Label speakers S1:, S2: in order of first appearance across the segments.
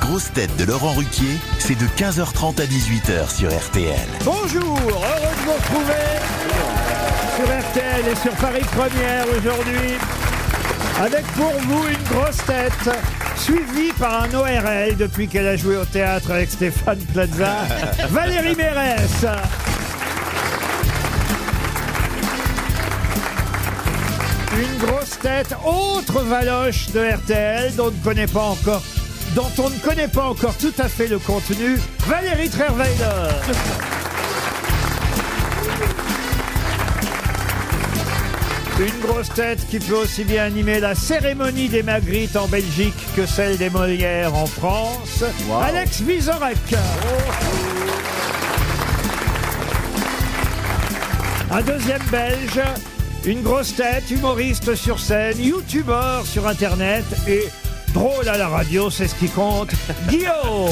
S1: grosses têtes de Laurent Ruquier, c'est de 15h30 à 18h sur RTL.
S2: Bonjour, heureux de vous retrouver sur RTL et sur Paris Première aujourd'hui. Avec pour vous une grosse tête, suivie par un ORL depuis qu'elle a joué au théâtre avec Stéphane Plaza, Valérie Mérès. Une grosse tête, autre valoche de RTL dont on ne connaît pas encore, dont on ne connaît pas encore tout à fait le contenu, Valérie Trierweiler. Une grosse tête qui peut aussi bien animer la cérémonie des Magritte en Belgique que celle des Molières en France. Alex Vizorek. Un deuxième Belge, une grosse tête, humoriste sur scène, youtubeur sur Internet et drôle à la radio, c'est ce qui compte, Guillaume.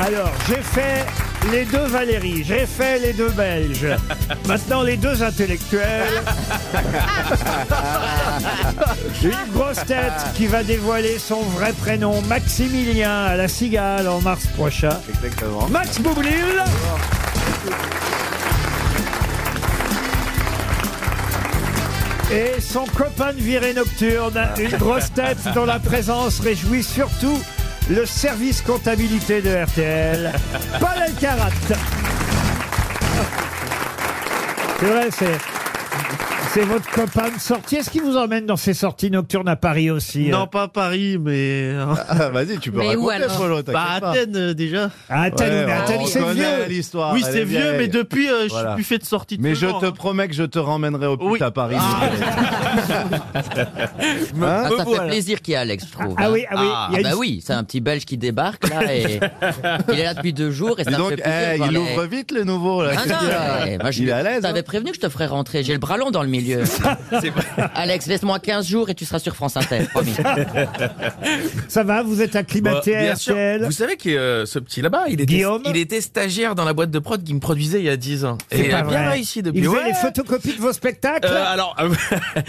S2: Alors, j'ai fait les deux Valérie, j'ai fait les deux Belges. Maintenant, les deux intellectuels. Une grosse tête qui va dévoiler son vrai prénom, Maximilien, à la Cigale en mars prochain.
S3: Exactement.
S2: Max Boublil. Et son copain de virée nocturne, une grosse tête dont la présence réjouit surtout le service comptabilité de RTL, Paul Elkarat. C'est vrai, c'est. C'est votre copain de sortie. Est-ce qu'il vous emmène dans ses sorties nocturnes à Paris aussi euh,
S4: Non, pas Paris, mais
S3: Ah, Vas-y, tu peux
S5: Mais où
S3: raconter,
S5: alors
S4: bah,
S3: Polo, t'inquiète pas.
S4: Athènes euh, déjà.
S2: À Athènes,
S3: Ouais,
S2: mais
S3: on
S2: Athènes, c'est
S3: connaît
S2: vieux.
S3: l'histoire.
S4: oui,
S3: elle
S4: c'est
S3: est
S4: vieux,
S3: vieille.
S4: mais depuis, euh, je
S3: Voilà.
S4: suis plus fait de sortie.
S3: Mais je
S4: toujours,
S3: te
S4: hein.
S3: promets que je te ramènerai au plus
S4: Oui.
S3: à Paris.
S4: Ah.
S6: Ah,
S3: Hein
S6: ça fait plaisir qu'il y a Alex, je trouve.
S2: Ah oui, ah oui, il y a une-
S6: bah oui, c'est un petit Belge qui débarque là et il est là depuis deux jours et ça
S3: Dis
S6: me
S3: donc,
S6: fait plaisir de
S3: eh,
S6: voir
S3: il
S6: les-
S3: ouvre vite le nouveau. Là.
S6: Ah non, ouais, moi, je-
S3: il est à l'aise. hein.
S6: T'avais prévenu que je te ferais rentrer. J'ai le bras long dans le milieu. Alex, laisse-moi 15 jours et tu seras sur France Inter, promis.
S2: Ça va, vous êtes acclimaté
S7: Bah,
S2: Eh ben, à
S7: bien sûr.
S2: RTL.
S7: Vous savez que euh, ce petit là-bas, il était,
S2: Guillaume
S7: il était stagiaire dans la boîte de prod qui me produisait il y a 10 ans.
S2: C'est
S7: Et il
S2: pas
S7: a bien
S2: vrai.
S7: réussi depuis.
S2: Il fait
S7: Ouais.
S2: les photocopies de vos spectacles.
S7: Euh, alors, euh,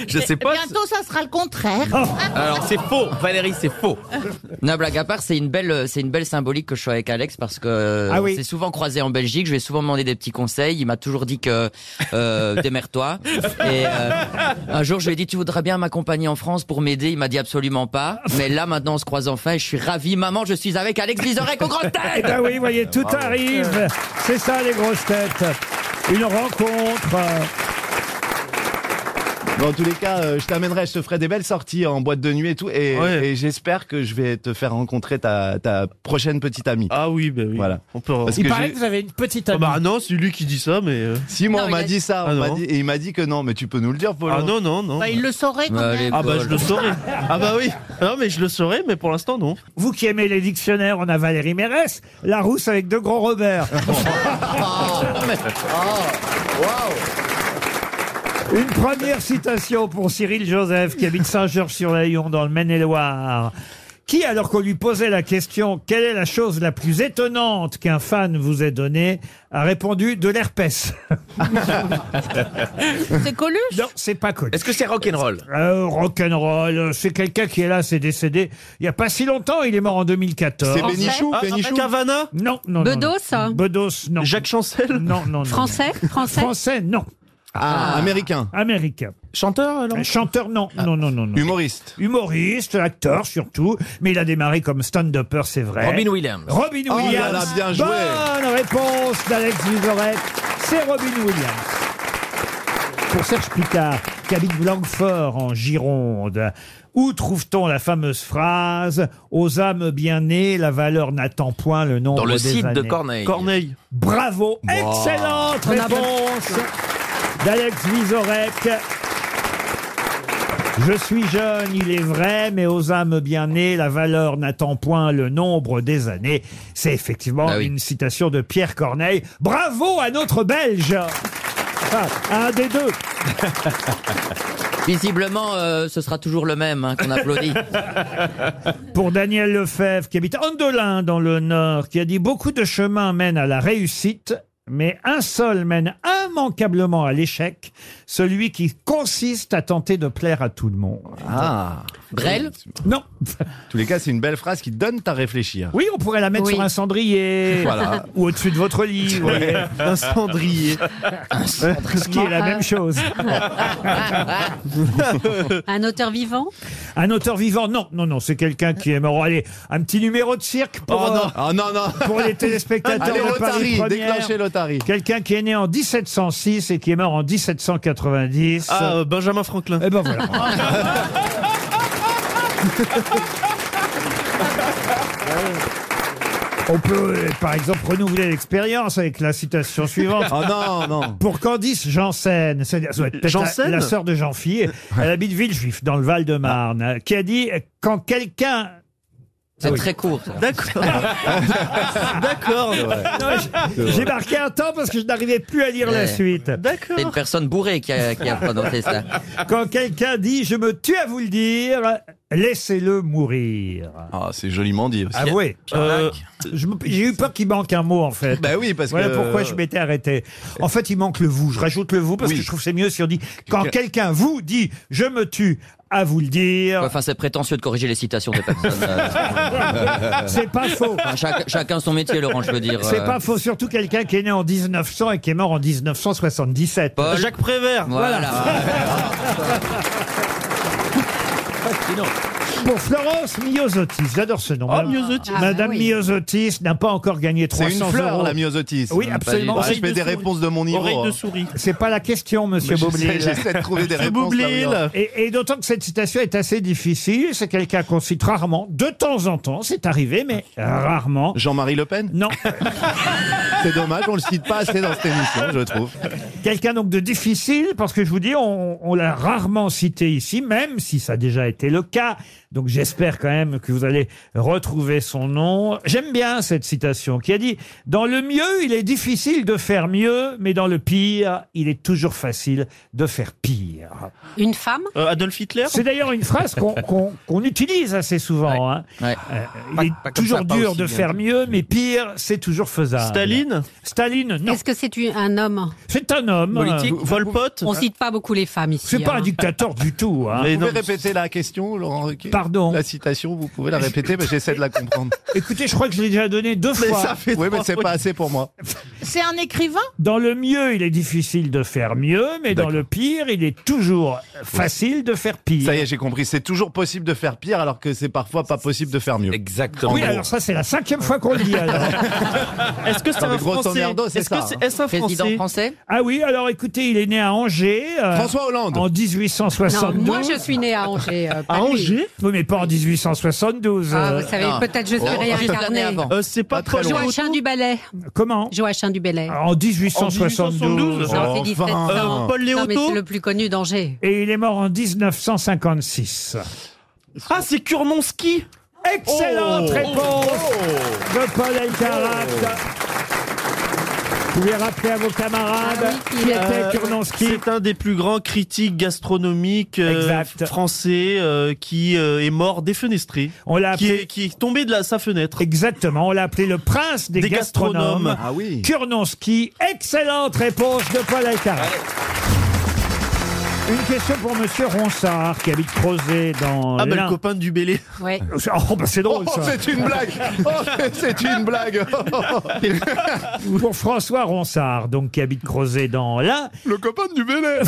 S7: je sais pas. si-
S5: Bientôt, ça sera le contraire. Ah,
S7: Alors, c'est faux, Valérie, c'est faux.
S6: Non, blague à part, c'est une belle, euh, c'est une belle symbolique que je sois avec Alex parce que euh,
S2: Ah
S6: on
S2: oui.
S6: s'est souvent croisé en Belgique. Je lui ai souvent demandé des petits conseils. Il m'a toujours dit que euh, démerde-toi. Et euh, un jour, je lui ai dit tu voudrais bien m'accompagner en France pour m'aider. Il m'a dit absolument pas. Mais là, maintenant, on se croise enfin. Et je suis ravi, maman. Je suis avec Alex Vizorek au grand
S2: Eh
S6: tête.
S2: ben oui, voyez, tout
S6: Ah,
S2: arrive. C'est ça, les grosses têtes. Une rencontre. euh,
S3: Dans tous les cas, euh, je t'amènerai, je te ferai des belles sorties en boîte de nuit et tout. Et,
S4: Ouais.
S3: et j'espère que je vais te faire rencontrer ta, ta prochaine petite amie.
S4: Ah oui, bah oui.
S3: Voilà.
S4: On peut.
S3: Parce
S2: Il
S3: que
S2: paraît
S3: j'ai-
S2: que vous avez une petite
S4: Ah
S2: amie.
S4: bah non, c'est lui qui dit ça, mais. euh,
S3: Si moi
S5: Non,
S3: on
S5: il
S3: m'a
S5: a-
S3: dit ça, on
S4: Ah
S3: m'a
S4: non.
S3: dit- et il m'a dit que non, mais tu peux nous le dire, Paul.
S4: Ah non, non, non.
S5: Bah, il le saurait quand
S6: Allez,
S5: même.
S4: Ah bah je le
S6: Paul.
S4: saurais. Ah bah oui. Non mais je le saurais, mais pour l'instant non.
S2: Vous qui aimez les dictionnaires, on a Valérie Mérès, la rousse avec deux gros Robert. Ah, Une première citation pour Cyril Joseph, qui habite Saint-Georges-sur-Layon, dans le Maine-et-Loire. Qui, alors qu'on lui posait la question « Quelle est la chose la plus étonnante qu'un fan vous ait donnée ?» a répondu « De l'herpès
S5: C'est ». Coluche
S2: Non, c'est pas connu.
S7: Est-ce que c'est rock'n'roll
S2: Euh, rock'n'roll, euh, c'est quelqu'un qui est là, c'est décédé. Il y a pas si longtemps, il est mort en 2014.
S3: C'est Bénichou,
S4: Ah,
S3: Bénichou.
S4: Cavana,
S2: Non, non, non,
S5: Bedos hein
S2: non. Bedos, non.
S4: Jacques Chancel.
S2: Non, non, non.
S5: Français Français
S2: Français, non.
S3: Ah, américain. Ah.
S2: Américain.
S7: Chanteur euh, Laurent
S2: Un chanteur, non. Non, non, non, non.
S3: Humoriste.
S2: Humoriste, acteur surtout, mais il a démarré comme stand-upper, c'est vrai.
S6: Robin Williams.
S2: Robin
S3: Oh
S2: Williams.
S3: là là, bien joué.
S2: Bonne réponse d'Alex Vizorek. C'est Robin Williams. Pour Serge Picard, qui habite Blanquefort en Gironde, où trouve-t-on la fameuse phrase Aux âmes bien nées, la valeur n'attend point le nombre
S7: Dans le
S2: des
S7: site de
S2: années.
S7: Corneille.
S4: Corneille.
S2: Bravo, excellente réponse d'Alex Vizorek. Je suis jeune, il est vrai, mais aux âmes bien nées, la valeur n'attend point le nombre des années. C'est effectivement
S6: Ah oui.
S2: une citation de Pierre Corneille. Bravo à notre Belge Enfin, un des deux.
S6: Visiblement, euh, ce sera toujours le même hein, qu'on applaudit.
S2: Pour Daniel Lefebvre, qui habite Andelin dans le Nord, qui a dit Beaucoup de chemins mènent à la réussite, mais un seul mène immanquablement à l'échec, celui qui consiste à tenter de plaire à tout le monde.
S3: Ah.
S6: Brel
S2: Non.
S3: En tous les cas, c'est une belle phrase qui donne à réfléchir.
S2: Oui, on pourrait la mettre
S5: Oui.
S2: sur un cendrier.
S3: Voilà.
S2: Ou au-dessus de votre lit. vous voyez.
S4: Un cendrier.
S2: Ce qui est la
S8: Ah.
S2: même chose.
S8: Un auteur vivant
S2: Un auteur vivant, non, non, non, c'est quelqu'un qui est mort. Allez, un petit numéro de cirque pour,
S3: Oh non,
S2: euh,
S3: oh non, non.
S2: pour les téléspectateurs
S3: Allez,
S2: de Paris
S3: Lotari,
S2: Première.
S3: déclenchez Lotari.
S2: Quelqu'un qui est né en 1706 et qui est mort en 1790.
S4: Ah, euh, Benjamin Franklin.
S2: Eh ben voilà. On peut, euh, par exemple, renouveler l'expérience avec la citation suivante.
S3: Oh non, non.
S2: Pour Candice Janssen, c'est ça doit être peut-être
S4: Janssen
S2: la, la sœur de Jean-Philippe, elle habite Villejuif, dans le Val-de-Marne,
S4: Ah.
S2: euh, qui a dit euh, Quand quelqu'un.
S6: C'est très court. ça.
S4: D'accord. D'accord.
S2: J'ai marqué un temps parce que je n'arrivais plus à lire la
S6: Ouais.
S2: suite.
S4: D'accord.
S6: C'est une personne bourrée qui a, qui a prononcé ça.
S2: Quand quelqu'un dit Je me tue à vous le dire, laissez-le mourir.
S3: Ah, c'est joliment dit aussi.
S2: Avouez.
S4: Euh,
S2: Je me- J'ai eu peur qu'il manque un mot en fait.
S3: Bah oui, parce
S2: Voilà
S3: que.
S2: pourquoi je m'étais arrêté. En fait, il manque le vous. Je rajoute le vous parce
S3: Oui.
S2: que je trouve que c'est mieux si on dit quand quelqu'un vous dit je me tue à vous le dire.
S6: Enfin, c'est prétentieux de corriger les citations des personnes. euh.
S2: C'est pas faux.
S6: Enfin, chaque- chacun son métier, Laurent, je veux dire.
S2: C'est
S6: euh.
S2: pas faux, surtout quelqu'un qui est né en 1900 et qui est mort en 1977.
S6: Paul.
S4: Jacques Prévert.
S6: Voilà.
S2: Pour Florence Miosotis, j'adore ce nom.
S4: Oh,
S2: Madame-
S4: Miosotis.
S8: Ah,
S2: Madame
S8: oui.
S2: Miosotis n'a pas encore gagné
S3: C'est
S2: 300
S3: une fleur,
S2: euros.
S3: la myosotis.
S2: Oui, absolument.
S3: Ah,
S4: Oreille
S3: je fais
S4: de
S3: des
S4: souris.
S3: réponses de mon niveau.
S4: Oreille de
S2: Oh.
S3: hein.
S4: souris.
S2: C'est pas la question, monsieur
S3: Mais je
S2: Boblil.
S3: sais, J'essaie de trouver des
S4: Monsieur
S3: réponses. là, oui,
S4: Boublil.
S3: hein.
S2: Et, et d'autant que cette citation est assez difficile, c'est quelqu'un qu'on cite rarement, de temps en temps, c'est arrivé, mais rarement.
S3: Jean-Marie Le Pen
S2: Non,
S3: C'est dommage, on le cite pas assez dans cette émission, je trouve.
S2: quelqu'un donc de difficile, parce que je vous dis, on, on l'a rarement cité ici, même si ça a déjà été le cas. Donc j'espère quand même que vous allez retrouver son nom. J'aime bien cette citation qui a dit « Dans le mieux, il est difficile de faire mieux, mais dans le pire, il est toujours facile de faire pire. »
S8: Une femme
S4: Euh, Adolf Hitler.
S2: C'est d'ailleurs une phrase qu'on qu'on- qu'on utilise assez souvent. hein.
S6: Ouais.
S2: Euh,
S7: Pas-
S2: il est
S7: pas comme
S2: toujours
S7: ça, pas
S2: dur
S7: aussi
S2: de
S7: bien.
S2: faire mieux, mais pire, c'est toujours
S3: Ah,
S2: faisable.
S4: Staline.
S2: Staline, non.
S8: Est-ce que c'est une- un homme
S2: C'est un homme.
S7: Politique.
S2: Euh,
S4: Pol Pot.
S8: On cite pas beaucoup les femmes ici.
S2: C'est pas un
S8: hein.
S2: dictateur du tout. hein.
S4: Mais
S3: Vous pouvez
S4: non, mais-
S3: répéter la question, Laurent Ruquier
S2: Pardon.
S3: La citation, vous pouvez la répéter, mais j'essaie de la comprendre.
S2: Écoutez, je crois que je l'ai déjà donné deux
S4: Mais
S2: fois.
S4: ça fait
S3: Oui, mais
S4: trois
S3: c'est
S4: fois.
S3: pas assez pour moi.
S5: C'est un écrivain
S2: Dans le mieux, il est difficile de faire mieux, mais dans
S3: D'accord.
S2: le pire, il est toujours facile de faire pire.
S3: Ça y est, j'ai compris. C'est toujours possible de faire pire, alors que c'est parfois pas possible de faire mieux.
S7: Exactement.
S2: oui, alors ça, c'est la cinquième fois qu'on le dit. alors.
S4: Oh. Est-ce que c'est
S3: Attends, mais
S4: un
S3: grosso
S4: français
S3: merdo, c'est
S4: Est-ce
S3: ça, hein.
S4: que c'est est-ce un
S6: Président
S4: français
S6: français
S2: ah oui, alors écoutez, il est né à Angers. euh,
S3: François Hollande.
S2: En
S8: Non,
S2: 1872.
S8: moi je suis née à Angers. euh, pas
S4: À
S8: lui.
S4: Angers
S2: Ah, Oui, mais pas en 1872.
S8: Ah,
S2: euh,
S8: vous savez,
S6: non.
S8: peut-être je suis
S6: Oh, juste l'année
S8: réincarnée.
S6: avant.
S4: Euh, C'est pas,
S3: Pas très
S4: Paul
S3: loin.
S4: Gautou
S8: Joachim du Ballet.
S2: Comment
S8: Joachim du Ballet.
S2: En 1872.
S4: 1872.
S8: Ça en fait
S3: enfin.
S8: 17 ans.
S4: Euh, Paul
S8: Non, mais
S4: Léoto
S8: c'est le plus connu d'Angers.
S2: Et il est mort en 1956.
S4: Ah, c'est Kurmonski
S2: Excellente
S4: Oh
S2: réponse de Paul Elkarat.
S3: Oh.
S2: Vous pouvez rappeler à vos camarades
S8: Ah oui,
S2: qui
S8: il est-
S2: était
S4: Euh,
S2: Kurnonski.
S4: C'est un des plus grands critiques gastronomiques euh,
S2: Exact.
S4: français euh, qui euh, est mort défenestré,
S2: On l'a
S4: qui
S2: appelé,
S4: est, qui est tombé de la, sa fenêtre.
S2: exactement, on l'a appelé le prince des,
S4: Des gastronomes.
S2: gastronomes.
S3: Ah oui.
S2: Kurnonski. Excellente réponse de Paul Elkarat. Une question pour Monsieur Ronsard, qui habite Crozet dans
S3: ben,
S4: Ah bah le
S2: l'Ain.
S4: copain du Bélé.
S8: Ouais.
S2: Oh, bah, c'est drôle, ça.
S3: c'est une blague Oh, c'est une blague
S2: Pour François Ronsard, donc, qui habite Crozet dans l'Ain,
S3: Le copain du Bélé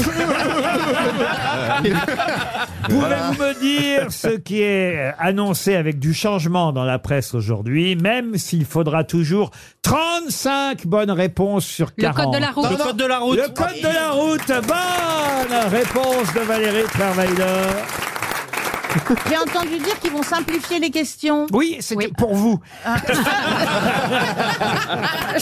S2: Pouvez-vous me dire ce qui est euh, annoncé avec du changement dans la presse aujourd'hui, même s'il faudra toujours 35 bonnes réponses sur
S8: Le
S2: 40
S8: code de la route.
S4: le code de la route.
S2: Le code de la route, bonne réponse de Valérie Trierweiler.
S5: J'ai entendu dire qu'ils vont simplifier les questions. Ah.
S2: Oui, c'était
S8: Oui.
S2: pour vous.
S5: Je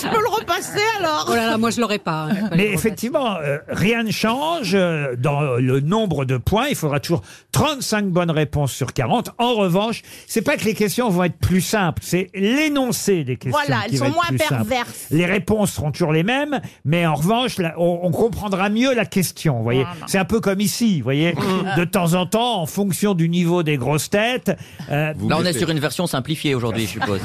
S5: peux le repasser alors
S8: Oh là là, moi je l'aurais pas. hein.
S2: Mais effectivement, euh, rien ne change euh, dans le nombre de points. Il faudra toujours 35 bonnes réponses sur 40. En revanche, c'est pas que les questions vont être plus simples, c'est l'énoncé des questions.
S5: Voilà,
S2: qui
S5: elles
S2: va
S5: sont
S2: être
S5: moins
S2: plus simple.
S5: perverses.
S2: Les réponses seront toujours les mêmes, mais en revanche, là, on, on
S5: Euh.
S2: comprendra mieux la question. vous voyez, c'est un peu comme ici. vous Voyez, de temps en temps, en fonction du niveau niveau des grosses têtes. Euh,
S6: Là, on est sur une version simplifiée aujourd'hui, je suppose.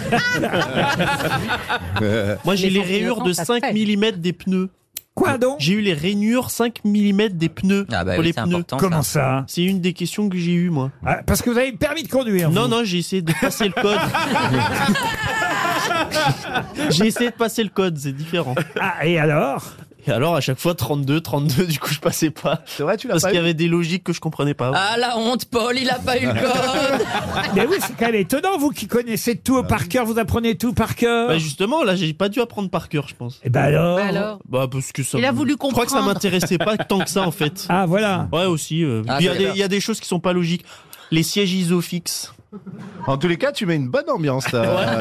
S6: Euh,
S4: Moi, j'ai
S8: Mais
S4: les
S8: pour finir,
S4: rayures de
S8: ça se
S4: 5
S8: fait.
S4: mm des pneus. Euh,
S2: Quoi donc
S4: J'ai eu les rainures 5 mm des pneus
S6: Ah bah
S4: pour
S6: oui,
S4: les
S6: c'est
S4: pneus.
S6: important.
S2: Comment ça
S4: C'est une des questions que j'ai eues, moi.
S2: Ah, Parce que vous avez le permis de conduire.
S4: Non,
S2: vous.
S4: non, j'ai essayé de passer le code. j'ai essayé de passer le code, c'est différent.
S2: Ah, et alors
S4: Et alors, à chaque fois, 32, 32, du coup, je passais pas.
S3: C'est vrai, tu l'as
S4: Parce
S3: pas
S4: qu'il y
S3: eu
S4: avait des logiques que je comprenais pas.
S6: Ah la honte, Paul, il a pas eu le code.
S2: Mais oui, c'est quand même étonnant, vous qui connaissez tout par cœur, vous apprenez tout par cœur.
S4: Bah, justement, là, j'ai pas dû apprendre par cœur, je pense.
S2: Et ben alors,
S8: Alors
S4: Bah, parce que ça.
S5: Il a voulu
S4: Je crois que ça
S5: comprendre.
S4: m'intéressait pas tant que ça, en fait.
S2: Ah voilà.
S4: Ouais, aussi. euh,
S6: Ah,
S4: puis Il y a
S6: c'est
S4: des-
S6: bien.
S4: il y, a des choses qui sont pas logiques. Les sièges isofixes.
S3: En tous les cas, tu mets une bonne ambiance. là.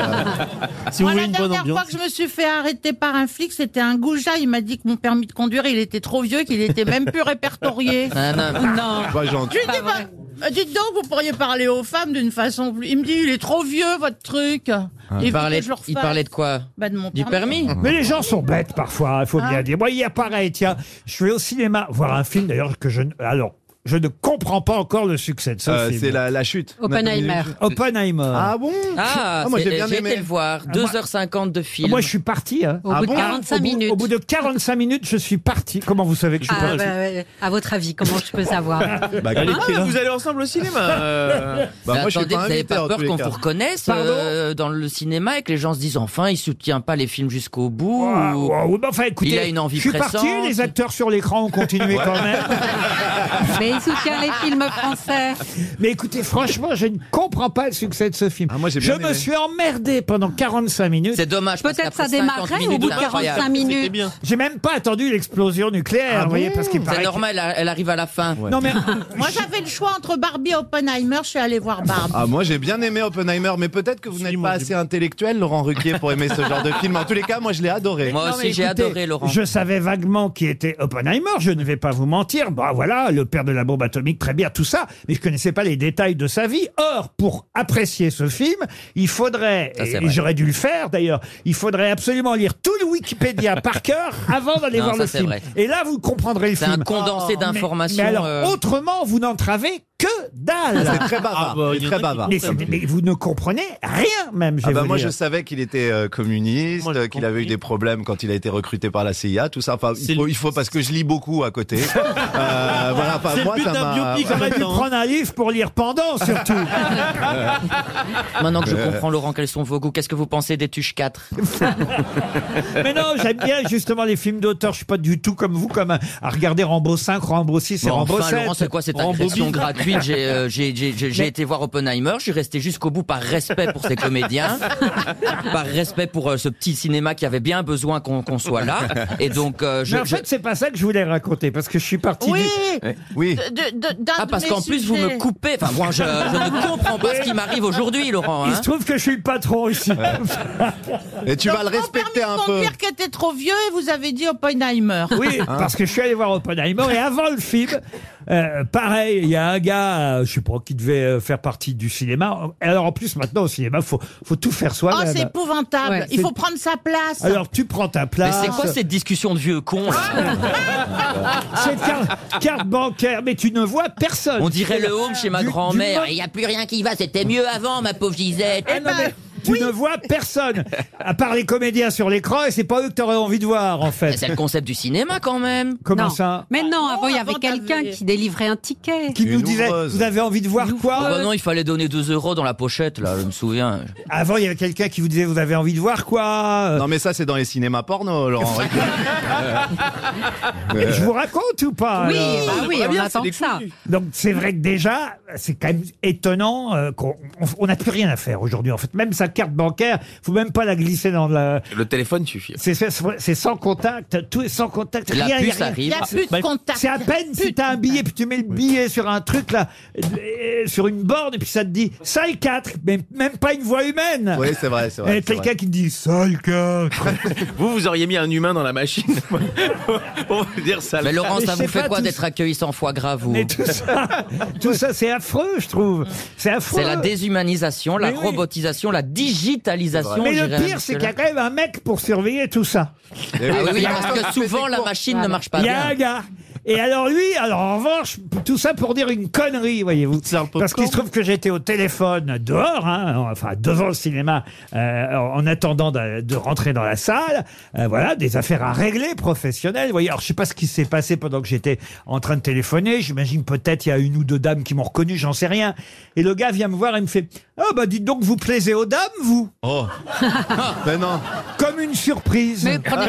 S4: Si vous
S5: Moi,
S4: voulez
S5: la
S4: une bonne
S5: dernière fois
S4: ambiance.
S5: que je me suis fait arrêter par un flic, c'était un goujat. Il m'a dit que mon permis de conduire, il était trop vieux, qu'il était même plus répertorié.
S6: Ah, non.
S8: Non.
S3: Pas gentil.
S5: Je lui dis,
S8: Pas vrai.
S5: bah, euh, dites donc, vous pourriez parler aux femmes d'une façon plus. Il me dit, il est trop vieux, votre truc.
S6: Ah.
S2: Ah.
S6: Il, parlait,
S5: faut que je le
S6: il
S5: refasse.
S6: parlait de quoi
S5: Bah, de mon
S6: Du permis Ah.
S2: Mais les gens sont bêtes parfois, il faut bien dire. Moi, hier, pareil, tiens, je vais au cinéma voir un film d'ailleurs que je. ne- Alors, je ne comprends pas encore le succès de ce
S3: Euh,
S2: film.
S3: c'est la, la chute.
S8: Oppenheimer.
S2: Oppenheimer.
S3: Ah bon
S6: Ah,
S3: moi
S6: c'est-
S3: j'ai
S6: j'ai
S3: bien
S6: été
S3: aimé.
S6: le voir. 2h50 de film.
S2: Moi, je suis parti. hein.
S8: Au
S3: Ah
S8: bout
S3: bon
S8: de
S2: au
S8: 45
S2: bout-
S8: minutes.
S2: Au bout de 45 minutes, je suis parti. Comment vous savez que je suis
S8: Ah,
S2: parti
S8: bah, ouais. à votre avis, comment je peux savoir
S3: Bah, quel-
S7: Ah, vous allez ensemble au cinéma. euh.
S3: bah,
S6: Mais
S3: moi, je suis
S6: attendez,
S3: pas
S6: vous n'avez
S3: invité
S6: pas
S3: en
S6: peur
S3: tous les
S6: qu'on
S3: cas.
S6: vous reconnaisse
S2: Pardon
S6: euh, dans le cinéma et que les gens se disent enfin, il soutient pas les films jusqu'au bout ou-
S2: Waouh, waouh, mais oh, bah, enfin, écoutez,
S6: bah, Il a une envie
S2: je suis parti,
S6: pressante.
S2: les acteurs sur l'écran ont continué quand même.
S8: Mais il soutient les films français.
S2: Mais écoutez, franchement, je ne comprends pas le succès de ce film.
S3: Ah, moi, j'ai
S2: je
S3: bien
S2: me
S3: aimé.
S2: suis emmerdé pendant 45 minutes.
S6: C'est dommage. parce
S8: Peut-être
S6: qu'après
S8: ça
S6: 50
S8: démarrait
S6: minutes,
S8: au bout de
S6: c'est incroyable.
S8: 45
S4: C'était
S8: minutes.
S4: bien.
S2: J'ai même pas attendu l'explosion
S3: Ah
S2: nucléaire, vous voyez, parce qu'il paraît.
S6: C'est
S2: que-
S6: normal, elle, elle arrive à la fin.
S2: Non mais
S5: Moi, j'avais le choix entre Barbie et Oppenheimer. Je suis allée voir Barbie.
S3: Ah, moi j'ai bien aimé Oppenheimer, mais peut-être que vous
S4: Si,
S3: n'êtes
S4: moi,
S3: pas
S4: j'ai-
S3: assez intellectuel, Laurent Ruquier, pour aimer ce genre de film. En tous les cas, moi je l'ai adoré.
S6: Moi
S2: Non, mais
S6: aussi, j'ai
S2: écoutez,
S6: adoré Laurent.
S2: Je savais vaguement qui était Oppenheimer, je ne vais pas vous mentir. Bah voilà, le père de la bombe atomique, très bien, tout ça. Mais je connaissais pas les détails de sa vie. Or, pour apprécier ce film, il faudrait,
S6: Ça, c'est
S2: et
S6: vrai.
S2: j'aurais dû le faire d'ailleurs, il faudrait absolument lire tout le Wikipédia par cœur avant d'aller
S6: Non,
S2: voir
S6: ça,
S2: le
S6: c'est
S2: film.
S6: vrai.
S2: Et là, vous comprendrez le
S6: C'est
S2: film. Ah,
S6: un condensé
S2: Mais-
S6: d'informations.
S2: Mais, alors,
S6: euh,
S2: autrement, vous n'entravez que
S3: C'est
S2: dalle.
S3: très bavard.
S4: Ah, bah,
S3: c'est
S4: il y en
S3: très
S4: a qui-
S3: bavard.
S2: mais, c'est- mais vous ne comprenez rien même, je
S3: Ah
S2: vais
S3: bah
S2: vous
S3: moi
S2: dire.
S3: je savais qu'il était euh, communiste,
S4: Moi, j'ai
S3: euh, qu'il avait eu
S4: compris.
S3: des problèmes quand il a été recruté par la CIA, tout ça. Enfin,
S4: C'est
S3: il faut,
S4: le-
S3: il faut parce que je lis beaucoup à côté. Euh, voilà, enfin,
S4: C'est le
S3: moi
S4: but
S3: ça
S4: d'un
S3: m'a.
S4: biopic.
S2: Vous auriez dû
S4: Attends.
S2: prendre un livre pour lire pendant, surtout.
S6: Maintenant que je comprends, Laurent, quels sont vos goûts Qu'est-ce que vous pensez des Tuches 4
S2: Mais non, j'aime bien justement les films d'auteur. Je suis pas du tout comme vous, comme à à regarder Rambo 5, Rambo 6 et
S6: Bon,
S2: Rambo
S6: Enfin,
S2: 7.
S6: Laurent, c'est quoi cette
S4: Rambo
S6: agression
S4: Bill.
S6: gratuite J'ai euh, j'ai- j'ai- j'ai- j'ai
S2: Mais-
S6: été voir Oppenheimer, je suis resté jusqu'au bout par respect pour ces comédiens, par respect pour euh, ce petit cinéma qui avait bien besoin qu'on qu'on soit là. Et donc, euh, je,
S2: Mais en
S6: je-
S2: fait, c'est pas ça que je voulais raconter, parce que je suis parti
S5: Oui.
S2: du...
S3: Oui.
S5: de- de- de- d'un
S6: Ah,
S5: de
S6: parce
S5: mes
S6: qu'en plus, vous me
S5: sujets.
S6: coupez. Enfin, moi, je, je ne comprends pas ce qui m'arrive aujourd'hui, Laurent.
S2: Il
S6: hein.
S2: se trouve que je suis le patron ici.
S3: Et tu
S5: Donc,
S3: vas le
S5: mon
S3: respecter
S5: permis
S3: un
S5: de
S3: peu.
S5: conduire qui était trop vieux et vous avez dit Oppenheimer.
S2: Oui, parce que je suis allé voir Oppenheimer et avant le film, euh, pareil, il y a un gars, euh, je sais pas, qui devait euh, faire partie du cinéma. Et alors en plus, maintenant au cinéma, faut faut tout faire
S5: Oh,
S2: soi-même.
S5: c'est
S6: bah.
S5: épouvantable.
S8: Ouais,
S5: Il
S2: c'est-
S5: faut prendre sa place.
S2: alors tu prends ta
S6: Mais
S2: place.
S6: c'est quoi cette discussion de vieux con là
S2: cette Ah. carte, carte bancaire Mais tu ne vois personne.
S6: On dirait le home chez ma
S2: Du- du
S6: grand-mère.
S2: mo-
S6: Il n'y a plus rien qui va. C'était mieux avant, ma pauvre Gisette.
S2: Ah non, mais tu ne vois personne, à part les comédiens sur l'écran, et c'est pas eux que t'aurais envie de voir, en fait.
S6: C'est le concept du cinéma quand même.
S2: Comment
S8: non.
S2: ça
S8: Mais non, avant, il y
S5: avant,
S8: avait quelqu'un
S5: t'avais-
S8: qui délivrait un ticket.
S2: Qui nous
S3: Une
S2: disait,
S6: euh,
S3: ouvreuse.
S2: vous avez envie de voir
S6: Oh
S2: quoi Ah,
S6: bah non, il fallait donner 2 euros dans la pochette, là, je me souviens.
S2: Avant, il y avait quelqu'un qui vous disait, vous avez envie de voir quoi
S3: Non mais ça c'est dans les cinémas porno, Laurent.
S2: Euh, Je vous raconte ou pas Ah,
S8: Oui,
S2: alors
S8: bah oui, on
S7: bien,
S8: attend
S7: c'est
S8: que ça.
S2: Donc c'est vrai que déjà, c'est quand même étonnant euh, qu'on on- on n'a plus rien à faire aujourd'hui. En fait, même sa carte bancaire, faut même pas la glisser dans la.
S7: Le téléphone suffit.
S2: C'est- C'est c'est sans contact, tout est sans contact.
S6: La
S2: rien, il y a
S6: puce
S5: Il
S2: rien.
S6: arrive.
S5: n'y a plus de
S2: Bah,
S5: contact.
S2: C'est à peine si t'as un billet, puis tu mets le billet sur un truc là, euh, sur une borne, et puis ça te dit salle 4, mais même pas une voix humaine.
S3: oui, c'est vrai, c'est vrai.
S2: Et
S3: c'est vrai.
S2: quelqu'un qui te dit salle 4.
S7: Vous, vous auriez mis un humain dans la machine. On va dire ça.
S6: Mais Laurent,
S2: Mais
S6: ça
S2: je sais
S6: vous fait
S2: pas
S6: quoi
S2: tout
S6: d'être accueilli sans foie gras, vous
S2: Mais tout ça, tout ça c'est affreux, je trouve. C'est affreux.
S6: C'est la déshumanisation, la
S2: Mais oui.
S6: robotisation, la digitalisation.
S2: mais le
S6: j'irais même
S2: pire, c'est qu'il y a
S6: jusque-là.
S2: quand même un mec pour surveiller tout ça.
S3: Et
S6: Ah oui,
S3: oui,
S6: oui, parce que souvent la machine ne marche pas
S2: Il y a
S6: bien.
S2: un gars. Et alors lui, alors en revanche, tout ça pour dire une connerie, voyez-vous.
S4: Pizza au
S2: Parce qu'il se
S4: popcorn.
S2: trouve que j'étais au téléphone dehors, hein, enfin devant le cinéma, euh, en en attendant de, de rentrer dans la salle. Euh, voilà, des affaires à régler professionnelles. Vous voyez, alors je sais pas ce qui s'est passé pendant que j'étais en train de téléphoner. J'imagine peut-être il y a une ou deux dames qui m'ont reconnu, j'en sais rien. Et le gars vient me voir et me fait Oh bah dites donc, vous plaisez aux dames, vous
S3: Oh Ben non
S2: Comme une surprise.
S8: Mais prenez-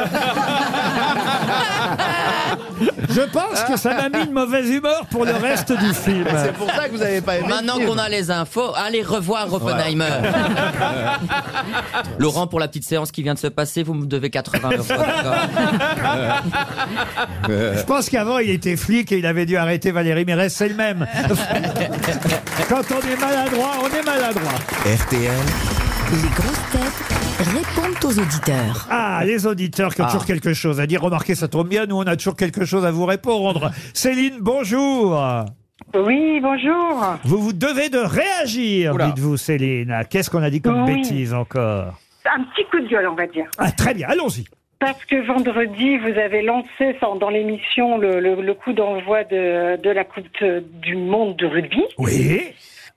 S2: Je pense que ça m'a mis de mauvaise humeur pour le reste du film.
S3: C'est pour ça que vous n'avez pas aimé.
S6: Maintenant qu'on a les infos, allez revoir Oppenheimer. Laurent, pour la petite séance qui vient de se passer, vous me devez 80 euros. d'accord
S2: Je pense qu'avant, il était flic et il avait dû arrêter Valérie Mérès, c'est le même. Quand on est maladroit, on est maladroit.
S1: RTL,
S9: Les grosses têtes répondent aux auditeurs.
S2: Ah, les auditeurs qui ont toujours quelque chose à dire. Remarquez, ça tombe bien, nous, on a toujours quelque chose à vous répondre. Céline, bonjour.
S10: Oui, bonjour.
S2: Vous vous devez de réagir,
S7: Oula.
S2: dites-vous, Céline. Qu'est-ce qu'on a dit comme
S10: Oui.
S2: bêtise encore
S10: Un petit coup de gueule, on va dire.
S2: Ah, très bien, allons-y.
S10: Parce que vendredi, vous avez lancé sans- dans l'émission le, le- le coup d'envoi de, de la Coupe du Monde de rugby.
S2: Oui,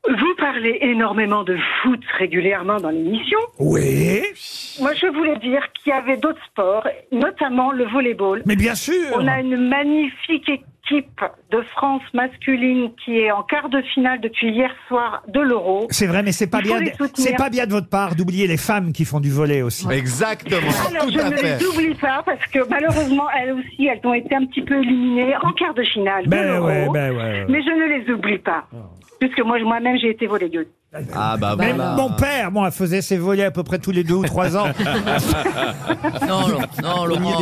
S10: Vous parlez énormément de foot régulièrement dans l'émission.
S2: oui,
S10: Moi, je voulais dire qu'il y avait d'autres sports, notamment le volleyball.
S2: mais bien sûr.
S10: On a une magnifique équipe de France masculine qui est en quart de finale depuis hier soir de l'Euro.
S2: C'est vrai, mais c'est pas
S10: Il faut
S2: bien,
S10: les
S2: de-
S10: soutenir.
S2: c'est pas bien de votre part d'oublier les femmes qui font du volet aussi.
S3: Exactement,
S10: Alors,
S3: tout
S10: je
S3: à
S10: ne
S3: fait.
S10: les oublie pas parce que malheureusement, elles aussi, elles ont été un petit peu éliminées en quart de finale. de
S2: Ben
S10: l'Euro.
S2: ouais, ben ouais.
S10: Mais je ne les oublie pas. Puisque moi, moi-même, j'ai été voleuse.
S3: Ah bah
S2: Même
S3: voilà.
S2: mon père, moi, faisait ses volets à peu près tous les deux ou trois ans.
S6: Non, non, non, Laurent.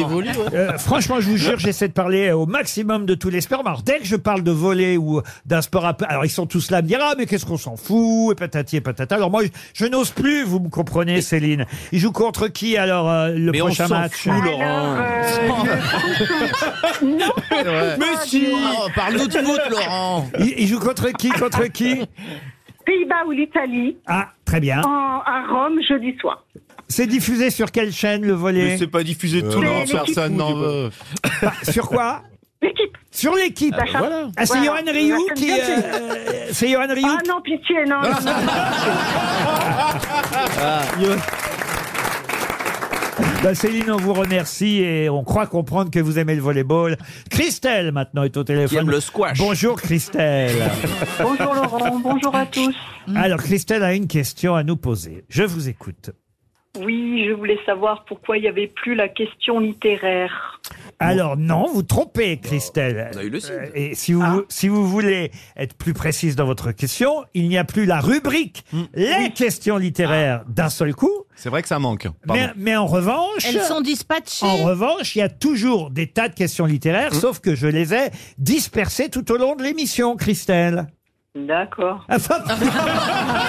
S2: Euh, franchement, je vous jure, j'essaie de parler euh, au maximum de tous les sports. Mais Alors, dès que je parle de volet ou euh, d'un sport à... Alors, ils sont tous là à me dire, ah, mais qu'est-ce qu'on s'en fout, et patati et patata. Alors, moi, je, je n'ose plus, vous me comprenez, Céline. Ils jouent contre qui, alors, euh, le
S4: Mais on
S2: prochain
S4: s'en
S2: match
S4: fout, Laurent.
S10: Alors,
S3: Mais si
S6: Oh, Parle-nous de foot, Laurent.
S2: ils, ils jouent contre qui, contre qui
S10: Pays-Bas ou l'Italie,
S2: Ah, très bien.
S10: en- à Rome, jeudi soir.
S2: C'est diffusé sur quelle chaîne, le
S7: Mais
S2: volet Bah,
S7: c'est pas diffusé tout
S3: Euh,
S7: le
S3: non,
S7: monde.
S3: personne n'en veut.
S2: Sur quoi
S10: L'équipe.
S2: Sur l'équipe.
S10: bah, ça-
S2: Ah, c'est
S10: Voilà.
S2: Johan Rioux
S10: Ça,
S2: qui...
S10: c'est-
S2: euh, c'est Johan Rioux
S10: Ah non, pitié, non. non, non.
S2: Bah, Céline, on vous remercie et on croit comprendre que vous aimez le volleyball. Christelle, maintenant, est au téléphone.
S7: Qui aime le squash.
S2: Bonjour, Christelle.
S10: Bonjour Laurent, bonjour à tous.
S5: Mm.
S2: Alors, Christelle a une question à nous poser. Je vous écoute.
S10: Oui, je voulais savoir pourquoi il n'y avait plus la question littéraire.
S2: Alors, non, vous trompez, Christelle.
S7: on a eu le cid.
S2: Euh, Et si vous,
S5: Ah.
S2: si vous voulez être plus précise dans votre question, il n'y a plus la rubrique Les questions littéraires
S5: Ah.
S2: d'un seul coup.
S3: C'est vrai que ça manque. Pardon.
S2: Mais, mais en revanche.
S5: Elles sont dispatchées.
S2: En revanche, il y a toujours des tas de questions littéraires, sauf que je les ai dispersées tout au long de l'émission, Christelle.
S10: D'accord.
S3: Ah,
S2: Enfin-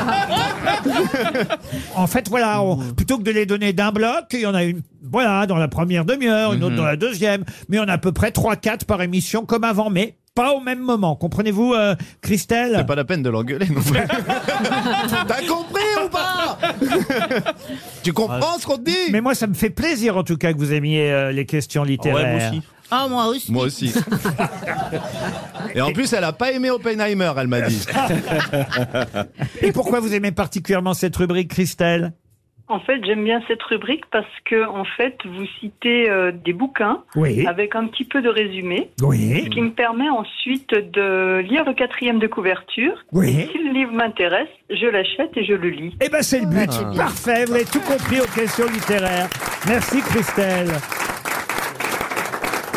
S2: en fait, voilà, on-
S3: Mmh.
S2: plutôt que de les donner d'un bloc, il y en a une, voilà, dans la première demi-heure,
S3: Mmh.
S2: une autre dans la deuxième, mais on a à peu près 3-4 par émission comme avant, mais pas au même moment. Comprenez-vous, euh, Christelle
S3: C'est pas la peine de l'engueuler non plus. T'as compris ou pas Tu comprends ce qu'on te dit
S2: Mais moi, ça me fait plaisir, en tout cas, que vous aimiez euh, les questions
S4: Ouais,
S2: littéraires.
S4: moi aussi.
S5: Ah, moi aussi.
S3: Moi aussi. Et en plus, elle a pas aimé Oppenheimer, elle m'a dit.
S2: Et pourquoi vous aimez particulièrement cette rubrique, Christelle
S10: En fait, j'aime bien cette rubrique parce que, en fait, vous citez euh, des bouquins
S2: Oui,
S10: avec un petit peu de résumé,
S2: oui,
S10: ce qui me permet ensuite de lire le quatrième de couverture.
S2: oui.
S10: Si le livre m'intéresse, je l'achète et je le lis.
S2: Eh ben, c'est le but.
S6: Ah, c'est bien.
S2: Parfait. Vous avez tout compris aux questions littéraires. Merci, Christelle.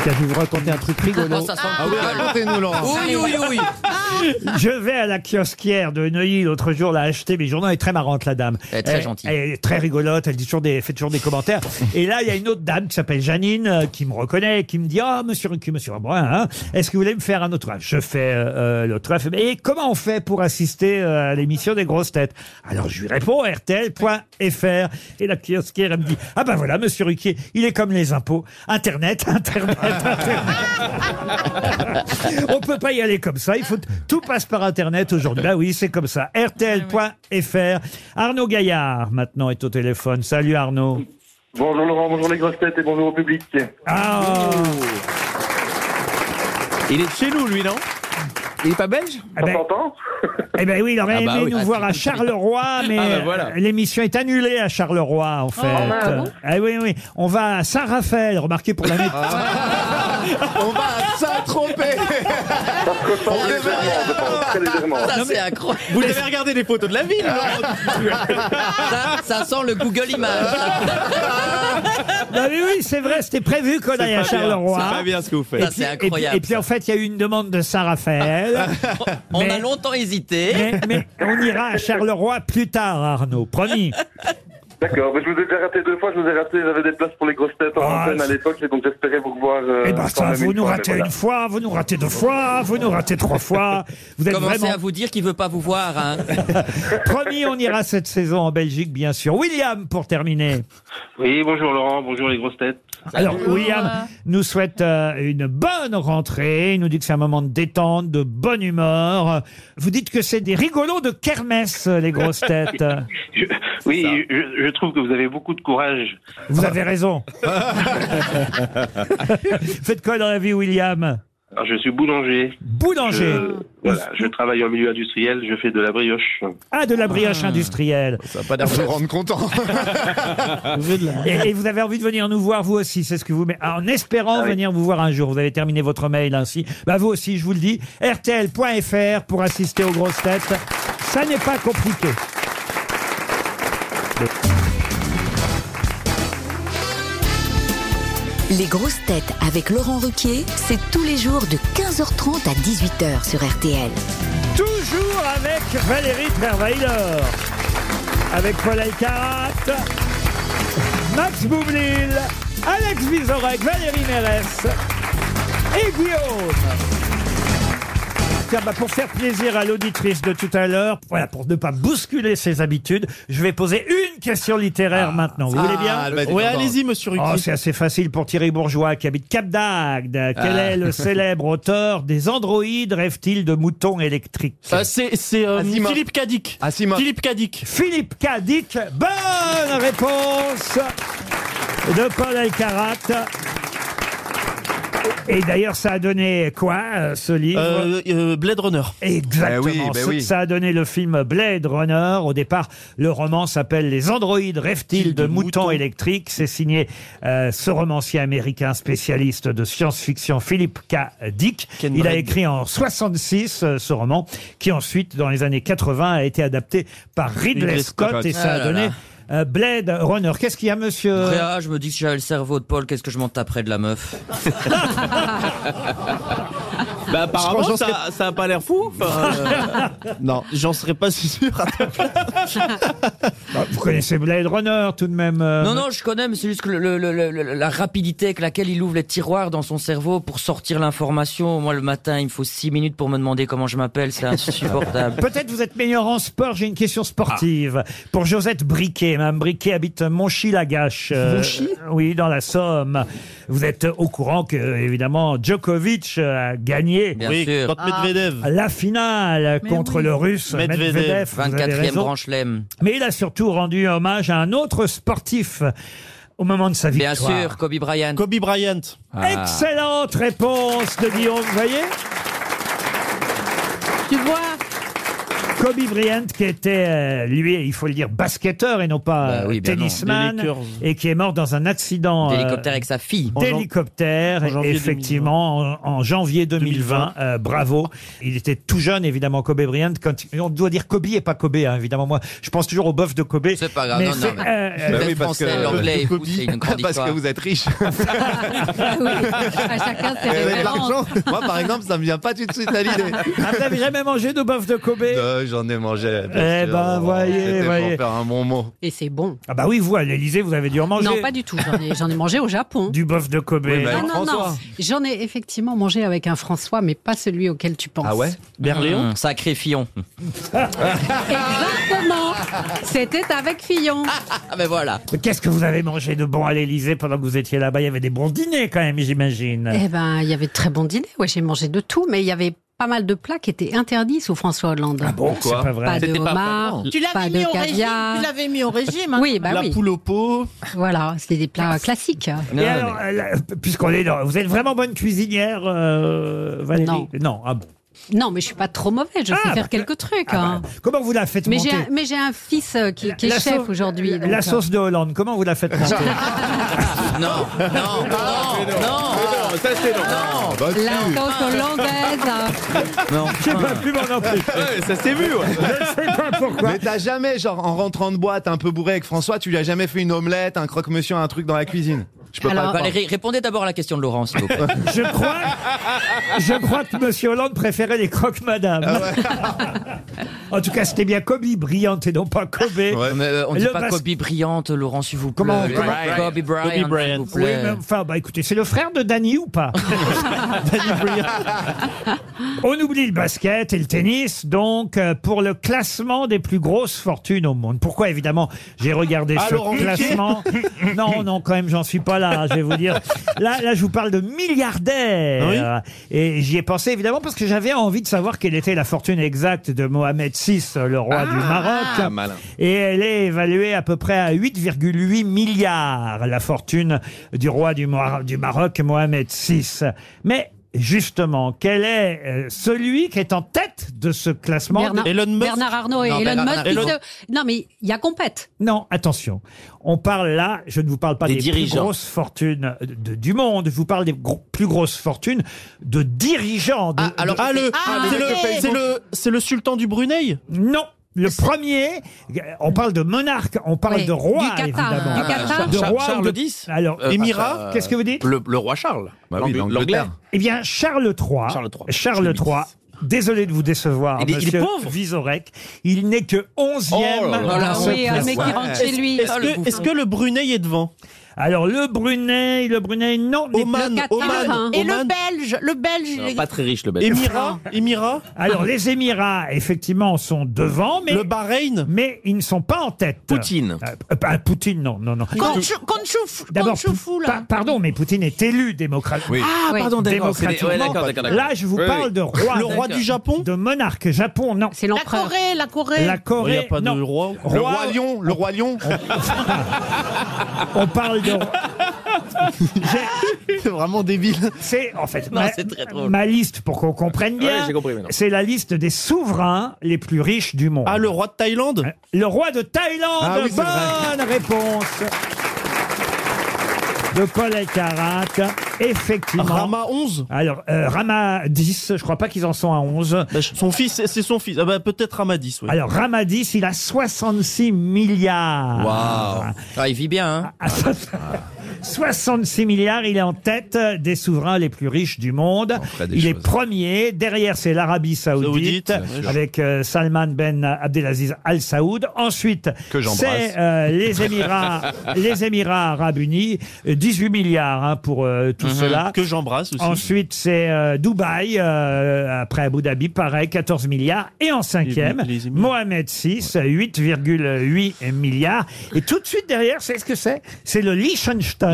S2: Tiens, je vais vous raconter un truc rigolo.
S6: Oh, ça sent
S3: Ah oui, racontez-nous, Laurent.
S6: Oui, oui, oui.
S2: Je vais à la kiosquière de Neuilly l'autre jour, l'a acheté mes journaux. Elle est très marrante, la dame.
S6: Elle est très gentille.
S2: Elle est très rigolote. Elle dit toujours des, fait toujours des commentaires. Et là, il y a une autre dame qui s'appelle Janine, euh, qui me reconnaît, et qui me dit, ah, monsieur Ruquier, monsieur Brun, hein, est-ce que vous voulez me faire un autographe? Je fais, euh, euh, l'autographe. Et comment on fait pour assister euh, à l'émission des grosses têtes? Alors, je lui réponds, rtl.fr. Et la kiosquière, elle me dit, ah ben voilà, monsieur Ruquier, il est comme les impôts. Internet, Internet, Internet. On peut pas y aller comme ça. Il faut tout passe par Internet aujourd'hui. Bah oui, c'est comme ça. RTL.fr. Arnaud Gaillard maintenant est au téléphone. Salut Arnaud.
S10: Bonjour Laurent, bonjour les grosses têtes et bonjour au public.
S2: Ah.
S7: Ah. Il est de chez nous, lui, non Il est pas belge
S2: On Eh ben oui, il aurait
S7: Ah bah
S2: aimé
S7: oui.
S2: nous
S7: Ah,
S2: voir à Charleroi, mais
S7: Ah bah voilà.
S2: euh, l'émission est annulée à Charleroi, en fait.
S3: ah bon
S2: Ah oui, oui. On va à Saint-Raphaël, remarquez pour l'année.
S7: Ah.
S3: On va à Saint-Tropez On
S6: Ça, c'est incroyable. Vous avez
S7: regardé des photos de la ville
S6: ça, ça sent le Google Images.
S2: Non, mais Bah oui, c'est vrai, c'était prévu qu'on aille à
S7: pas bien,
S2: Charleroi.
S7: c'est pas bien ce que vous faites.
S2: Et
S6: Ça,
S2: puis-
S6: c'est
S2: et puis-
S6: incroyable,
S2: Et puis, en fait, il y a eu une demande de Saint-Raphaël.
S6: On
S2: Mais-
S6: a longtemps hésité.
S2: mais, mais on ira à Charleroi plus tard, Arnaud, promis.
S11: D'accord, mais je vous ai déjà raté deux fois, je vous ai raté, j'avais des places pour les grosses têtes en
S2: Ah,
S11: antenne à
S2: c'est-
S11: l'époque, et donc j'espérais vous revoir. euh,
S2: Eh ben
S11: quand
S2: ça,
S11: même
S2: vous
S11: une
S2: nous
S11: fois,
S2: ratez
S11: mais
S2: une
S11: voilà.
S2: fois, vous nous ratez deux fois, vous nous ratez trois fois. Vous êtes
S6: Commencez
S2: vraiment
S6: à vous dire qu'il veut pas vous voir. Hein.
S2: promis, on ira cette saison en Belgique, bien sûr. William, pour terminer.
S12: Oui, bonjour Laurent, bonjour les grosses têtes.
S2: Alors, William nous souhaite euh, une bonne rentrée. Il nous dit que c'est un moment de détente, de bonne humeur. Vous dites que c'est des rigolos de kermesse, les grosses têtes.
S12: Je- oui, je, je trouve que vous avez beaucoup de courage.
S2: Vous avez raison. Faites quoi dans la vie, William
S12: Alors, je suis boulanger.
S2: Boulanger
S12: Je, voilà, je travaille en milieu industriel, je fais de la brioche.
S2: Ah, de la brioche industrielle.
S12: Ça va pas d'air de rendre content.
S2: Et, et vous avez envie de venir nous voir, vous aussi, c'est ce que vous mettez. En espérant venir vous voir un jour. Vous avez terminé votre mail ainsi. Bah, vous aussi, je vous le dis. RTL.fr pour assister aux grosses têtes. Ça n'est pas compliqué.
S9: Les grosses têtes avec Laurent Ruquier, c'est tous les jours de 15h30 à 18h sur RTL.
S2: Toujours avec Valérie Trierweiler, avec Paul Alcarat, Max Boublil, Alex Vizorek, Valérie Mérès et Guillaume. Tiens, bah, pour faire plaisir à l'auditrice de tout à l'heure, voilà, pour ne pas bousculer ses habitudes, je vais poser une question littéraire maintenant. Vous
S4: ah,
S2: voulez bien
S4: elle va être Ouais, contente. allez-y, monsieur Ruquier.
S2: Oh, c'est assez facile pour Thierry Bourgeois qui habite Cap d'Agde. Quel
S4: Ah.
S2: est le célèbre auteur des androïdes rêve-t-il de moutons électriques
S4: Euh, c'est c'est, euh,
S2: Asima.
S4: Philippe Cadic. Philippe Cadic.
S2: Philippe Cadic, bonne réponse de Paul Elkarat. Et d'ailleurs, ça a donné quoi, euh, ce livre
S4: Euh, euh, Blade Runner. Ben
S2: Exactement.
S3: Eh bah
S2: Ce- Ça a donné le film Blade Runner. Au départ, le roman s'appelle Les androïdes rêvent-ils de, moutons, électriques. C'est signé euh, ce romancier américain spécialiste de science-fiction Philip K. Dick. Il a
S4: Bragg.
S2: écrit en 66 euh, ce roman qui ensuite, dans les années 80, a été adapté par Ridley,
S6: Ridley
S2: Scott,
S6: Scott.
S2: et ça
S6: Ah
S2: a
S6: là
S2: donné euh, Blade Runner. Qu'est-ce qu'il y a, monsieur
S6: Après, ah, je me dis que si j'avais le cerveau de Paul, qu'est-ce que je m'en taperais de la meuf
S7: Bah, apparemment,
S6: Je pense que
S7: ça,
S6: j'en
S7: ça a pas l'air fou. euh. non, j'en serais pas si sûr.
S2: Bah, Vous connaissez Blade Runner tout de même euh,
S6: Non, non, je connais, mais c'est juste que le- le- le- le- la rapidité avec laquelle il ouvre les tiroirs dans son cerveau pour sortir l'information. Moi, le matin, il me faut 6 minutes pour me demander comment je m'appelle, c'est insupportable.
S2: Peut-être vous êtes meilleur en sport. J'ai une question sportive pour Josette Briquet. Madame Briquet habite Monchy-Lagache. euh,
S4: Monchy
S2: Oui, dans la Somme. Vous êtes au courant que, évidemment, Djokovic euh, a gagné.
S6: Bien Oui, sûr. contre Medvedev.
S2: La finale contre le Russe Medvedev. vous avez
S6: 24e
S2: raison.
S6: branche Lem.
S2: Mais il a surtout rendu hommage à un autre sportif au moment de sa
S6: Bien
S2: victoire.
S6: sûr, Kobe Bryant. Ah.
S4: Kobe Bryant.
S2: Excellente réponse de Guillaume, vous voyez Tu vois Kobe Bryant, qui était, euh, lui, il faut le dire, basketteur et non pas
S6: Bah oui,
S2: euh,
S6: bien non.
S2: tennisman,
S6: Des Lakers.
S2: et qui est mort dans un accident euh,
S6: D'hélicoptère avec sa fille.
S2: d'hélicoptère,
S6: en janvier
S2: effectivement, en, en janvier 2020. euh, bravo. Il était tout jeune, évidemment, Kobe Bryant. Quand, on doit dire Kobe et pas Kobe, hein, évidemment. Moi, je pense toujours au bœuf de Kobe. C'est euh,
S6: pas grave, Ah, non, non, mais-
S3: Bah oui, parce que- Kobe, parce que vous êtes riche.
S8: chacun ses
S3: Vous avez de
S8: références.
S3: l'argent. Moi, par exemple, ça me vient pas tout de suite à l'idée.
S2: Ah, vous avez jamais mangé de bœuf de Kobe
S3: Euh, J'en ai mangé. bien
S2: Eh
S3: sûr.
S2: ben, voyez,
S3: C'était
S2: voyez.
S3: pour faire un bon mot.
S8: Et c'est bon.
S2: Ah bah oui, vous, à l'Elysée, vous avez dû en manger. bah,
S8: Non, pas du tout. J'en ai, j'en ai mangé au Japon.
S2: Du bœuf de Kobe.
S3: Oui, mais hein.
S8: Ah non, non. J'en ai effectivement mangé avec un François, mais pas celui auquel tu
S6: Ah
S8: penses.
S6: Berléon Mmh, Sacré Fillon.
S8: Exactement. C'était avec Fillon.
S6: Ah ben voilà.
S2: Mais Qu'est-ce que vous avez mangé de bon à l'Elysée pendant que vous étiez là-bas Il y avait des bons dîners quand même, j'imagine.
S8: Eh ben, il y avait de très bons dîners. Ouais, j'ai mangé de tout, mais il y avait pas mal de plats qui étaient interdits sous François Hollande. Ah
S7: bon, Pourquoi c'est pas vrai.
S8: Pas de
S7: C'était pas-
S8: homard,
S5: Tu l'avais
S8: pas
S5: mis
S8: de
S5: au
S8: caviar.
S5: régime, tu l'avais mis au régime. hein.
S8: Oui, bah oui.
S4: au pot.
S8: Voilà, c'était des plats classiques.
S2: Et alors, euh, là, puisqu'on est dans... Vous êtes vraiment bonne cuisinière, euh, Valérie
S8: Non.
S2: ah bon.
S8: Non, mais je suis pas trop mauvaise, je
S2: Ah,
S8: sais
S2: bah,
S8: faire quelques trucs. hein.
S2: Comment vous la faites
S8: mais
S2: monter
S8: j'ai un, mais j'ai un fils euh, qui, qui est
S2: La
S8: chef
S2: sauce-
S8: aujourd'hui.
S2: la-
S8: donc, euh,
S2: La sauce de Hollande, comment vous la faites monter
S6: Non, non, non, non.
S7: Ça, c'est non.
S8: La sauce
S2: Ah,
S8: hollandaise.
S6: Non.
S2: Je sais pas plus m'en empêcher.
S7: Ouais, ça s'est vu. ouais.
S3: Mais t'as jamais, genre, en rentrant de boîte un peu bourré avec François, tu lui as jamais fait une omelette, un croque-monsieur, un truc dans la cuisine Je peux pas. le croire.
S6: Valérie, répondez d'abord à la question de Laurence. s'il vous plaît.
S2: Je crois, je crois que Monsieur Hollande préférait les croques madame. en tout cas, c'était bien Kobe, brillante et non pas Kobe.
S6: Mais, euh, on ne dit
S2: Le
S6: pas
S2: bas-
S6: Kobe brillante, Laurent, s'il vous plaît.
S2: Comment-
S6: Le-
S2: comment-
S6: Kobe Bryant,
S2: Kobe
S6: s'il vous
S2: Oui,
S6: plaît.
S2: mais enfin, bah écoutez, c'est le frère de Danny ou pas Danny Bryant. On oublie le basket et le tennis, donc euh, pour le classement des plus grosses fortunes au monde. Pourquoi évidemment j'ai regardé
S3: Ah,
S2: ce
S3: Laurent Ruquier
S2: classement Non, non, quand même, j'en suis pas là. Je vais vous dire. Là, là, je vous parle de milliardaires. Et j'y ai pensé évidemment parce que j'avais envie de savoir quelle était la fortune exacte de Mohamed VI, le roi du Maroc.
S7: ah, malin.
S2: Et elle est évaluée à peu près à 8,8 milliards, la fortune du roi du, Mar- du Maroc, Mohamed VI. Mais justement, quel est euh, celui qui est en tête de ce classement
S8: Bernard, Bernard Arnault et
S2: Non,
S8: Elon
S2: Bernard
S8: Musk. ils
S2: Arnault.
S8: se- Non, mais il y a compète.
S2: Non, attention. On parle là, je ne vous parle pas
S7: Des
S2: des, plus
S7: dirigeants.
S2: grosses fortunes de- de- du monde, je vous parle des gro- plus grosses fortunes de dirigeants. de-
S6: Ah, alors-
S2: de-
S4: Ah, le,
S5: Ah,
S4: c'est,
S5: le
S4: le,
S5: mec de
S4: c'est,
S5: Facebook.
S4: le, c'est le sultan du Brunei
S2: Non. Le premier, on parle de monarque, on parle
S8: Oui,
S2: de
S8: du
S2: roi,
S8: Qatar,
S2: évidemment.
S8: du Qatar.
S2: De
S7: Char-
S2: roi ou
S7: Charles
S2: de-
S7: X
S2: Alors,
S7: Euh,
S2: Émirat,
S7: euh,
S2: qu'est-ce que vous dites
S7: le, le roi Charles.
S3: Bah oui,
S7: L'Ang-
S3: l'Angleterre.
S2: Eh bien, Charles III.
S7: Charles III.
S2: Charles
S7: Je
S2: III. Désolé de vous décevoir,
S7: Il est- il est
S2: monsieur
S7: pauvre.
S2: Vizorek. Il n'est que 11e.
S7: Oh là là.
S2: dans
S8: Ah
S2: ce
S8: oui, euh, le mec qui
S2: classement.
S8: rentre chez lui. Oh,
S4: Est-ce que, est-ce que le Brunei est devant
S2: Alors, le Brunei, le Brunei, non. mais-
S4: Oman,
S8: le Qatar, hein.
S4: Oman,
S5: Et le
S4: Oman,
S5: belge, le belge, il est-
S7: Pas très riche, le bête.
S4: Émirat, Émirat,
S2: Alors, les Émirats, effectivement, sont devant, mais,
S4: le Bahreïn.
S2: mais ils ne sont pas en tête.
S7: Poutine.
S2: Euh, euh, pas- Poutine, non, non, non.
S5: Conchou- Conchouf-
S2: D'abord,
S5: Conchoufou,
S2: pa-
S5: là.
S2: pardon, mais Poutine est élu démocrate.
S4: Ah,
S8: Oui.
S4: pardon, d'accord.
S7: c'est des- ouais,
S2: démocratiquement.
S7: d'accord, d'accord, d'accord.
S2: Là, je vous
S7: Oui,
S2: parle
S7: oui.
S2: de roi,
S4: Le roi
S6: D'accord.
S4: du Japon
S2: de monarque. Japon, non.
S8: C'est
S5: La
S8: l'empereur.
S5: Corée, la Corée.
S2: La
S4: Il n'y
S2: Corée,
S4: a pas de
S2: non.
S4: roi.
S3: Le roi lion, le roi lion.
S2: On parle de.
S4: C'est vraiment débile.
S2: C'est en fait
S6: Non,
S2: ma,
S6: c'est très drôle.
S2: ma liste pour qu'on comprenne bien.
S7: Ouais, j'ai compris maintenant.
S2: c'est la liste des souverains les plus riches du monde. Euh,
S4: Ah, le roi de Thaïlande
S2: Le roi de Thaïlande.
S3: Ah oui, c'est
S2: bonne réponse. De Paul Elkarat, effectivement.
S4: Rama 11
S2: Alors, euh, Rama 10, je crois pas qu'ils en sont à 11.
S4: Bah, je- Son fils, c'est- c'est son fils. Ah bah, peut-être Rama 10, oui.
S2: Alors, Rama 10, il a 66 milliards.
S6: Waouh. Ah, il vit bien, hein.
S2: À so- 66 milliards, il est en tête des souverains les plus riches du monde.
S3: ferait des
S2: Il est
S3: choses.
S2: premier. Derrière, c'est l'Arabie Saoudite,
S4: Saoudite, bien sûr.
S2: avec euh, Salman Ben Abdelaziz Al Saoud. Ensuite,
S3: Que j'embrasse.
S2: c'est euh, les Émirats, les Émirats Arabes Unis, 18 milliards hein, pour euh, tout cela.
S4: Mhm. Que j'embrasse aussi.
S2: Ensuite, c'est euh, Dubaï, euh, après Abu Dhabi, pareil, 14 milliards. Et en cinquième,
S4: Les- les Émirats.
S2: Mohamed VI, 8,8 milliards. Et tout de suite derrière, c'est ce que c'est C'est le Liechtenstein.
S4: Liechtenstein.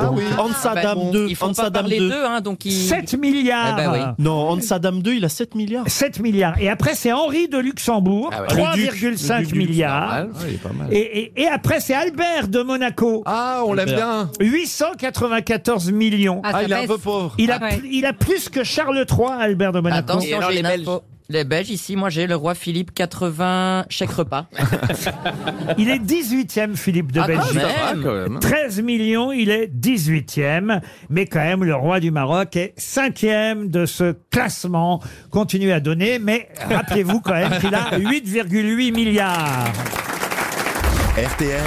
S3: Ah oui.
S4: Ansa
S6: bah,
S4: Dame
S6: bon,
S4: 2.
S6: Ils font
S4: Ansa
S6: pas
S4: Dame
S6: parler
S4: 2.
S6: d'eux, hein, donc ils...
S2: 7 milliards
S6: Eh ben
S4: Non, Ansa Dame 2, il a 7 milliards.
S2: 7 milliards. Et après, c'est Henri de Luxembourg,
S7: Ah ouais.
S4: Le
S2: 3,5
S4: duc, le duc,
S2: milliards.
S6: Ah
S7: normal.
S3: il est pas mal.
S2: Et, et- et après, c'est Albert de Monaco,
S3: Ah, on l'aime bien.
S2: 894 millions.
S8: Ah, ça
S3: Ah, il est un
S8: baisse.
S3: peu pauvre.
S2: Il a,
S8: Ah ouais.
S2: pl- il a plus que Charles III, Albert de Monaco.
S6: Attention,
S7: Ah, Et alors,
S6: j'ai
S7: les
S6: une
S7: Belges
S6: info. Les Belges, ici, moi, j'ai le roi Philippe 80 chèque repas.
S2: Il est 18e, Philippe de
S6: Ah, quand
S2: Belgique.
S6: même.
S7: Ah, quand même.
S2: 13 millions, il est 18e, mais quand même le roi du Maroc est 5e de ce classement. Continue à donner, mais rappelez-vous quand même qu'il a 8,8 milliards.
S1: RTL,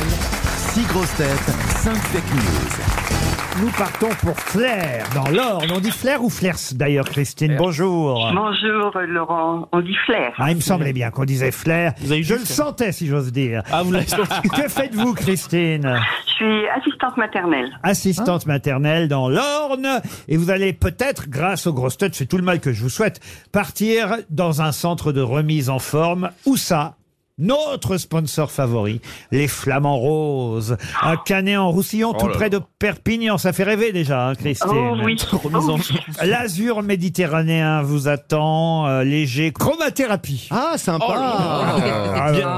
S1: 6 grosses têtes, 5 fake news.
S2: Nous partons pour Flair, dans l'Orne. On dit Flair ou Flers d'ailleurs, Christine Bonjour.
S10: Bonjour Laurent, on dit flair.
S2: Ah, il me semblait bien qu'on disait Flair.
S4: Vous avez eu
S2: Je
S4: du
S2: le
S4: flair.
S2: sentais, si j'ose dire.
S4: Ah, vous l'avez
S2: Que faites-vous, Christine
S10: Je suis assistante maternelle.
S3: Hein
S2: assistante maternelle dans l'Orne. Et vous allez peut-être, grâce aux grosses têtes, c'est tout le mal que je vous souhaite, partir dans un centre de remise en forme. Où ça notre sponsor favori, les Flamands Roses, à Canet-en-Roussillon,
S13: Oh
S2: tout
S13: là
S2: près
S13: là.
S2: de Perpignan. Ça fait rêver déjà, hein, Christine.
S13: Oh oui. Remise en-
S2: L'azur méditerranéen vous attend, euh, léger, chromathérapie. Ah, euh,
S3: Ah, sympa.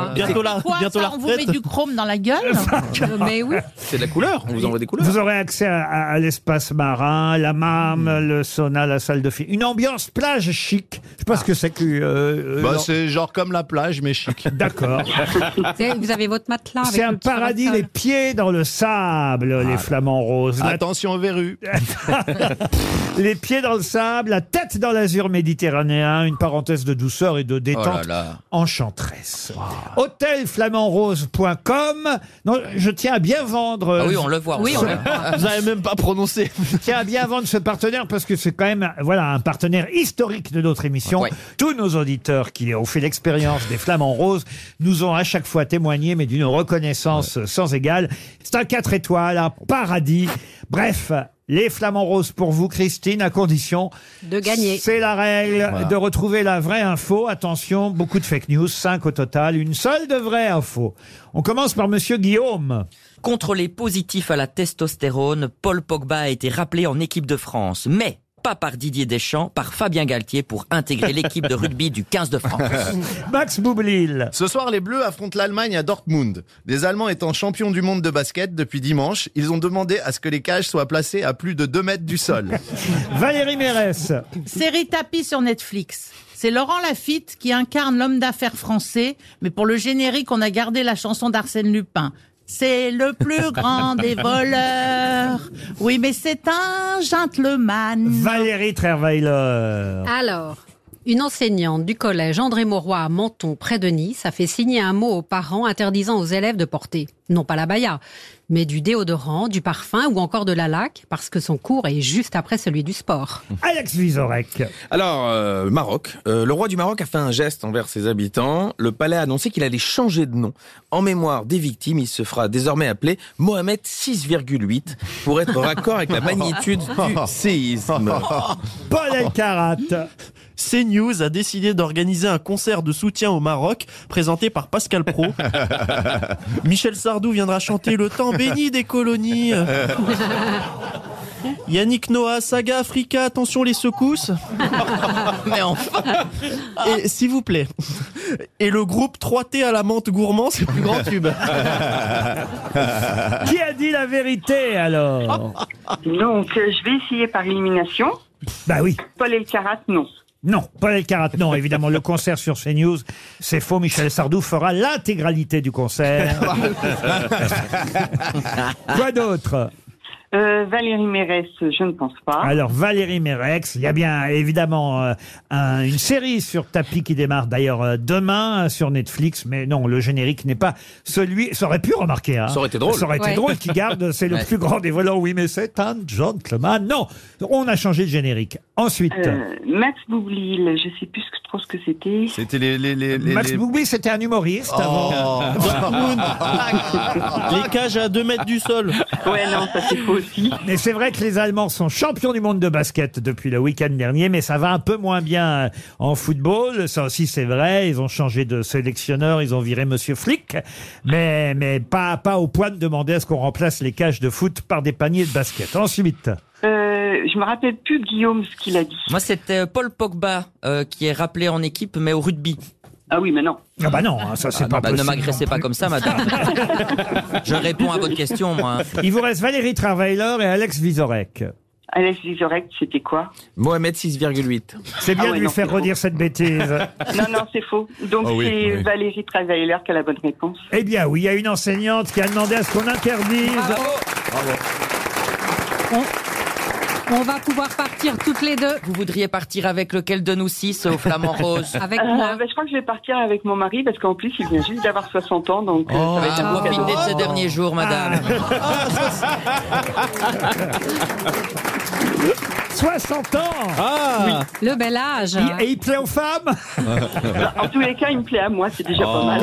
S13: Oh
S2: bientôt là,
S5: Quoi,
S2: bientôt
S5: ça,
S2: la
S5: On vous met
S2: retraite. Euh,
S5: du chrome dans la gueule Mais oui.
S7: C'est de la couleur, on vous envoie des couleurs.
S2: Vous aurez accès à, à- à l'espace marin, la mame,
S7: Hmm.
S2: le sauna, la salle de film. Une ambiance plage chic. Je sais pas
S7: Ah.
S2: ce que c'est que. euh, euh,
S3: Bah,
S2: non.
S3: c'est genre comme la plage, mais chic.
S2: D'accord.
S8: C'est- Vous avez votre matelas. avec
S2: C'est
S8: le
S2: un
S8: petit
S2: paradis,
S8: matelas.
S2: les pieds dans le sable,
S7: Ah.
S2: les flamants roses. La-
S3: Attention verrues.
S2: les pieds dans le sable, la tête dans l'azur méditerranéen, une parenthèse de douceur et de détente
S7: Oh là là.
S2: enchanteresse. Hôtelflamandrose.com. Non, je tiens à bien vendre. euh,
S6: Ah oui, on le voit, on le voit. Vous avez
S2: même pas prononcé. Je tiens à bien vendre ce partenaire parce que c'est quand même, voilà, un partenaire historique de notre émission. Tous nos auditeurs qui ont fait l'expérience des Flamands Roses nous ont à chaque fois témoigné, mais d'une reconnaissance euh, sans égale. C'est un 4 étoiles, un paradis. Bref. Les flamants roses pour vous, Christine, à condition
S8: De gagner.
S2: C'est la règle
S8: Voilà.
S2: de retrouver la vraie info. Attention, beaucoup de fake news, 5 au total, une seule de vraie info. On commence par Monsieur Guillaume.
S6: Contrôlé positif à la testostérone, Paul Pogba a été rappelé en équipe de France, mais pas par Didier Deschamps, par Fabien Galtier pour intégrer l'équipe de rugby du 15 de France.
S2: Max Boublil.
S3: Ce soir, les Bleus affrontent l'Allemagne à Dortmund. Les Allemands étant champions du monde de basket depuis dimanche, ils ont demandé à ce que les cages soient placées à plus de 2 mètres du sol.
S2: Valérie Mérès.
S5: Série tapis sur Netflix. C'est Laurent Lafitte qui incarne l'homme d'affaires français, mais pour le générique, on a gardé la chanson d'Arsène Lupin. C'est le plus grand des voleurs. Oui, mais c'est un gentleman.
S2: Valérie Trierweiler.
S8: Alors, une enseignante du collège André Mauroy à Menton, près de Nice, a fait signer un mot aux parents interdisant aux élèves de porter, non pas la baya, mais du déodorant, du parfum ou encore de la laque, parce que son cours est juste après celui du sport.
S2: Alex Vizorek.
S7: Alors, euh, Maroc. Euh, le roi du Maroc a fait un geste envers ses habitants. Le palais a annoncé qu'il allait changer de nom. En mémoire des victimes, il se fera désormais appeler Mohamed 6,8 pour être en raccord avec la magnitude du séisme.
S2: Paul Elkarat.
S4: CNews a décidé d'organiser un concert de soutien au Maroc présenté par Pascal Pro. Michel Sardou viendra chanter Le temps béni des colonies. Yannick Noah, saga Africa, attention les secousses. Mais enfin. Et s'il vous plaît. Et le groupe 3T à la menthe gourmand, c'est le plus grand tube.
S2: Qui a dit la vérité alors
S14: Donc, euh, je vais essayer par élimination.
S2: Bah oui.
S14: Paul Elkarat, non.
S2: Non, Paul Elkarat, non, évidemment, le concert sur CNews, c'est faux. Michel Sardou fera l'intégralité du concert. Quoi d'autre
S14: Euh, Valérie Mérès, je ne pense pas.
S2: Alors Valérie Mérex, il y a bien évidemment euh, un- une série sur tapis qui démarre d'ailleurs euh, demain euh, sur Netflix, mais non, le générique n'est pas celui. Ça aurait pu remarquer. Hein.
S7: Ça aurait été drôle.
S2: Ça aurait été
S7: Ouais.
S2: drôle qui garde. C'est le
S7: Ouais.
S2: plus grand des volants. Oui, mais c'est un gentleman. Non, on a changé de générique. Ensuite.
S14: Euh, Max Boublil, je sais plus ce que- trop ce que c'était.
S3: C'était les, les, les, les-
S2: Max
S3: les-
S2: Boubli, c'était un humoriste
S7: Oh.
S2: avant.
S4: Dortmund. Les cages à 2 mètres du sol.
S14: Ouais, non, ça c'est faux aussi.
S2: Mais c'est vrai que les Allemands sont champions du monde de basket depuis le week-end dernier, mais ça va un peu moins bien euh, en football. Ça aussi, c'est vrai. Ils ont changé de sélectionneur, ils ont viré Monsieur Flick, mais, mais pas, pas au point de demander à ce qu'on remplace les cages de foot par des paniers de basket. Ensuite.
S14: Euh, je me rappelle plus Guillaume ce qu'il a dit.
S6: Moi, c'était Paul Pogba euh, qui est rappelé en équipe, mais au rugby.
S14: Ah oui, mais non.
S2: Ah bah non, hein, ça c'est
S6: Ah
S2: pas
S6: non, bah, ne
S2: possible.
S6: m'agressez pas comme ça, madame. Je réponds à votre question, moi.
S2: Il vous reste Valérie Travailer et Alex Vizorek.
S14: Alex Vizorek, c'était quoi
S7: Mohamed 6,8.
S2: C'est bien
S14: Ah ouais,
S2: de lui
S14: non,
S2: faire
S14: c'est faux.
S2: redire cette bêtise.
S14: Non, non, c'est faux. Donc
S2: Ah oui,
S14: c'est
S2: oui.
S14: Valérie Travailleur qui a la bonne réponse.
S2: Eh bien oui, il y a une enseignante qui a demandé à ce qu'on interdise.
S6: On va pouvoir partir toutes les deux. Vous voudriez partir avec lequel de nous six au Flamand Rose
S14: Euh, bah, je crois que je vais partir avec mon mari parce qu'en plus il vient juste d'avoir 60 ans. Donc, euh,
S6: Oh,
S14: ça va
S6: mais
S14: être un beau
S6: profitez
S14: cadeau.
S6: de ces derniers jours, madame.
S2: 60 ans
S8: Ah. Oui. Le bel âge.
S2: Il- Et il plaît aux femmes
S14: Ah. En tous les cas, il me plaît à moi,
S10: Ah,
S14: c'est déjà
S6: Oh.
S14: pas mal.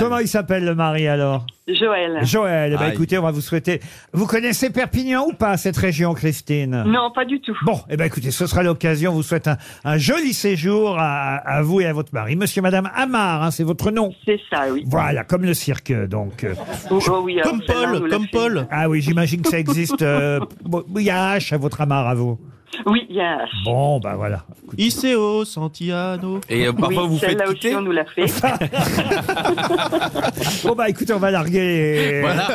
S2: Comment il s'appelle le mari alors
S14: Joël.
S2: Joël. Eh ben,
S14: Aïe.
S2: écoutez, on va vous souhaiter. Vous connaissez Perpignan ou pas cette région, Christine
S14: Non, pas du tout.
S2: Bon, eh ben, écoutez, ce sera l'occasion. On vous souhaite un, un joli séjour à, à vous et à votre mari. Monsieur, et madame Amar, hein, c'est votre nom.
S14: C'est ça, oui.
S2: Voilà, comme le cirque, donc. euh,
S14: Oh, oh oui, alors
S2: Comme
S14: celle-là, on nous l'a fait.
S2: Ah oui, j'imagine que ça existe. euh, bon, Il y a un H à votre Amar, à vous.
S14: Oui, il y a un H.
S2: Bon, bah voilà.
S4: Iseo, Santiano. Euh,
S14: oui, Celle-là aussi, on nous l'a fait.
S2: Bon, bah écoutez, on va larguer.
S14: Voilà.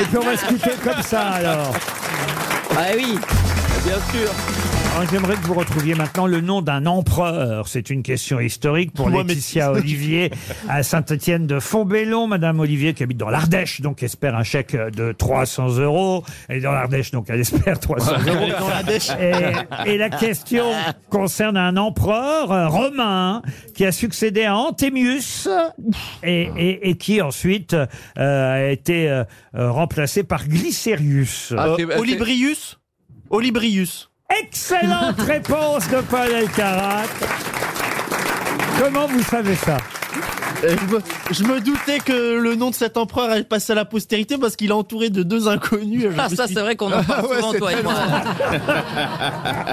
S2: Et puis on va se quitter comme ça alors.
S6: Ah oui,
S4: bien sûr.
S2: Alors, J'aimerais que vous retrouviez maintenant le nom d'un empereur. C'est une question historique pour
S4: Moi, mais-
S2: Laetitia Olivier à Saint-Étienne de Fontbellon. Madame Olivier qui habite dans l'Ardèche, donc espère un chèque de 300 euros. Elle est dans l'Ardèche, donc elle espère 300
S4: Elle est
S2: euros.
S4: dans l'Ardèche.
S2: Et, et la question concerne un empereur euh, romain qui a succédé à Anthemius et, et- et qui ensuite euh, a été euh, euh, remplacé par Glycérius.
S4: Euh, Olibrius Olibrius.
S2: Excellente réponse de Paul Elkarat. Comment vous savez ça
S4: Euh, je, me, je me doutais que le nom de cet empereur allait passer à la postérité parce qu'il est entouré de deux inconnus.
S6: Ah, ça, c'est vrai qu'on en parle souvent, toi et moi.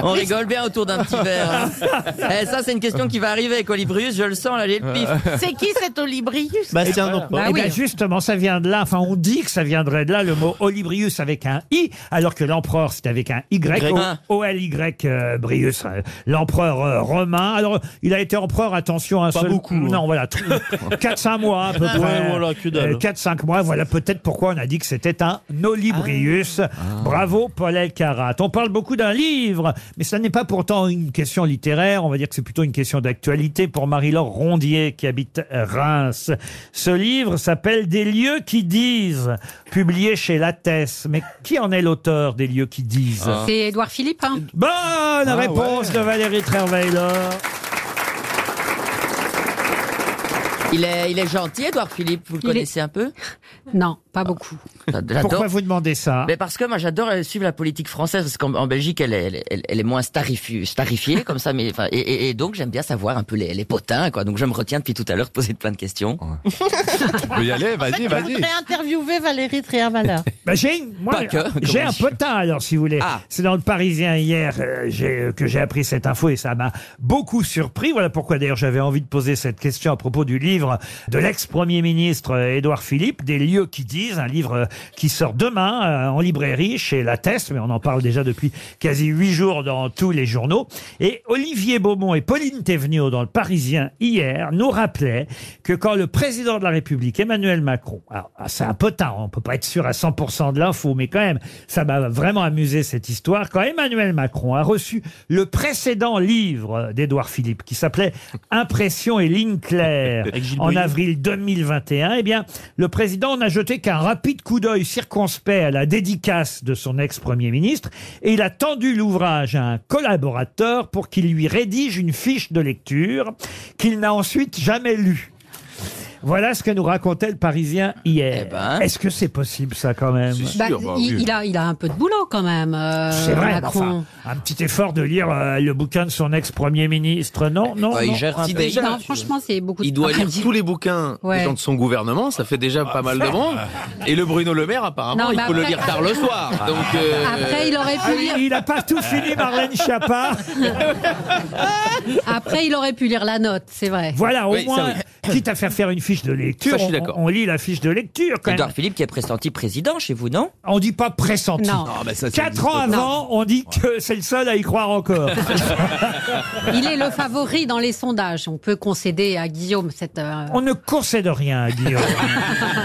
S6: On rigole bien autour d'un petit verre. hein. Eh, ça, c'est une question qui va arriver avec Olibrius, je le sens, là, j'ai le pif.
S5: C'est qui cet Olibrius
S2: Eh
S3: Bah
S2: ben,
S5: Ah, bah
S2: eh ben, justement, ça vient de là. Enfin, on dit que ça viendrait de là, le mot Olibrius avec un I, alors que l'empereur, c'est avec un Y.
S4: Y.
S2: O- O-L-Y, euh, Brius, euh, l'empereur euh, romain. Alors, il a été empereur, attention, un
S4: Pas
S2: seul-
S4: beaucoup, hein.
S2: Non, voilà. 4-5 mois, à peu
S4: Ouais,
S2: près. Euh,
S4: voilà, que dalle.
S2: 4-5 mois, voilà peut-être pourquoi on a dit que c'était un Olibrius. Bravo, Paul Elkarat. On parle beaucoup d'un livre, mais ça n'est pas pourtant une question littéraire. On va dire que c'est plutôt une question d'actualité pour Marie-Laure Rondier, qui habite euh, Reims. Ce livre s'appelle Des lieux qui disent, publié chez Lattès. Mais qui en est l'auteur des lieux qui disent
S8: C'est Édouard Philippe. hein
S2: Bonne réponse de Valérie Trierweiler.
S6: Il est, il est gentil, Edouard Philippe, vous le
S8: Il est-
S6: connaissez un peu
S8: Non, pas beaucoup.
S6: J'adore.
S2: Pourquoi vous demandez ça
S6: Mais parce que moi j'adore euh, suivre la politique française parce qu'en en Belgique elle est, elle, est- elle est moins starifiée, starifiée comme ça mais enfin, et, et- et donc j'aime bien savoir un peu les, les potins quoi donc je me retiens depuis tout à l'heure de poser plein de questions.
S5: Tu
S6: peux y aller
S5: Je voudrais interviewer Valérie Trierweiler.
S2: Bah, j'ai une- moi,
S6: Pas que, comment
S2: j'ai un
S6: je-
S2: potin alors si vous voulez.
S6: Ah.
S2: C'est dans le Parisien hier euh, j'ai- euh, que j'ai appris cette info et ça m'a beaucoup surpris. Voilà pourquoi d'ailleurs j'avais envie de poser cette question à propos du livre de l'ex-premier ministre euh, Édouard Philippe, des lieux qui disent, un livre euh, qui sort demain euh, en librairie chez La Teste, mais on en parle déjà depuis quasi huit jours dans tous les journaux. Et Olivier Beaumont et Pauline Thévenot dans le Parisien hier nous rappelaient que quand le président de la République, Emmanuel Macron, alors, ah, c'est un potin, on peut pas être sûr à 100% de l'info, mais quand même, ça m'a vraiment amusé cette histoire. Quand Emmanuel Macron a reçu le précédent livre d'Édouard Philippe, qui s'appelait Impression et lignes claires,
S4: Avec Gilles
S2: en
S4: Boyer.
S2: avril 2021, eh bien, le président n'a jeté qu'un rapide coup d'œil circonspect à la dédicace de son ex-premier ministre et il a tendu l'ouvrage à un collaborateur pour qu'il lui rédige une fiche de lecture qu'il n'a ensuite jamais lue. Voilà ce que nous racontait le Parisien hier. Est-ce que c'est possible ça quand même
S8: Bah, il, il a, il a un peu de boulot quand même. euh,
S2: C'est vrai, mais
S8: Macron.
S2: enfin, un petit effort de lire euh, le bouquin de son ex-premier ministre, non, non,
S7: Ouais,
S6: Bah,
S7: Bah, il
S2: non.
S7: gère un peu.
S8: Non, franchement, c'est beaucoup de
S7: Il doit
S8: travail.
S7: lire tous les bouquins
S8: Ouais.
S7: des gens de son gouvernement, ça fait déjà pas mal de monde. Et le Bruno Le Maire, apparemment,
S8: Non,
S7: il
S8: mais
S7: faut le
S8: après-
S7: lire tard le soir. Donc, euh,
S8: Après, il aurait
S2: Ah,
S8: pu lire.
S2: il n'a pas tout fini, Marlène Schiappa.
S8: Après, il aurait pu lire la note, c'est vrai.
S2: Voilà, au
S6: Oui, ça,
S2: moins, quitte à faire faire une fiche de lecture,
S6: Ça, je suis
S2: on-
S6: d'accord.
S2: on, on lit la fiche de lecture quand
S6: Edouard
S2: même.
S6: Philippe qui est pressenti président chez vous non
S2: On dit pas pressenti.
S8: Non.
S6: Ah, bah, ça, ça
S2: Quatre
S6: existe
S2: ans
S6: pas.
S2: avant, on dit que c'est le seul à y croire encore.
S8: Il est le favori dans les sondages. On peut concéder à Guillaume cette. euh,
S2: on ne concède rien à Guillaume.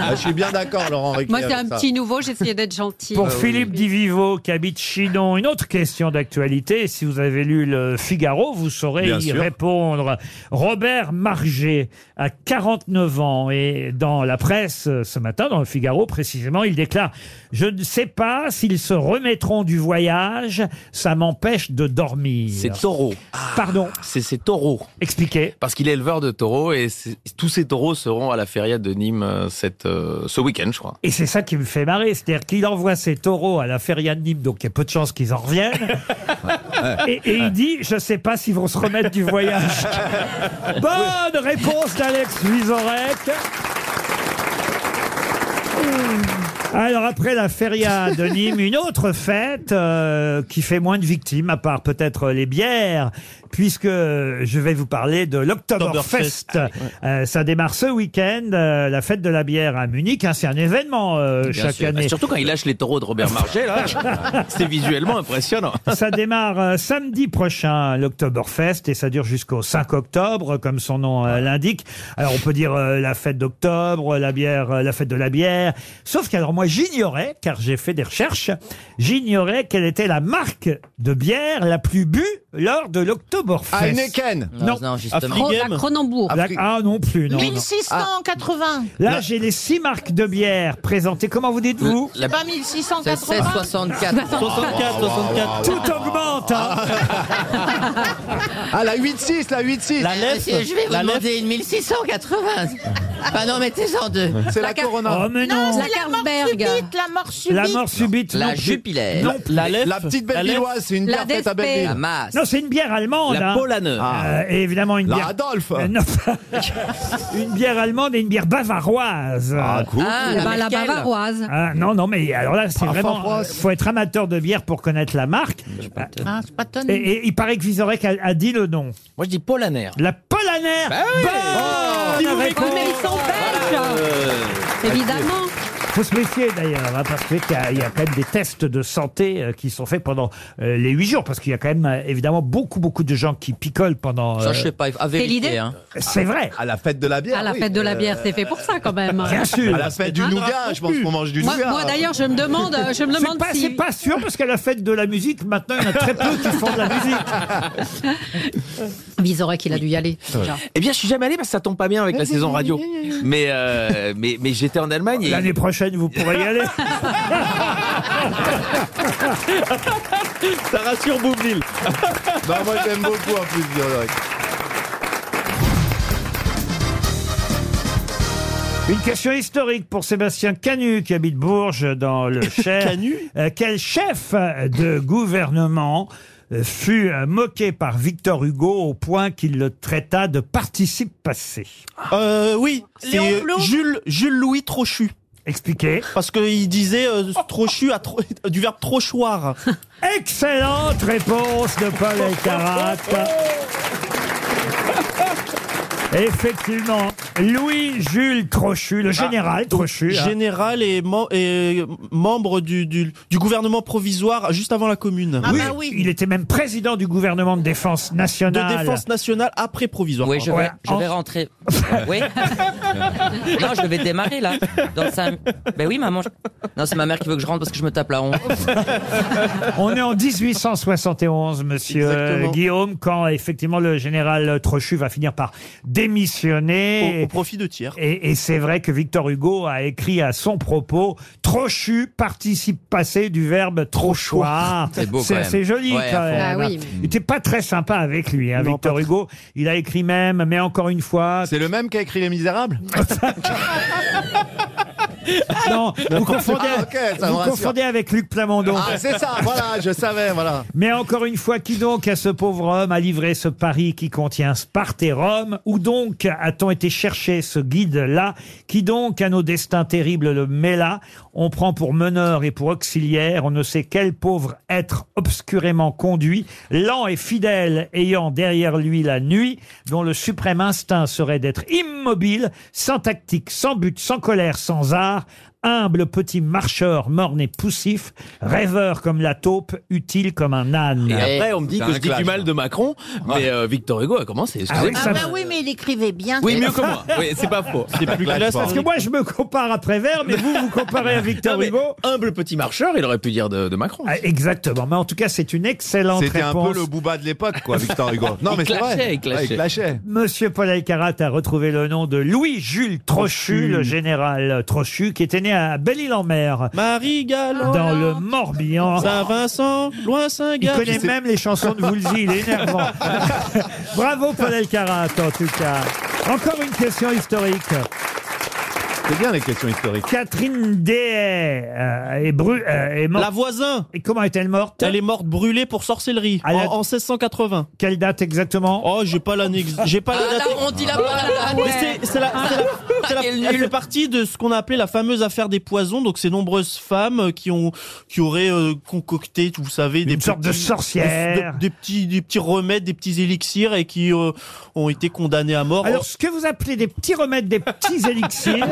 S3: Ah, je suis bien d'accord, Laurent Riquet.
S8: Moi, c'est
S3: avec
S8: un
S3: ça. Ah
S8: petit nouveau. J'essayais d'être gentil.
S2: Pour Philippe Divivo qui habite Chinon, une autre question d'actualité. Si vous avez lu le Figaro, vous saurez
S3: Bien
S2: y
S3: sûr.
S2: répondre. Robert Margé, à 49 9 ans. Et dans la presse, euh, ce matin, dans le Figaro précisément, il déclare « Je ne sais pas s'ils se remettront du voyage, ça m'empêche de dormir. »
S7: C'est taureau.
S2: Pardon
S7: C'est ses taureaux.
S2: Expliquez.
S7: Parce qu'il est éleveur de taureaux et c'est- tous ces taureaux seront à la feria de Nîmes euh, cette, euh, ce week-end, je crois.
S2: Et c'est ça qui me fait marrer, c'est-à-dire qu'il envoie ses taureaux à la feria de Nîmes, donc il y a peu de chances qu'ils en reviennent. et, et il dit, je sais pas s'ils vont se remettre du voyage. Bonne réponse d'Alex Vizorek. Alors après la feria de Nîmes, une autre fête euh, qui fait moins de victimes, à part peut-être les bières, puisque je vais vous parler de l'Oktoberfest.
S13: Oktoberfest.
S2: Euh, ça démarre ce week-end, euh, la fête de la bière à Munich. hein, c'est un événement euh,
S7: Bien
S2: chaque
S7: sûr.
S2: année.
S7: Ah, Surtout quand il lâche les taureaux de Robert Marget, là. c'est visuellement impressionnant.
S2: Ça démarre euh, samedi prochain, l'Oktoberfest, et ça dure jusqu'au 5 octobre, comme son nom euh, l'indique. Alors, on peut dire euh, la fête d'octobre, la bière, euh, la fête de la bière. Sauf qu'alors, moi, j'ignorais, car j'ai fait des recherches, j'ignorais quelle était la marque de bière la plus bue lors de l'Oktoberfest.
S3: Heineken.
S2: Non,
S6: Non, non, justement.
S2: Afligem.
S5: La Cronenbourg.
S2: La- Ah non plus, non. non.
S5: 1680.
S2: Là, j'ai les six marques de bière présentées. Comment vous dites-vous
S5: C'est pas 1680.
S6: 1664.
S5: 64,
S6: 64.
S2: Tout augmente. hein.
S3: Ah, la 8-6, la 8-6.
S6: La Monsieur, je vais vous demander une 1680. Ah non, mettez-en deux.
S3: C'est la, Corona.
S2: Oh, mais non.
S5: Non, c'est la mort subite, la mort subite.
S2: La mort subite.
S6: La
S2: non plus.
S6: Jupiler.
S2: Non plus.
S6: La Lef.
S3: La petite
S6: La Lef.
S3: Bellevilloise, c'est une
S8: La
S3: bière faite à
S8: DSP.
S6: La
S3: Belleville. Ah.
S6: masse.
S2: Non, c'est une bière allemande.
S7: La
S2: hein.
S7: Polaner.
S2: Euh, et évidemment une
S3: La
S2: bière.
S3: Adolphe.
S2: Euh, non. une bière allemande et une bière bavaroise.
S3: Ah, cool.
S6: Ah,
S8: Eh ben, la
S6: Merkel.
S8: bavaroise.
S2: Ah, non, non, mais alors là, c'est
S3: Ah,
S2: vraiment. euh,
S3: Favros.
S2: faut être amateur de bière pour connaître la marque.
S5: Ah, c'est pas
S2: Et,
S5: étonnant.
S2: et il paraît que Vizorek a, a dit le nom.
S7: Moi, je dis Polaner.
S2: La Polaner
S7: Bah oui. Oh,
S2: Bonne réponse.
S8: mais ils sont
S4: Euh,
S8: belges
S7: Euh,
S8: Évidemment
S2: faut se méfier d'ailleurs, hein, parce que qu'il y a- il y, a quand même des tests de santé euh, qui sont faits pendant euh, les huit jours, parce qu'il y a quand même euh, évidemment beaucoup, beaucoup de gens qui picolent pendant.
S6: Ça,
S2: euh,
S6: je sais pas, à
S8: l'idée
S6: vérifier. Hein.
S2: c'est vrai,
S3: À la fête de la bière.
S8: À Ah, la
S3: oui.
S8: fête de la
S3: Euh,
S8: bière, c'est fait pour ça quand même.
S2: bien sûr.
S3: À la fête du
S8: Hein
S3: nougat, je pense qu'on mange du
S8: Moi,
S3: nougat.
S8: moi, d'ailleurs, je me demande, euh, je me
S2: C'est
S8: demande
S2: pas, c'est
S8: si.
S2: pas sûr parce qu'à la fête de la musique, maintenant, il y en a très peu qui font de la musique.
S8: Visorek, qu'il a dû y aller. déjà.
S7: Eh bien, je suis jamais allé parce que ça tombe pas bien avec la saison radio. Mais, euh, mais, mais j'étais en Allemagne. et-
S2: L'année prochaine, vous pourrez y aller.
S7: Ça rassure Boublil.
S3: Non, Bah, moi, j'aime beaucoup en plus, Vizorek.
S2: Une question historique pour Sébastien Canu, qui habite Bourges, dans le Cher.
S4: Canu
S2: Euh, Quel chef de gouvernement euh, fut euh, moqué par Victor Hugo au point qu'il le traita de participe passé
S4: Euh, oui,
S5: Léon
S4: c'est
S5: Blum
S4: Jules, Jules Louis Trochu.
S2: Expliquez.
S4: Parce qu'il disait euh, Trochu à tro- du verbe trochoir.
S2: Excellente réponse de Paul Elkarat. Effectivement, Louis-Jules Trochu, le général Trochu, hein,
S4: Ah, Général et, mem- et membre du, du- du gouvernement provisoire juste avant la commune.
S5: Ah bah oui.
S2: il était même président du gouvernement de défense nationale.
S4: De défense nationale après provisoire.
S6: Oui, je vais,
S2: Ouais,
S6: je vais
S2: en-
S6: rentrer. Oui. Non, je vais démarrer là. Dans cinq- Ben oui, maman. je- Non, c'est ma mère qui veut que je rentre parce que je me tape la honte.
S2: On est en 1871, monsieur euh,
S4: Exactement.
S2: Guillaume, quand effectivement le général Trochu va finir par démissionner.
S4: Au, au profit de tiers.
S2: Et, et c'est vrai que Victor Hugo a écrit à son propos Trochu participe passé du verbe trochoir.
S6: C'est beau, quand même.
S2: assez joli
S6: Ouais,
S2: quand
S6: à fond.
S2: même.
S8: Ah oui.
S2: Il n'était pas très sympa avec lui, hein,
S4: Non,
S2: Victor
S4: pas très.
S2: Hugo. Il a écrit même, mais encore une fois.
S3: C'est le même qui a écrit Les Misérables
S2: Non, vous confondez,
S3: Ah, ok, ça me
S2: vous
S3: rassure.
S2: confondez avec Luc Plamondon.
S3: Ah, c'est ça, voilà, je savais, voilà.
S2: Mais encore une fois, qui donc à ce pauvre homme a livré ce pari qui contient Sparte et Rome Où donc a-t-on été chercher ce guide-là Qui donc à nos destins terribles le mêla On prend pour meneur et pour auxiliaire, on ne sait quel pauvre être obscurément conduit, lent et fidèle, ayant derrière lui la nuit, dont le suprême instinct serait d'être immobile, sans tactique, sans but, sans colère, sans art, humble petit marcheur morne et poussif, rêveur comme la taupe, utile comme un âne.
S7: Et après, on me dit que je dis du mal de Macron, mais euh, Victor Hugo a commencé. excusez-moi.
S2: ça-
S5: Ah bah oui, mais il écrivait bien.
S7: Oui, mieux que moi. Oui, c'est pas faux. C'est plus classe.
S2: Parce que moi, je me compare à Prévert, mais vous, vous comparez à Victor Hugo.
S7: Humble petit marcheur, il aurait pu dire de, de Macron.
S2: Ah, Exactement. Mais en tout cas, c'est une excellente réponse.
S3: C'était un peu le booba de l'époque, quoi, Victor Hugo. Non,
S2: Il
S3: mais c'est vrai.
S2: clashait, il clashait.
S3: Ouais, il clashait.
S2: Monsieur Paul Alcarat a retrouvé le nom de Louis-Jules Trochu,
S3: Trochu.
S2: le général Trochu, qui était né à Belle-Île-en-Mer. Marie Galante. Dans le Morbihan.
S4: Saint-Vincent, loin
S2: Il
S4: Saint-Gall.
S2: connaît même les chansons de Woolsey, il est énervant. Bravo Paul Alcarat, en tout cas. Encore une question historique.
S3: C'est bien les questions historiques.
S2: Catherine Dehay euh, est, bru- euh, est morte.
S4: La voisin.
S2: Et comment est-elle morte
S4: Elle est morte brûlée pour sorcellerie en, en 1680.
S2: Quelle date exactement
S4: Oh, j'ai pas l'année. ex- J'ai pas la
S6: Ah,
S4: date. Ah,
S6: la honte, il a pas la date.
S4: Mais c'est- c'est la- c'est la- c'est la-
S6: Quel
S4: elle
S6: nul.
S4: fait partie de ce qu'on a appelé la fameuse affaire des poisons. Donc, ces nombreuses femmes euh, qui ont qui auraient euh, concocté, vous savez, des
S2: sorte de sorcière.
S4: des, des petits des petits remèdes, des petits élixirs et qui euh, ont été condamnés à mort.
S2: Alors, ce que vous appelez des petits remèdes, des petits élixirs,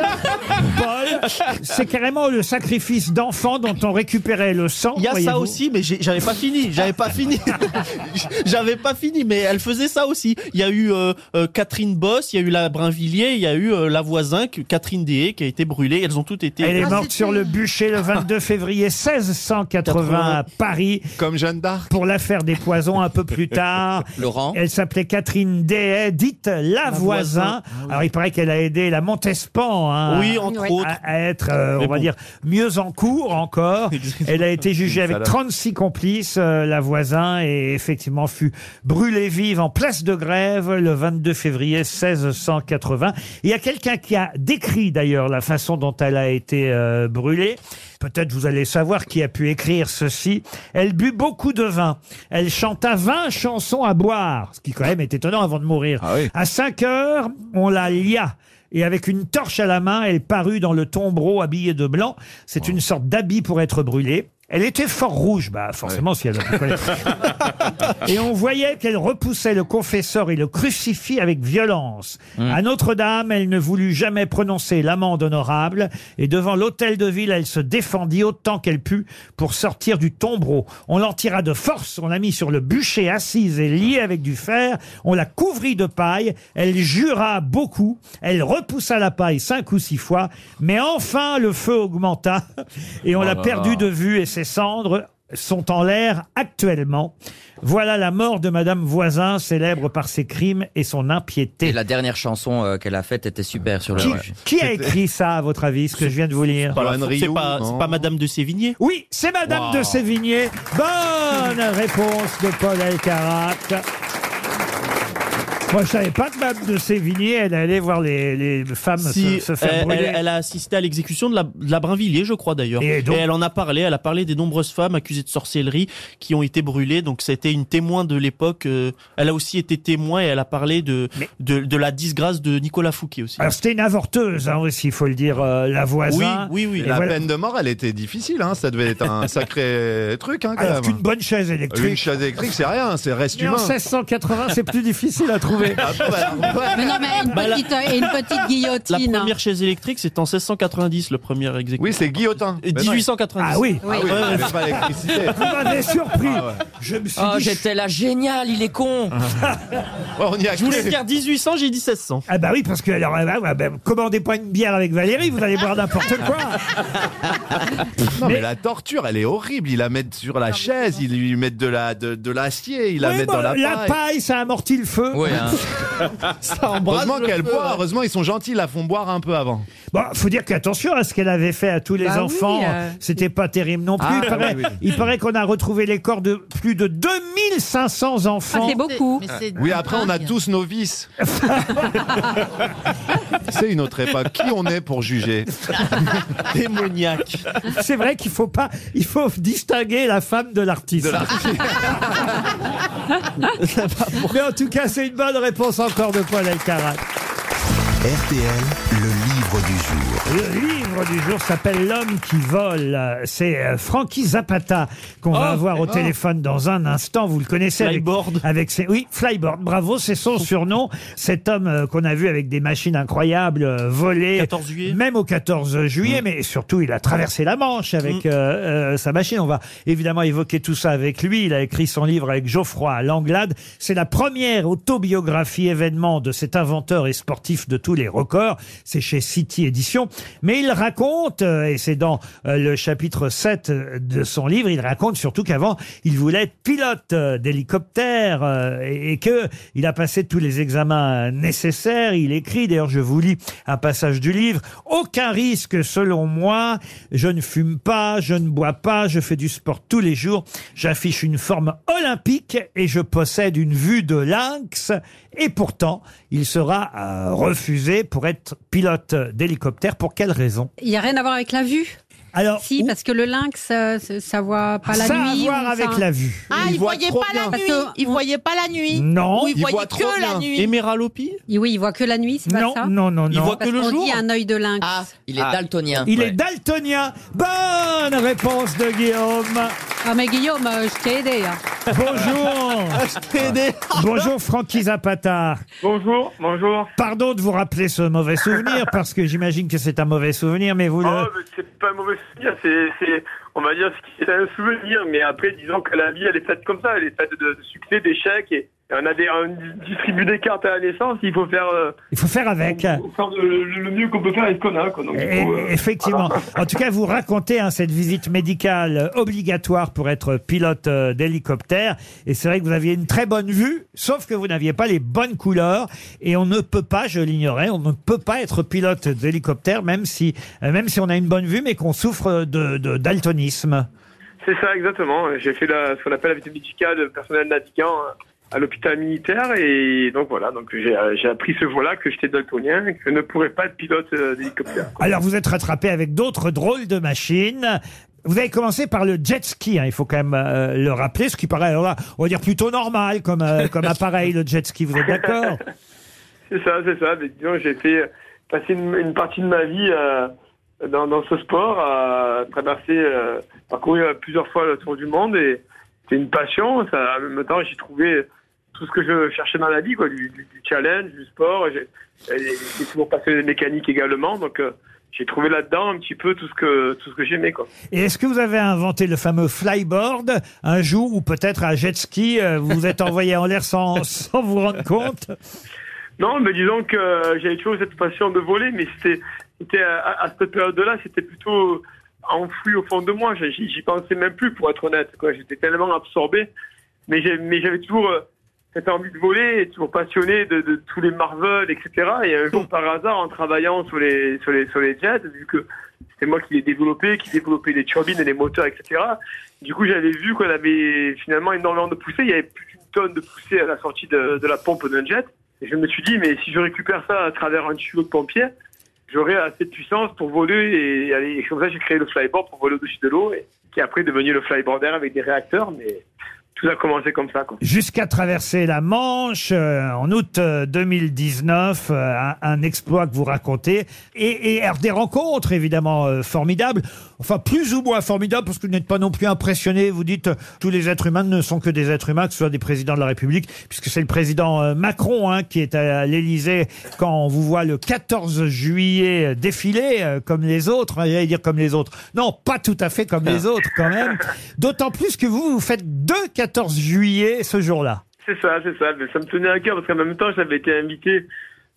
S2: Paul, c'est carrément le sacrifice d'enfants dont on récupérait le sang.
S4: Il y a ça
S2: voyez-vous.
S4: aussi, mais j'ai- j'avais pas fini. J'avais pas fini. j'avais pas fini, mais elle faisait ça aussi. Il y a eu euh, euh, Catherine Boss, il y a eu la Brinvilliers, il y a eu euh, la voisin, que- Catherine Déhé, qui a été brûlée. Elles ont toutes été.
S2: Elle est morte sur le bûcher le 22 février 1680 à Paris.
S3: Comme Jeanne d'Arc.
S2: Pour l'affaire des poisons un peu plus tard.
S6: Laurent.
S2: Elle s'appelait Catherine Dehay, dite la, voisin.
S6: Voisin.
S2: Alors il paraît qu'elle a aidé la Montespan hein,
S4: Oui,
S2: à-
S4: entre
S2: à,
S4: autres.
S2: à être, euh, on
S4: Mais
S2: va
S4: bon.
S2: dire, mieux en cours encore. Elle a été jugée avec
S4: salope.
S2: 36 complices, euh, la voisin, et effectivement fut brûlée vive en place de grève le 22 février 1680. Il y a quelqu'un qui a décrit d'ailleurs la façon dont elle a été euh, brûlée. Peut-être vous allez savoir qui a pu écrire ceci. Elle but beaucoup de vin. Elle chanta 20 chansons à boire, ce qui quand même est étonnant avant de mourir.
S4: Ah
S2: À 5 heures, on la lia. Et avec une torche à la main, elle parut dans le tombereau habillée de blanc. C'est une sorte d'habit pour être brûlée. Elle était fort rouge, bah forcément si elle a pu connaître. Et on voyait qu'elle repoussait le confesseur et le crucifie avec violence.
S13: Mm.
S2: À Notre-Dame, elle ne voulut jamais prononcer l'amende honorable. Et devant l'hôtel de ville, elle se défendit autant qu'elle put pour sortir du tombereau. On l'en tira de force, on la mit sur le bûcher assise et liée avec du fer. On la couvrit de paille. Elle jura beaucoup. Elle repoussa la paille cinq ou six fois. Mais enfin, le feu augmenta et on
S13: Oh
S2: l'a
S13: là
S2: perdue
S13: là.
S2: de vue et ses cendres sont en l'air actuellement. Voilà la mort de Madame Voisin, célèbre par ses crimes et son impiété.
S6: Et la dernière chanson euh, qu'elle a faite était super sur le.
S2: Qui,
S6: Ouais.
S2: qui a écrit ça, à votre avis, ce que je viens de vous lire
S4: Pas la- c'est pas, c'est pas Madame de Sévigné.
S2: Oui, c'est Madame
S4: Wow.
S2: de Sévigné. Bonne réponse de Paul Alcarat. Moi, je savais pas que Madame de Sévigné, elle allait voir les, les femmes
S4: Si,
S2: se, se faire
S4: elle,
S2: brûler.
S4: elle- elle a assisté à l'exécution de la, de la Brinvilliers, je crois d'ailleurs.
S2: Et donc-
S4: elle en a parlé. Elle a parlé des nombreuses femmes accusées de sorcellerie qui ont été brûlées. Donc c'était une témoin de l'époque. euh, Elle a aussi été témoin et elle a parlé de de, de la disgrâce de Nicolas Fouquet aussi.
S2: Alors, c'était une avorteuse, hein, aussi, il faut le dire, euh, la voisin. Et
S3: La
S2: voilà.
S3: peine de mort, elle était difficile. Hein. Ça devait être un sacré truc, hein, quand
S2: Alors
S3: même.
S2: qu'une Ah, bonne chaise électrique.
S3: Une chaise électrique, c'est rien, c'est reste
S2: Mais en
S3: humain.
S2: 1680, c'est plus difficile à trouver.
S3: Ah bon, bah alors,
S8: Mais non, mais une
S4: Bah, la-
S8: petite, et une petite guillotine.
S4: La première chaise électrique, c'est en 1690, le premier exécution.
S3: Oui, c'est Guillotin.
S4: Et
S6: Mais non,
S4: 1890.
S2: Ah oui.
S3: Ah oui,
S4: Ouais,
S3: il n'y
S4: ouais.
S3: avait pas l'électricité.
S2: Vous m'avez surpris.
S3: Ah ouais.
S2: Je me suis
S6: Oh,
S2: dit,
S6: j'étais là, génial, il est con.
S3: on y a
S4: Je voulais
S3: cru.
S4: dire 1800, j'ai dit 1600.
S2: Ah bah oui, parce que alors, ah bah, ah bah, commandez pas une bière avec Valérie, vous allez boire n'importe quoi.
S3: Non, mais...
S2: Mais- Ah,
S3: la torture, elle est horrible. Ils la mettent sur la chaise, ils lui mettent de la de, de l'acier, ils la
S2: Oui, bah,
S3: mettent
S2: bon,
S3: dans la paille.
S2: ça amortit le feu.
S6: Ouais, hein.
S4: Ça
S3: Heureusement qu'elle boit,
S2: hein.
S3: heureusement ils sont gentils, ils la font boire un peu avant.
S2: Bon, faut dire qu'attention à ce qu'elle avait fait à tous les
S8: Bah oui,
S2: enfants.
S8: euh.
S2: C'était pas terrible non plus.
S3: Ah,
S2: il paraît,
S3: oui, oui.
S2: il paraît qu'on a retrouvé les corps de plus de 2500 enfants.
S8: Ah, c'est beaucoup.
S5: Mais c'est
S3: Oui, après on a
S5: dingue.
S3: tous nos vices. C'est une autre époque. Qui on est pour juger
S4: Démoniaque.
S2: C'est vrai qu'il faut pas, il faut distinguer la femme de l'artiste. Mais en tout cas, c'est une bonne réponse encore de Paul Alcarat.
S1: RTL, le livre du jour.
S2: Le livre du jour s'appelle L'homme qui vole. C'est euh, Frankie Zapata qu'on va
S13: Oh,
S2: avoir au
S13: oh.
S2: téléphone dans un instant. Vous le connaissez avec-
S13: Flyboard.
S2: Avec, ses, oui, Flyboard. Bravo, c'est son surnom. Cet homme euh, qu'on a vu avec des machines incroyables euh, voler.
S4: 14 juillet.
S2: Même au 14 juillet, mais surtout il a traversé la Manche avec euh, euh, sa machine. On va évidemment évoquer tout ça avec lui. Il a écrit son livre avec Geoffroy Langlade. C'est la première autobiographie événement de cet inventeur et sportif de tous les records. C'est chez City Édition. Mais il raconte, euh, et c'est dans euh, le chapitre 7 de son livre, il raconte surtout qu'avant, il voulait être pilote euh, d'hélicoptère euh, et, et que il a passé tous les examens euh, nécessaires. Il écrit, d'ailleurs, je vous lis un passage du livre. Aucun risque, selon moi. Je ne fume pas, je ne bois pas, je fais du sport tous les jours. J'affiche une forme olympique et je possède une vue de lynx. Et pourtant, il sera euh, refusé pour être pilote d'hélicoptère. Pour quelle raison
S8: Il n'y a rien à voir avec la vue
S2: Alors,
S8: si, parce que le lynx, euh, ça- ça voit pas la
S2: Ça a à
S8: nuit.
S2: voir
S8: ou
S2: avec
S8: ça-
S2: la vue.
S5: Ah, il, voyait pas la nuit. Il voyait pas la nuit. Ou il, voyait que la nuit.
S4: Éméralopie
S8: Oui, il voit que la nuit, c'est pas
S2: Non,
S8: ça
S2: non, non, Il non. voit
S8: Parce
S2: que le
S8: qu'on
S2: jour.
S8: dit un œil de lynx.
S5: Ah,
S6: Il est daltonien.
S2: Il est daltonien. Bonne réponse de Guillaume.
S8: Ah, mais Guillaume, euh, je t'ai aidé. hein.
S2: Bonjour. Bonjour Francky Zapata.
S12: Bonjour, bonjour.
S2: Pardon de vous rappeler ce mauvais souvenir parce que j'imagine que c'est un mauvais souvenir, mais vous
S12: Oh,
S2: le.
S12: mais c'est pas un mauvais souvenir, c'est, c'est- on va dire, ce qui- c'est un souvenir, mais après, disons que la vie, elle est faite comme ça, elle est faite de succès, d'échecs, et on a des, on distribue des cartes à la naissance, il faut faire, euh,
S2: Il faut faire avec.
S12: faire de- le, le mieux qu'on peut faire avec ce qu'on a, quoi. Donc, du
S2: Et-
S12: coup, euh,
S2: effectivement. En tout cas, vous racontez hein, cette visite médicale obligatoire pour être pilote euh, d'hélicoptère. Et c'est vrai que vous aviez une très bonne vue, sauf que vous n'aviez pas les bonnes couleurs. Et on ne peut pas, je l'ignorais, on ne peut pas être pilote d'hélicoptère, même si, euh, même si on a une bonne vue, mais qu'on souffre de, de daltonisme.
S12: C'est ça, exactement. J'ai fait la, ce qu'on appelle la visite médicale personnel navigant hein, à l'hôpital militaire et donc voilà, donc j'ai euh, j'ai appris ce jour-là que j'étais daltonien et que je ne pourrais pas être pilote euh, d'hélicoptère.
S2: Alors vous êtes rattrapé avec d'autres drôles de machines. Vous avez commencé par le jet ski, hein, il faut quand même euh, le rappeler, ce qui paraît, alors là, on va dire plutôt normal comme, euh, comme appareil, le jet ski, vous êtes d'accord
S12: C'est ça, c'est ça. Mais disons, j'ai fait passer une, une partie de ma vie euh, dans, dans ce sport, à traverser, euh, parcourir plusieurs fois le tour du monde et c'est une passion. Ça, en même temps, j'ai trouvé tout ce que je cherchais dans la vie, quoi, du, du- du challenge, du sport. J'ai et j'ai toujours passé les mécaniques également, donc euh, j'ai trouvé là-dedans un petit peu tout ce que tout ce que j'aimais, quoi.
S2: Et est-ce que vous avez inventé le fameux flyboard un jour ou peut-être un jet ski, euh, vous vous êtes envoyé en l'air sans, sans vous rendre compte
S12: Non, mais disons que euh, j'avais toujours cette passion de voler, mais c'était, c'était à, à- à cette période-là, c'était plutôt enfoui au fond de moi. J'ai- J'y, j'y pensais même plus, pour être honnête. Quoi. J'étais tellement absorbé, mais, j'ai- mais j'avais toujours euh, cette envie de voler, et toujours passionné de, de tous les Marvel, etc. Et un jour, par hasard, en travaillant sur les, sur les, sur les jets, vu que c'était moi qui les développais, qui développais les turbines et les moteurs, etc. Du coup, j'avais vu qu'on avait finalement énormément de poussée. Il y avait plus d'une tonne de poussée à la sortie de, de la pompe d'un jet. Et je me suis dit, mais si je récupère ça à travers un tuyau de pompier, j'aurai assez de puissance pour voler. Et, aller- et comme ça, j'ai créé le flyboard pour voler au-dessus de l'eau, et qui est après est devenu le flyboard air avec des réacteurs. Mais tout a commencé comme ça. Quoi.
S2: jusqu'à traverser la Manche euh, en août euh, 2019, euh, un, un exploit que vous racontez, et, et alors, des rencontres évidemment euh, formidables, enfin plus ou moins formidables, parce que vous n'êtes pas non plus impressionné, vous dites euh, tous les êtres humains ne sont que des êtres humains, que ce soit des présidents de la République, puisque c'est le président euh, Macron hein, qui est à l'Élysée quand on vous voit le 14 juillet euh, défiler euh, comme les autres, hein, j'allais dire comme les autres, non pas tout à fait comme les autres quand même, d'autant plus que vous, vous faites deux 14 juillet ce jour-là.
S12: C'est ça, c'est ça. Mais ça me tenait à cœur parce qu'en même temps, j'avais été invité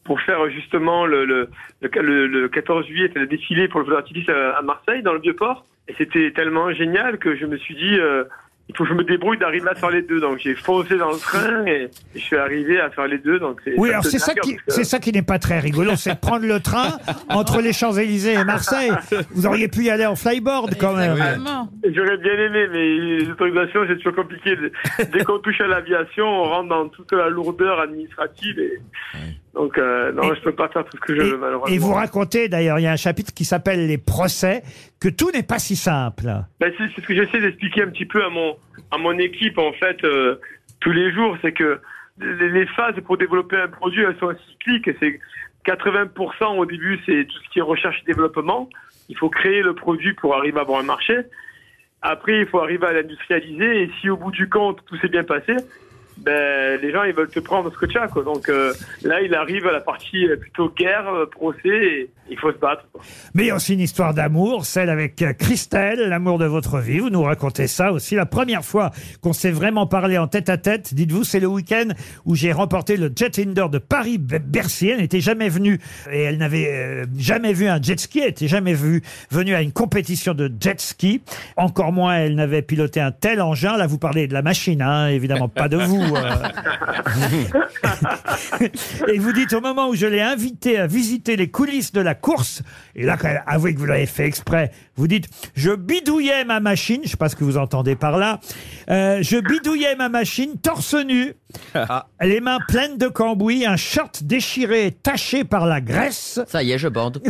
S12: pour faire justement le, le, le, le- le 14 juillet, c'est le défilé pour le feu d'artifice à, à Marseille, dans le Vieux-Port. Et c'était tellement génial que je me suis dit, euh, il faut que je me débrouille d'arriver à faire les deux. Donc j'ai foncé dans le train et je suis arrivé à faire les deux. Donc c'est-
S2: Oui,
S12: me
S2: alors
S12: tenait
S2: c'est
S12: à
S2: ça
S12: cœur
S2: qui,
S12: parce que-
S2: c'est ça qui n'est pas très rigolo, c'est de prendre le train entre les Champs-Élysées et Marseille. Vous auriez pu y aller en flyboard quand même.
S12: J'aurais bien aimé, mais les autorisations, c'est toujours compliqué. Dès qu'on touche à l'aviation, on rentre dans toute la lourdeur administrative. Et... Donc, euh, non, je peux pas faire tout ce que je veux, malheureusement.
S2: Et vous racontez d'ailleurs, il y a un chapitre qui s'appelle les procès, que tout n'est pas si simple.
S12: Ben, c'est c'est ce que j'essaie d'expliquer un petit peu à mon, à mon équipe, en fait, euh, tous les jours. C'est que les, les phases pour développer un produit, elles sont cycliques. C'est 80% au début, c'est tout ce qui est recherche et développement. Il faut créer le produit pour arriver à avoir un marché. Après, il faut arriver à l'industrialiser. Et si au bout du compte, tout s'est bien passé, ben, les gens, ils veulent te prendre ce que tu as. Quoi. Donc euh, là, il arrive à la partie euh, plutôt guerre, euh, procès, et il faut se battre. quoi.
S2: Mais il y a aussi une histoire d'amour, celle avec euh, Christelle, l'amour de votre vie. Vous nous racontez ça aussi. La première fois qu'on s'est vraiment parlé en tête à tête, dites-vous, c'est le week-end où j'ai remporté le jet Inder de Paris-Bercy. Elle n'était jamais venue et elle n'avait euh, jamais vu un jet ski. Elle n'était jamais vue- venue à une compétition de jet ski. Encore moins, elle n'avait piloté un tel engin. Là, vous parlez de la machine, hein, évidemment, pas de vous. euh. Et vous dites au moment où je l'ai invité à visiter les coulisses de la course, et là, quand même, avouez que vous l'avez fait exprès, vous dites Je bidouillais ma machine, je sais pas ce que vous entendez par là, Euh, je bidouillais ma machine torse nu,
S6: Ah.
S2: les mains pleines de cambouis, un short déchiré et taché par la graisse.
S6: Ça y est, je bande.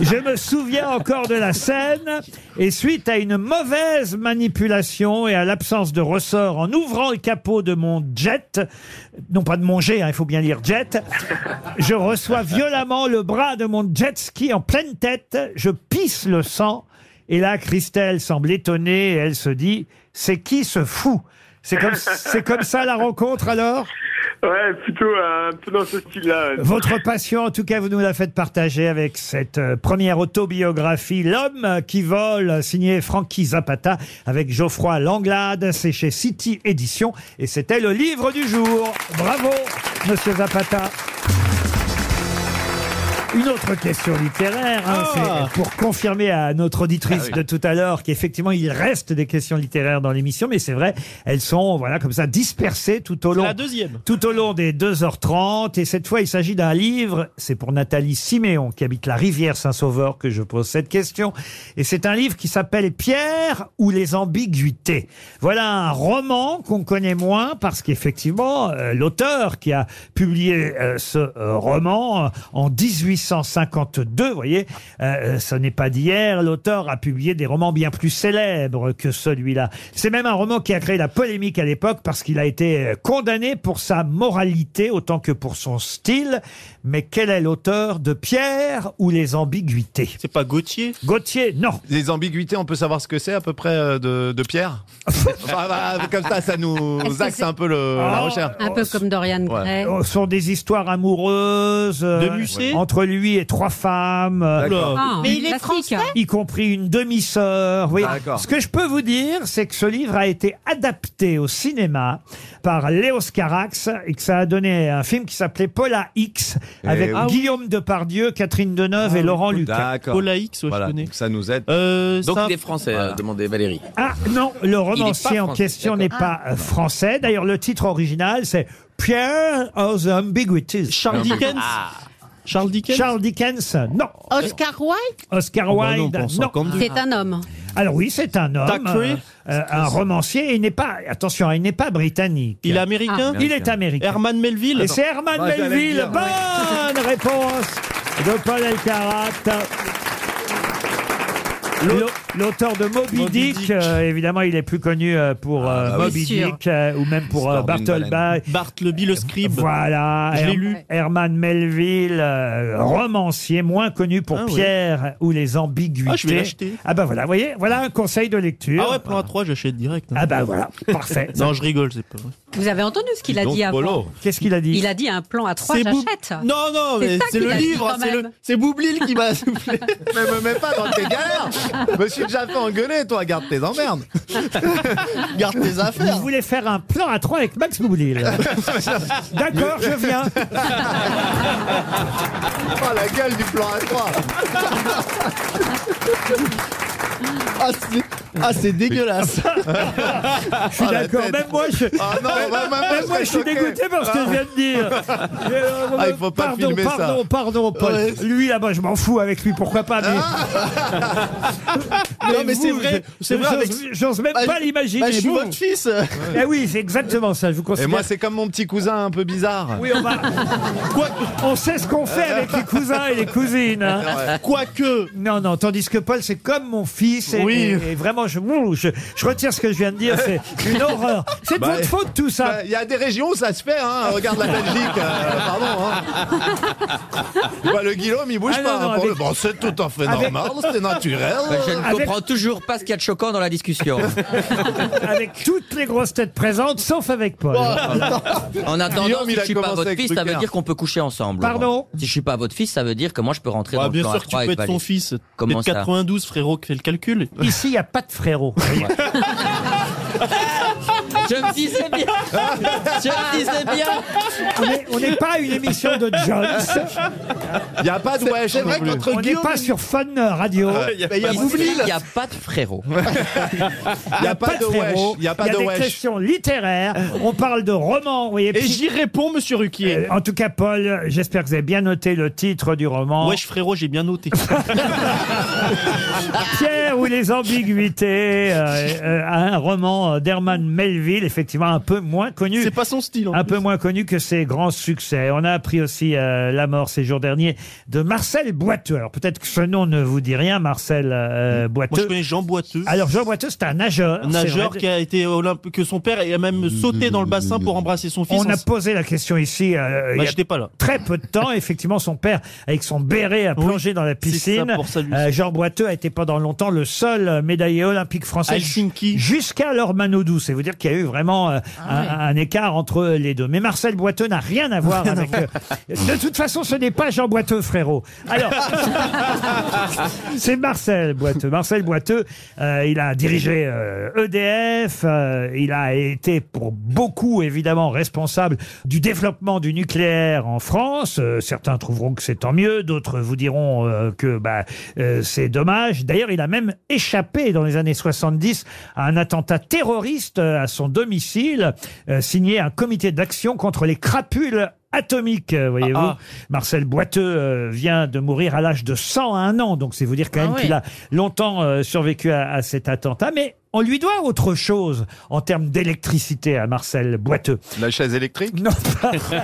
S2: Je me souviens encore de la scène et suite à une mauvaise manipulation et à l'absence de ressort en ouvrant le capot de mon jet, non pas de mon jet, hein, il faut bien lire jet, je reçois violemment le bras de mon jet ski en pleine tête, je pisse le sang et là Christelle semble étonnée et elle se dit c'est qui ce fou C'est comme, c'est comme ça la rencontre alors
S12: Ouais, plutôt euh, un peu dans ce style-là.
S2: votre passion, en tout cas, vous nous la faites partager avec cette euh, première autobiographie, L'homme qui vole, signée Frankie Zapata, avec Geoffroy Langlade. C'est chez City Édition et c'était le livre du jour. Bravo, monsieur Zapata. Une autre question littéraire, hein,
S13: Ah.
S2: c'est pour confirmer à notre auditrice
S13: Ah oui.
S2: de tout à l'heure qu'effectivement il reste des questions littéraires dans l'émission, mais c'est vrai, elles sont voilà comme ça dispersées tout au long.
S4: la deuxième.
S2: Tout au long des 2h30, et cette fois, il s'agit d'un livre. C'est pour Nathalie Siméon, qui habite la rivière Saint-Sauveur, que je pose cette question. Et c'est un livre qui s'appelle Pierre ou les ambiguïtés. Voilà un roman qu'on connaît moins parce qu'effectivement, euh, l'auteur qui a publié euh, ce euh, roman euh, en 1852, vous voyez, euh, ce n'est pas d'hier, l'auteur a publié des romans bien plus célèbres que celui-là. C'est même un roman qui a créé la polémique à l'époque parce qu'il a été euh, condamné pour sa moralité autant que pour son style. Mais quel est l'auteur de Pierre ou les ambiguïtés
S4: C'est pas Gauthier
S2: Gauthier, non.
S3: Les ambiguïtés, on peut savoir ce que c'est à peu près euh, de, de Pierre Enfin, bah, Comme ça, ça nous
S8: Est-ce que
S3: axe
S8: c'est-
S3: un peu le, la
S2: Oh,
S3: recherche.
S8: Un peu comme Dorian Gray.
S2: Euh, sont des histoires amoureuses euh,
S8: De Musset
S2: entre lui et trois femmes, euh,
S8: D'accord. Ah, Mais il est classique. français
S2: y compris une demi-sœur. Oui.
S13: D'accord.
S2: Ce que je peux vous dire, c'est que ce livre a été adapté au cinéma par Léos Carax et que ça a donné un film qui s'appelait Paula X
S3: Eh
S2: avec
S3: oui.
S2: Guillaume Depardieu, Catherine Deneuve et Laurent Lucas.
S3: D'accord. Voilà, donc ça nous aide.
S7: Donc il est français, euh, demandez Valérie.
S2: Ah non, le
S7: Il est
S2: romancier
S7: pas
S2: en
S7: français,
S2: question n'est
S7: d'accord.
S2: pas euh, français. D'ailleurs, le titre original, c'est Pierre of the Ambiguities.
S4: Charles Dickens Charles Dickens
S2: Charles Dickens, non.
S5: Oscar Wilde
S2: Oscar
S4: Oh bah non,
S2: Wilde,
S4: on s'en
S2: non.
S4: compte du-
S8: C'est un homme.
S2: Alors oui, c'est un homme,
S4: Thackeray
S2: euh, euh, un romancier. Et il n'est pas, attention, hein, il n'est pas britannique. Ah.
S4: Il est américain
S2: Il est américain.
S4: Herman Melville
S2: Et c'est Herman
S4: Bah, j'allais
S2: Melville.
S4: le dire,
S2: Bonne réponse de Paul Elkarat. L'auteur de Moby, Dick, euh, évidemment, il est plus connu euh, pour euh,
S4: bah oui.
S2: Moby
S4: Bien sûr.
S2: Dick euh, ou même pour euh,
S4: Histoire d'une
S2: Bartleby.
S4: Bartleby le scribe.
S2: Voilà,
S4: Je l'ai
S2: Her-
S4: lu.
S2: Herman Melville, euh, romancier moins connu pour
S4: Ah ouais.
S2: Pierre ou les ambiguïtés.
S4: Ah, je vais l'acheter.
S2: Ah bah voilà, vous voyez, voilà un conseil de lecture.
S4: Ah ouais, plan A3, j'achète direct. hein.
S2: Ah bah voilà, parfait.
S4: Non, je rigole, c'est pas vrai.
S8: Vous avez entendu ce qu'il a
S4: Dis donc,
S8: dit avant
S4: Polo.
S2: Qu'est-ce qu'il a dit
S8: Il a dit un plan à trois,
S4: C'est Boub-
S8: j'achète.
S4: Non, non, mais
S8: ça
S4: c'est
S8: qu'il
S4: le
S8: a dit
S4: livre,
S8: quand
S4: c'est le-
S8: même.
S4: c'est Boublil qui m'a soufflé.
S3: Mais me mets pas dans tes galères Je me suis déjà fait engueuler, toi, garde tes emmerdes
S4: Garde tes affaires
S2: Vous voulez faire un plan à trois avec Max Boublil D'accord, je viens.
S3: Oh la gueule du plan A3
S4: Ah, c'est- Ah, c'est dégueulasse.
S15: Ah,
S2: Je suis
S4: Oh, la
S2: d'accord,
S4: tête.
S2: même moi je,
S4: Ah non,
S2: même,
S4: bah, bah,
S2: même
S4: je
S2: moi, je
S4: serais
S2: suis
S4: choqué.
S2: dégoûté par ce que je viens de dire. Euh,
S3: Ah, il faut pas
S2: pardon,
S3: filmer ça.
S2: pardon, pardon, Paul.
S4: Ouais.
S2: Lui là-bas, je m'en fous avec lui, pourquoi pas mais-
S4: Ah. Non, mais
S2: vous,
S4: c'est vrai,
S2: je-
S4: c'est vrai,
S2: j'ose-
S4: avec-
S2: J'ose même
S4: Bah,
S2: pas
S4: je-
S2: l'imaginer.
S4: bah, je suis
S2: vous.
S4: votre fils.
S2: Eh oui, c'est exactement ça, je vous conseille.
S3: Et moi, c'est comme mon petit cousin un peu bizarre.
S2: Oui, on va. Quoi- On sait ce qu'on fait avec les cousins et les cousines. hein.
S4: Quoique.
S2: Non, non, tandis que Paul, c'est comme mon fils. Et,
S4: Oui.
S2: et- et vraiment, je, ouh, je, je retire ce que je viens de dire, c'est une horreur. C'est de
S3: Bah,
S2: votre faute tout ça.
S3: Il y a des régions où ça se fait, hein. Regarde la Belgique, euh, pardon. Hein. Tu vois, le Guillaume, il bouge
S6: Ah, non,
S3: pas. hein,
S6: non,
S3: pour
S6: avec-
S3: le... Bon, c'est tout à fait
S6: Avec-
S3: normal, c'est naturel.
S6: Bah, Je ne comprends toujours pas ce qu'il y a de choquant dans la discussion.
S2: Avec toutes les grosses têtes présentes, sauf avec Paul.
S3: Bah,
S6: En attendant,
S2: Guillaume,
S6: si
S2: il
S6: je
S2: a
S6: suis pas
S2: commencé
S6: votre
S2: avec
S6: fils, ça veut
S2: Drucker.
S6: dire qu'on peut coucher ensemble.
S2: Pardon
S6: Laurent. Si je suis pas votre fils, ça veut dire que moi je peux rentrer
S4: Bah,
S6: dans le
S4: bien
S6: plan
S4: sûr que tu
S6: A3
S4: peux
S6: avec
S4: être son
S6: Valérie.
S4: fils.
S6: Comment
S4: T'es de
S6: ça
S4: 92, frérot, fais le calcul.
S2: Ici, il n'y a pas de frérot.
S6: Je me disais bien. Je me disais bien.
S2: On n'est pas une émission de Jones.
S3: Il n'y a pas de wesh.
S2: C'est vrai
S3: non plus.
S2: qu'entre Ah, On n'est pas sur Fun Radio.
S3: Ouais, Bah, y a Mais pas- y a-
S2: Ici,
S3: oublie,
S6: Il n'y a pas de frérot.
S2: Il n'y a, Ah, pas de wesh. Il y a,
S3: pas de
S2: des
S3: wesh.
S2: questions littéraires. On parle de romans. vous voyez,
S4: Et
S2: puis-
S4: j'y réponds, monsieur Ruquier.
S2: Euh, en tout cas, Paul, j'espère que vous avez bien noté le titre du roman.
S4: Wesh frérot, j'ai bien noté.
S2: Ah, Pierre ou les ambiguïtés, euh, euh, un roman euh, d'Herman Melville, effectivement un peu moins connu. C'est
S4: pas son style.
S2: Un peu moins connu que ses grands succès. On a appris aussi euh, la mort ces jours derniers de Marcel Boiteux. Alors peut-être que ce nom ne vous dit rien, Marcel euh, Boiteux.
S4: Moi, je connais Jean Boiteux.
S2: Alors Jean Boiteux, c'est un nageur.
S4: Un
S2: c'est
S4: nageur
S2: vrai.
S4: qui a été olympique, que son père a même sauté dans le bassin pour embrasser son fils.
S2: On a
S4: En- Bah,
S2: posé la question ici. euh, il y a
S4: j'étais pas là.
S2: Très peu de temps. Effectivement, son père, avec son béret, a plongé dans la piscine.
S4: ça, pour ça, lui.
S2: Euh, Jean Boiteux a été pendant longtemps le seul euh, médaillé olympique français.
S4: Helsinki.
S2: Jusqu'à Lormanodou. C'est vous dire qu'il y a eu vraiment euh, un, un écart entre les deux. Mais Marcel Boiteux n'a rien à voir avec. euh, de toute façon, ce n'est pas Jean Boiteux, frérot. Alors. C'est Marcel Boiteux. Marcel Boiteux, euh, il a dirigé euh, EDF, euh, il a été pour beaucoup, évidemment, responsable du développement du nucléaire en France. Euh, certains trouveront que c'est tant mieux, d'autres vous diront euh, que bah, euh, c'est dommage. D'ailleurs, il a même échappé dans les années 70 à un attentat terroriste euh, à son domicile, euh, signé un comité d'action contre les crapules atomiques, euh, voyez-vous.
S13: Ah,
S2: Marcel Boiteux euh, vient de mourir à l'âge de 101 ans, donc c'est vous dire quand
S13: Ah
S2: même
S13: ouais.
S2: qu'il a longtemps euh, survécu à, à cet attentat, mais on lui doit autre chose en termes d'électricité à Marcel Boiteux.
S3: La chaise électrique
S2: Non, pas vrai.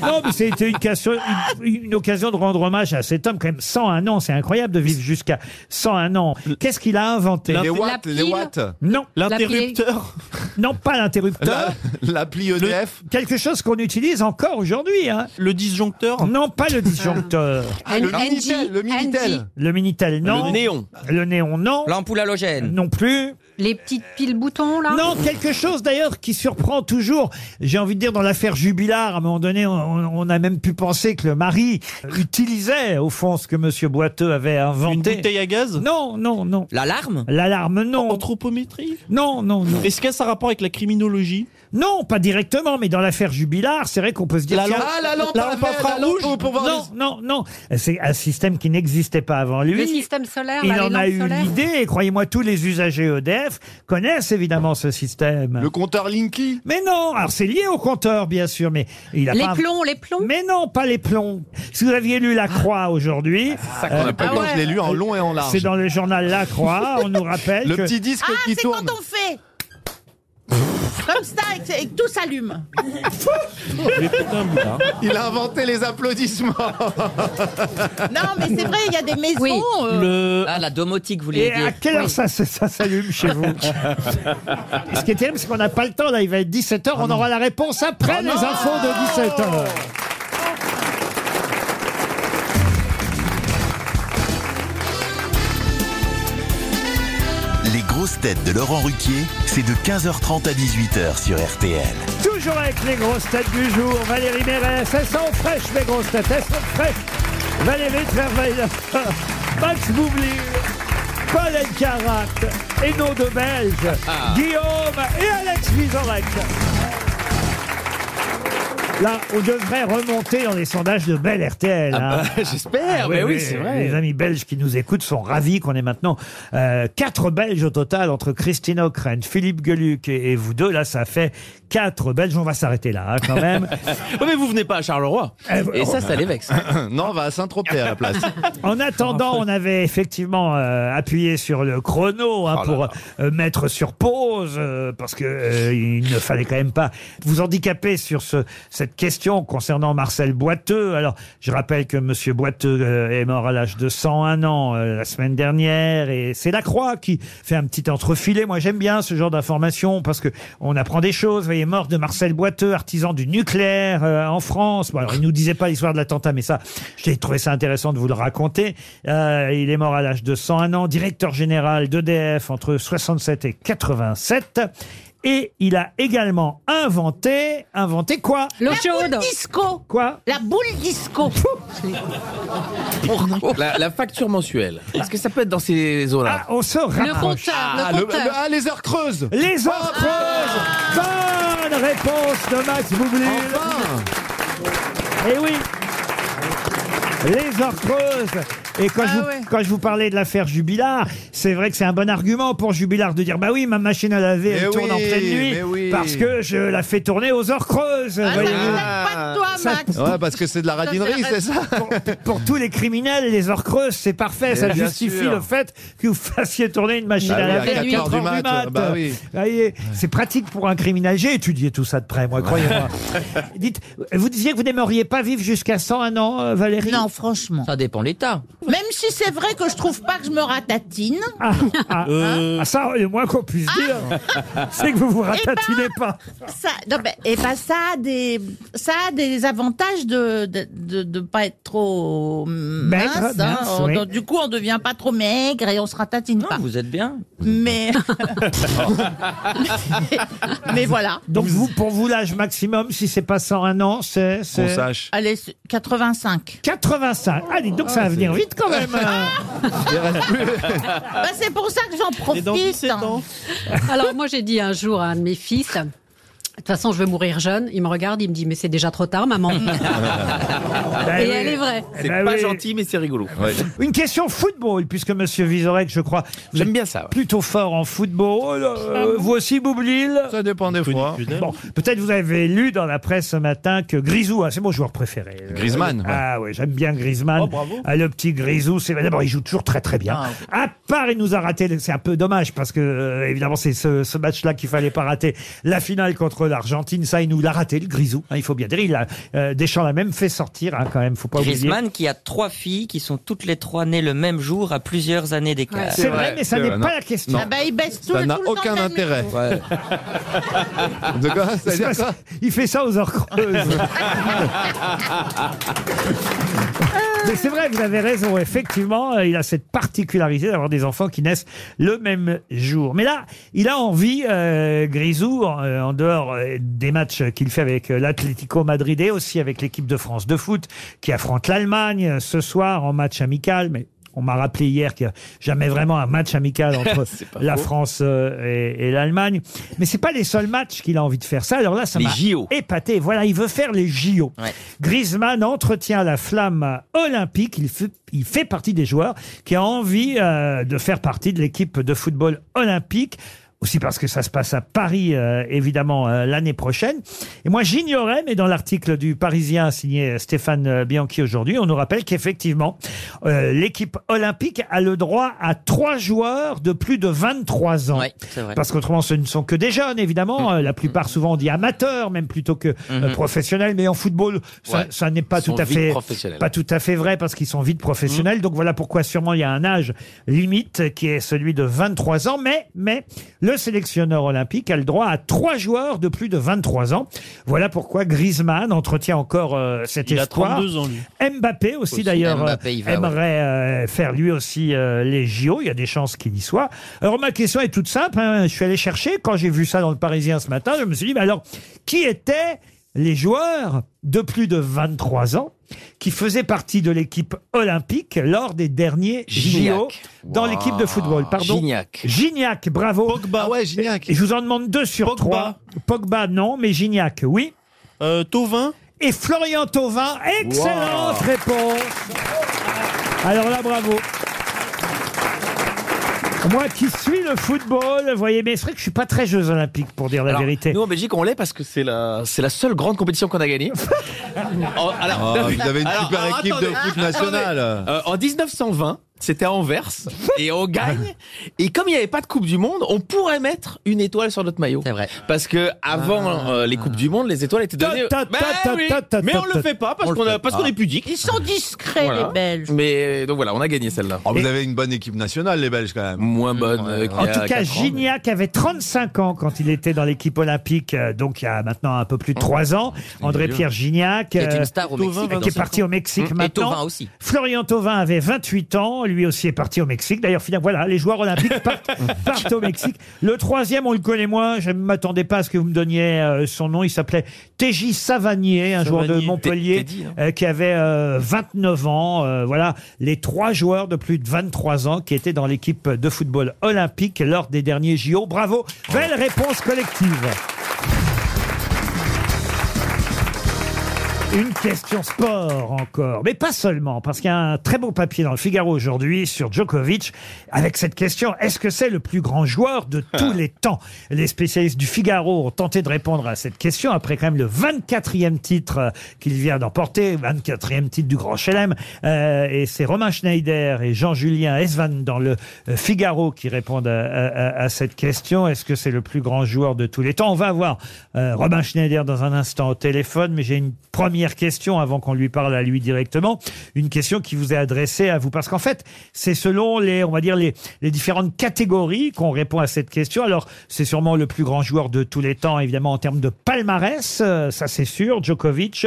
S2: Non, mais c'était une, occasion- une- une occasion de rendre hommage à cet homme, quand même 101 ans, c'est incroyable de vivre jusqu'à 101 ans. Qu'est-ce qu'il a inventé
S3: Les watts, les watts.
S2: Non.
S3: L'interrupteur
S2: Non, pas l'interrupteur.
S3: L'appli EDF
S2: Quelque chose qu'on utilise encore aujourd'hui. Le disjoncteur Non, pas le disjoncteur.
S3: Ah, le NJ, Minitel, le Minitel. NJ.
S2: Le Minitel, non.
S6: Le néon.
S2: Le néon, non.
S6: L'ampoule halogène.
S2: Non plus.
S8: Les petites piles boutons, là
S2: Non, quelque chose d'ailleurs qui surprend toujours. J'ai envie de dire dans l'affaire Jubilard, à un moment donné, on, on a même pu penser que le mari utilisait au fond ce que Monsieur Boiteux avait inventé. Une bouteille
S4: à gaz
S2: Non, non, non.
S6: L'alarme
S2: L'alarme, non.
S4: Anthropométrie
S2: Non, non, non.
S4: Est-ce qu'il y a ça rapport avec la criminologie
S2: Non, pas directement, mais dans l'affaire Jubilard, c'est vrai qu'on peut se dire.
S4: La
S2: tiens,
S4: lampe- Ah, la lampe à verre, la lampe au pouvoir
S2: Non, non, non. C'est un système qui n'existait pas avant lui.
S8: Le système solaire,
S2: Il
S8: là,
S2: en
S8: les
S2: a
S8: lampes
S2: eu
S8: solaires.
S2: l'idée, et croyez-moi, tous les usagers EDF connaissent évidemment ce système. Le compteur Linky Mais non, alors c'est lié au compteur, bien sûr, mais il a
S8: Les
S2: pas...
S8: plombs, les plombs
S2: Mais non, pas les plombs. Si vous aviez lu La Croix aujourd'hui... euh,
S3: ça qu'on n'a pas eu. Ah ouais. Moi, je l'ai lu en long et en large.
S2: C'est dans le journal La Croix, on nous rappelle
S3: Le
S2: que-
S3: petit disque
S5: Ah, c'est quand on fait comme ça et que, et que tout s'allume.
S7: hein.
S3: Il a inventé les applaudissements.
S5: Non, Ah, mais c'est vrai, il y a des maisons. euh,
S6: Ah, la domotique, vous voulez
S2: Et
S6: dire.
S2: à quelle heure ça, se- ça s'allume chez vous Ce qui est terrible, c'est qu'on n'a pas le temps. Là, il va être 17h.
S3: Ah
S2: On aura la réponse après les infos de 17h.
S1: Les grosses têtes de Laurent Ruquier, c'est de 15h30 à 18h sur RTL.
S2: Toujours avec les grosses têtes du jour. Valérie Mérès, elles sont fraîches, mes grosses têtes. Elles sont fraîches. Valérie Trierweiler, Max Boublil, Paul Elkarat, Hénaud de Belge,
S7: Ah.
S2: Guillaume et Alex Vizorek. Là, on devrait remonter dans les sondages de Belle RTL.
S7: Ah
S2: hein.
S7: bah, j'espère, mais oui, c'est vrai.
S2: Les amis belges qui nous écoutent sont ravis qu'on ait maintenant euh, quatre Belges au total entre Christine O'Crane, Philippe Geluc et, et vous deux. Là, ça fait quatre Belges. On va s'arrêter là, hein, quand même.
S4: Ouais, mais vous venez pas à Charleroi.
S2: Et ça, ça les vexe.
S3: non, on va à Saint-Tropez à la place.
S2: En attendant, on avait effectivement euh, appuyé sur le chrono hein,
S3: Oh là
S2: pour
S3: là.
S2: euh, mettre sur pause euh, parce que euh, il ne fallait quand même pas vous handicaper sur ce, cette cette question concernant Marcel Boiteux. Alors, je rappelle que Monsieur Boiteux euh, est mort à l'âge de 101 ans euh, la semaine dernière, et c'est la croix qui fait un petit entrefilet. Moi, j'aime bien ce genre d'informations parce que on apprend des choses. Vous voyez, mort de Marcel Boiteux, artisan du nucléaire euh, en France. Bon, alors, il nous disait pas l'histoire de l'attentat, mais ça, j'ai trouvé ça intéressant de vous le raconter. Euh, il est mort à l'âge de 101 ans, directeur général d'EDF entre 67 et 87. Et il a également inventé, inventé quoi
S5: La boule disco.
S2: Quoi
S5: La boule disco.
S7: la, la facture mensuelle. Est-ce que ça peut être dans ces zones-là
S2: On se
S5: rapproche. compteur, le
S7: le-
S5: compteur.
S7: le- ah, les heures creuses.
S2: Les heures creuses Bonne réponse de Max Boublil Eh oui les heures creuses. Et quand, je vous, quand je vous parlais de l'affaire Jubilard, c'est vrai que c'est un bon argument pour Jubilard de dire bah oui, ma machine à laver elle
S3: Mais
S2: tourne en
S3: oui,
S2: pleine nuit
S3: mais oui.
S2: parce que je la fais tourner aux heures creuses. voyez-vous.
S3: pas
S2: de toi, Ça- Max.
S3: Ouais, parce que c'est de la radinerie, c'est ça
S2: Pour tous les criminels, les heures creuses, c'est parfait.
S3: Eh
S2: ça
S3: bien
S2: justifie
S3: sûr.
S2: le fait que vous fassiez tourner une machine
S3: Bah
S2: à
S3: oui, à
S2: laver à
S3: 4
S2: 4
S3: heures du
S2: heures
S3: mat. Bah oui.
S2: Vous voyez, C'est pratique pour un criminel. J'ai étudié tout ça de près, moi, croyez-moi. Dites, vous disiez que vous n'aimeriez pas vivre jusqu'à 101 ans, euh, Valérie
S5: Non, franchement.
S6: Ça dépend l'État.
S5: Même si c'est vrai que je trouve pas que je me ratatine.
S2: Ah,
S6: Euh.
S2: ah, ça, le moins qu'on puisse
S5: Ah.
S2: dire, c'est que vous
S5: Eh ben.
S2: vous ratatinez pas.
S5: Ça, non, ben, eh ben, ça a des, ça a des avantages de de, de, de pas être trop mince.
S6: Maigre,
S5: hein.
S6: mince,
S5: On-
S6: oui.
S5: donc, du coup, on devient pas trop maigre et on se ratatine pas.
S6: Vous êtes bien
S5: Mais, mais voilà.
S2: Donc, vous, pour vous, l'âge maximum, si c'est pas 101 ans, c'est. c'est-
S5: Allez, Oh, c'est 85.
S2: 85. Ah, dites donc, ça va venir vite quand même.
S5: Ah, Bah, c'est pour ça que j'en profite.
S8: Alors moi j'ai dit un jour à un de mes fils, de toute façon je vais mourir jeune, il me regarde, il me dit mais c'est déjà trop tard maman. Et elle est vraie.
S7: C'est
S2: Ben
S7: pas
S2: oui.
S7: gentil, mais c'est rigolo.
S2: Une question football, puisque Monsieur Vizorek, je crois, vous êtes bien ça, plutôt fort en football. Euh, vous aussi, Boublil
S3: Ça dépend des fois.
S2: Bon, peut-être vous avez lu dans la presse ce matin que Grisou, ah, c'est mon joueur préféré. Euh,
S3: Griezmann, ouais.
S2: Ah oui, j'aime bien Griezmann. Ah, le petit Grisou, c'est d'abord il joue toujours très très bien. À part il nous a raté, le- c'est un peu dommage parce que euh, évidemment c'est ce, ce match-là qu'il fallait pas rater. La finale contre l'Argentine, ça il nous l'a raté le Grisou. hein, il faut bien dire, il a euh, Deschamps l'a même fait sortir hein, quand même, faut pas oublier.
S6: Griezmann qui a trois filles qui sont toutes les trois nées le même jour à plusieurs années d'écart.
S2: C'est vrai, mais ça n'est pas la question.
S5: Ah bah, il baisse tout,
S6: Ça
S5: tout
S6: n'a
S5: le temps
S6: aucun
S5: le même
S6: intérêt.
S5: niveau.
S6: Ouais.
S3: De quoi Ça veut
S2: Ah, C'est
S3: dire
S2: parce-
S3: quoi
S2: Il fait ça aux heures creuses. Mais c'est vrai, vous avez raison. Effectivement, euh, il a cette particularité d'avoir des enfants qui naissent le même jour. Mais là, il a envie, euh, Grisou, en, euh, en dehors euh, des matchs qu'il fait avec euh, l'Atlético Madrid et aussi avec l'équipe de France de foot qui affronte l'Allemagne euh, ce soir en match amical. Mais on m'a rappelé hier qu'il n'y a jamais vraiment un match amical entre la France euh, et, et l'Allemagne. Mais c'est pas les seuls matchs qu'il a envie de faire ça. Alors là, ça
S7: Les
S3: E
S2: m'a
S7: JO.
S2: épaté. Voilà, il veut faire les JO. Griezmann entretient la flamme olympique. Il fait, il fait partie des joueurs qui a envie euh, de faire partie de l'équipe de football olympique. Aussi parce que ça se passe à Paris, euh, évidemment, euh, l'année prochaine. Et moi, j'ignorais, mais dans l'article du Parisien signé Stéphane euh, Bianchi aujourd'hui, on nous rappelle qu'effectivement, euh, l'équipe olympique a le droit à trois joueurs de plus de 23 ans.
S6: c'est vrai.
S2: Parce qu'autrement, ce ne sont que des jeunes, évidemment.
S7: Mm.
S2: Euh, La plupart, souvent, on dit amateurs, même plutôt que euh, professionnels. Mais en football, ça,
S7: Mm-hmm. Ouais.
S2: ça n'est pas
S7: Ils
S2: tout
S7: sont
S2: à
S7: vite
S2: fait
S7: professionnels. Mm.
S2: pas tout à fait vrai parce qu'ils sont vite professionnels. Donc voilà pourquoi sûrement il y a un âge limite qui est celui de 23 ans. Mais mais le sélectionneur olympique a le droit à trois joueurs de plus de 23 ans. Voilà pourquoi Griezmann entretient encore euh, cette
S4: Il a
S2: espoir.
S4: 32 ans, lui.
S2: Mbappé aussi,
S4: Aussi,
S2: d'ailleurs euh,
S4: Mbappé, il va, ouais.
S2: aimerait euh, faire lui aussi euh, les JO. Il y a des chances qu'il y soit. Alors ma question est toute simple. hein. Je suis allé chercher quand j'ai vu ça dans le Parisien ce matin. Je me suis dit, mais alors qui étaient les joueurs de plus de 23 ans qui faisaient partie de l'équipe olympique lors des derniers JO
S7: Gignac.
S2: dans
S7: Wow.
S2: l'équipe de football Pardon.
S7: Gignac.
S2: Gignac, bravo. Pogba.
S3: ouais, Gignac.
S2: Et je vous en demande deux sur trois. Pogba, non, mais Gignac, oui. Tovin. Et Florian Tovin, excellente
S7: Wow.
S2: réponse. Alors là, bravo. Moi qui suis le football, vous voyez, mais c'est vrai que je suis pas très Jeux Olympiques pour dire la
S7: Alors,
S2: vérité.
S7: Nous en Belgique, on l'est parce que c'est la, c'est la seule grande compétition qu'on a gagnée. Oh, alors-
S2: Ah,
S3: Oh, vous avez une super équipe de foot national.
S7: Euh, en 1920, C'était à Anvers et on gagne. Et comme il n'y avait pas de Coupe du Monde, on pourrait mettre une étoile sur notre maillot. C'est vrai. Parce que avant euh, les Coupes du Monde, les étoiles étaient données.
S2: ta, ta,
S7: Bah
S2: ta,
S7: oui.
S2: ta, ta,
S7: Mais on
S2: ta,
S7: le
S2: ta.
S7: fait pas parce
S2: On le
S7: qu'on a-
S2: fait
S7: parce
S2: pas.
S7: qu'on est pudique.
S5: Ils sont discrets,
S7: Voilà.
S5: les Belges.
S7: Mais donc voilà, on a gagné celle-là.
S3: Oh,
S2: vous
S7: avez une bonne équipe nationale, les Belges quand même. Moins bonne. euh, qu'il
S2: En
S7: y a
S2: tout cas,
S7: quatre ans, mais-
S2: Gignac avait 35 ans quand il était dans l'équipe olympique, euh, donc il y a maintenant un peu plus de
S6: Oh.
S2: 3 ans. André-Pierre Gignac,
S6: Qui est une
S2: euh,
S6: star au
S2: Thauvin,
S6: Mexique,
S2: qui est
S6: dans
S2: parti
S6: son-
S2: au Mexique
S6: Et
S2: maintenant.
S6: Thauvin aussi.
S2: Florian Thauvin avait 28 ans, lui aussi est parti au Mexique. D'ailleurs, finalement, voilà, les joueurs olympiques partent, partent au Mexique. Le troisième, on le connaît moins, je ne m'attendais pas à ce que vous me donniez euh, son nom, il s'appelait TJ Savanier, un joueur de
S7: Savanier,
S2: Montpellier,
S7: Teddy, hein.
S2: euh, qui avait euh, 29 ans. Euh, voilà, les trois joueurs de plus de 23 ans qui étaient dans l'équipe de football olympique lors des derniers JO. Bravo, belle réponse collective. Une question sport encore, mais pas seulement, parce qu'il y a un très beau papier dans le Figaro aujourd'hui sur Djokovic avec cette question est-ce que c'est le plus grand joueur de tous les temps Les spécialistes du Figaro ont tenté de répondre à cette question après quand même le 24e titre euh, qu'il vient d'emporter, 24e titre du Grand Chelem. Euh, et c'est Romain Schneider et Jean-Julien Esvan dans le euh, Figaro qui répondent à, à- à- à cette question est-ce que c'est le plus grand joueur de tous les temps On va voir euh, Robin Schneider dans un instant au téléphone, mais j'ai une première question avant qu'on lui parle à lui directement. Une question qui vous est adressée à vous, parce qu'en fait, c'est selon les, on va dire, les, les différentes catégories qu'on répond à cette question. Alors, c'est sûrement le plus grand joueur de tous les temps, évidemment, en termes de palmarès, euh, ça c'est sûr, Djokovic.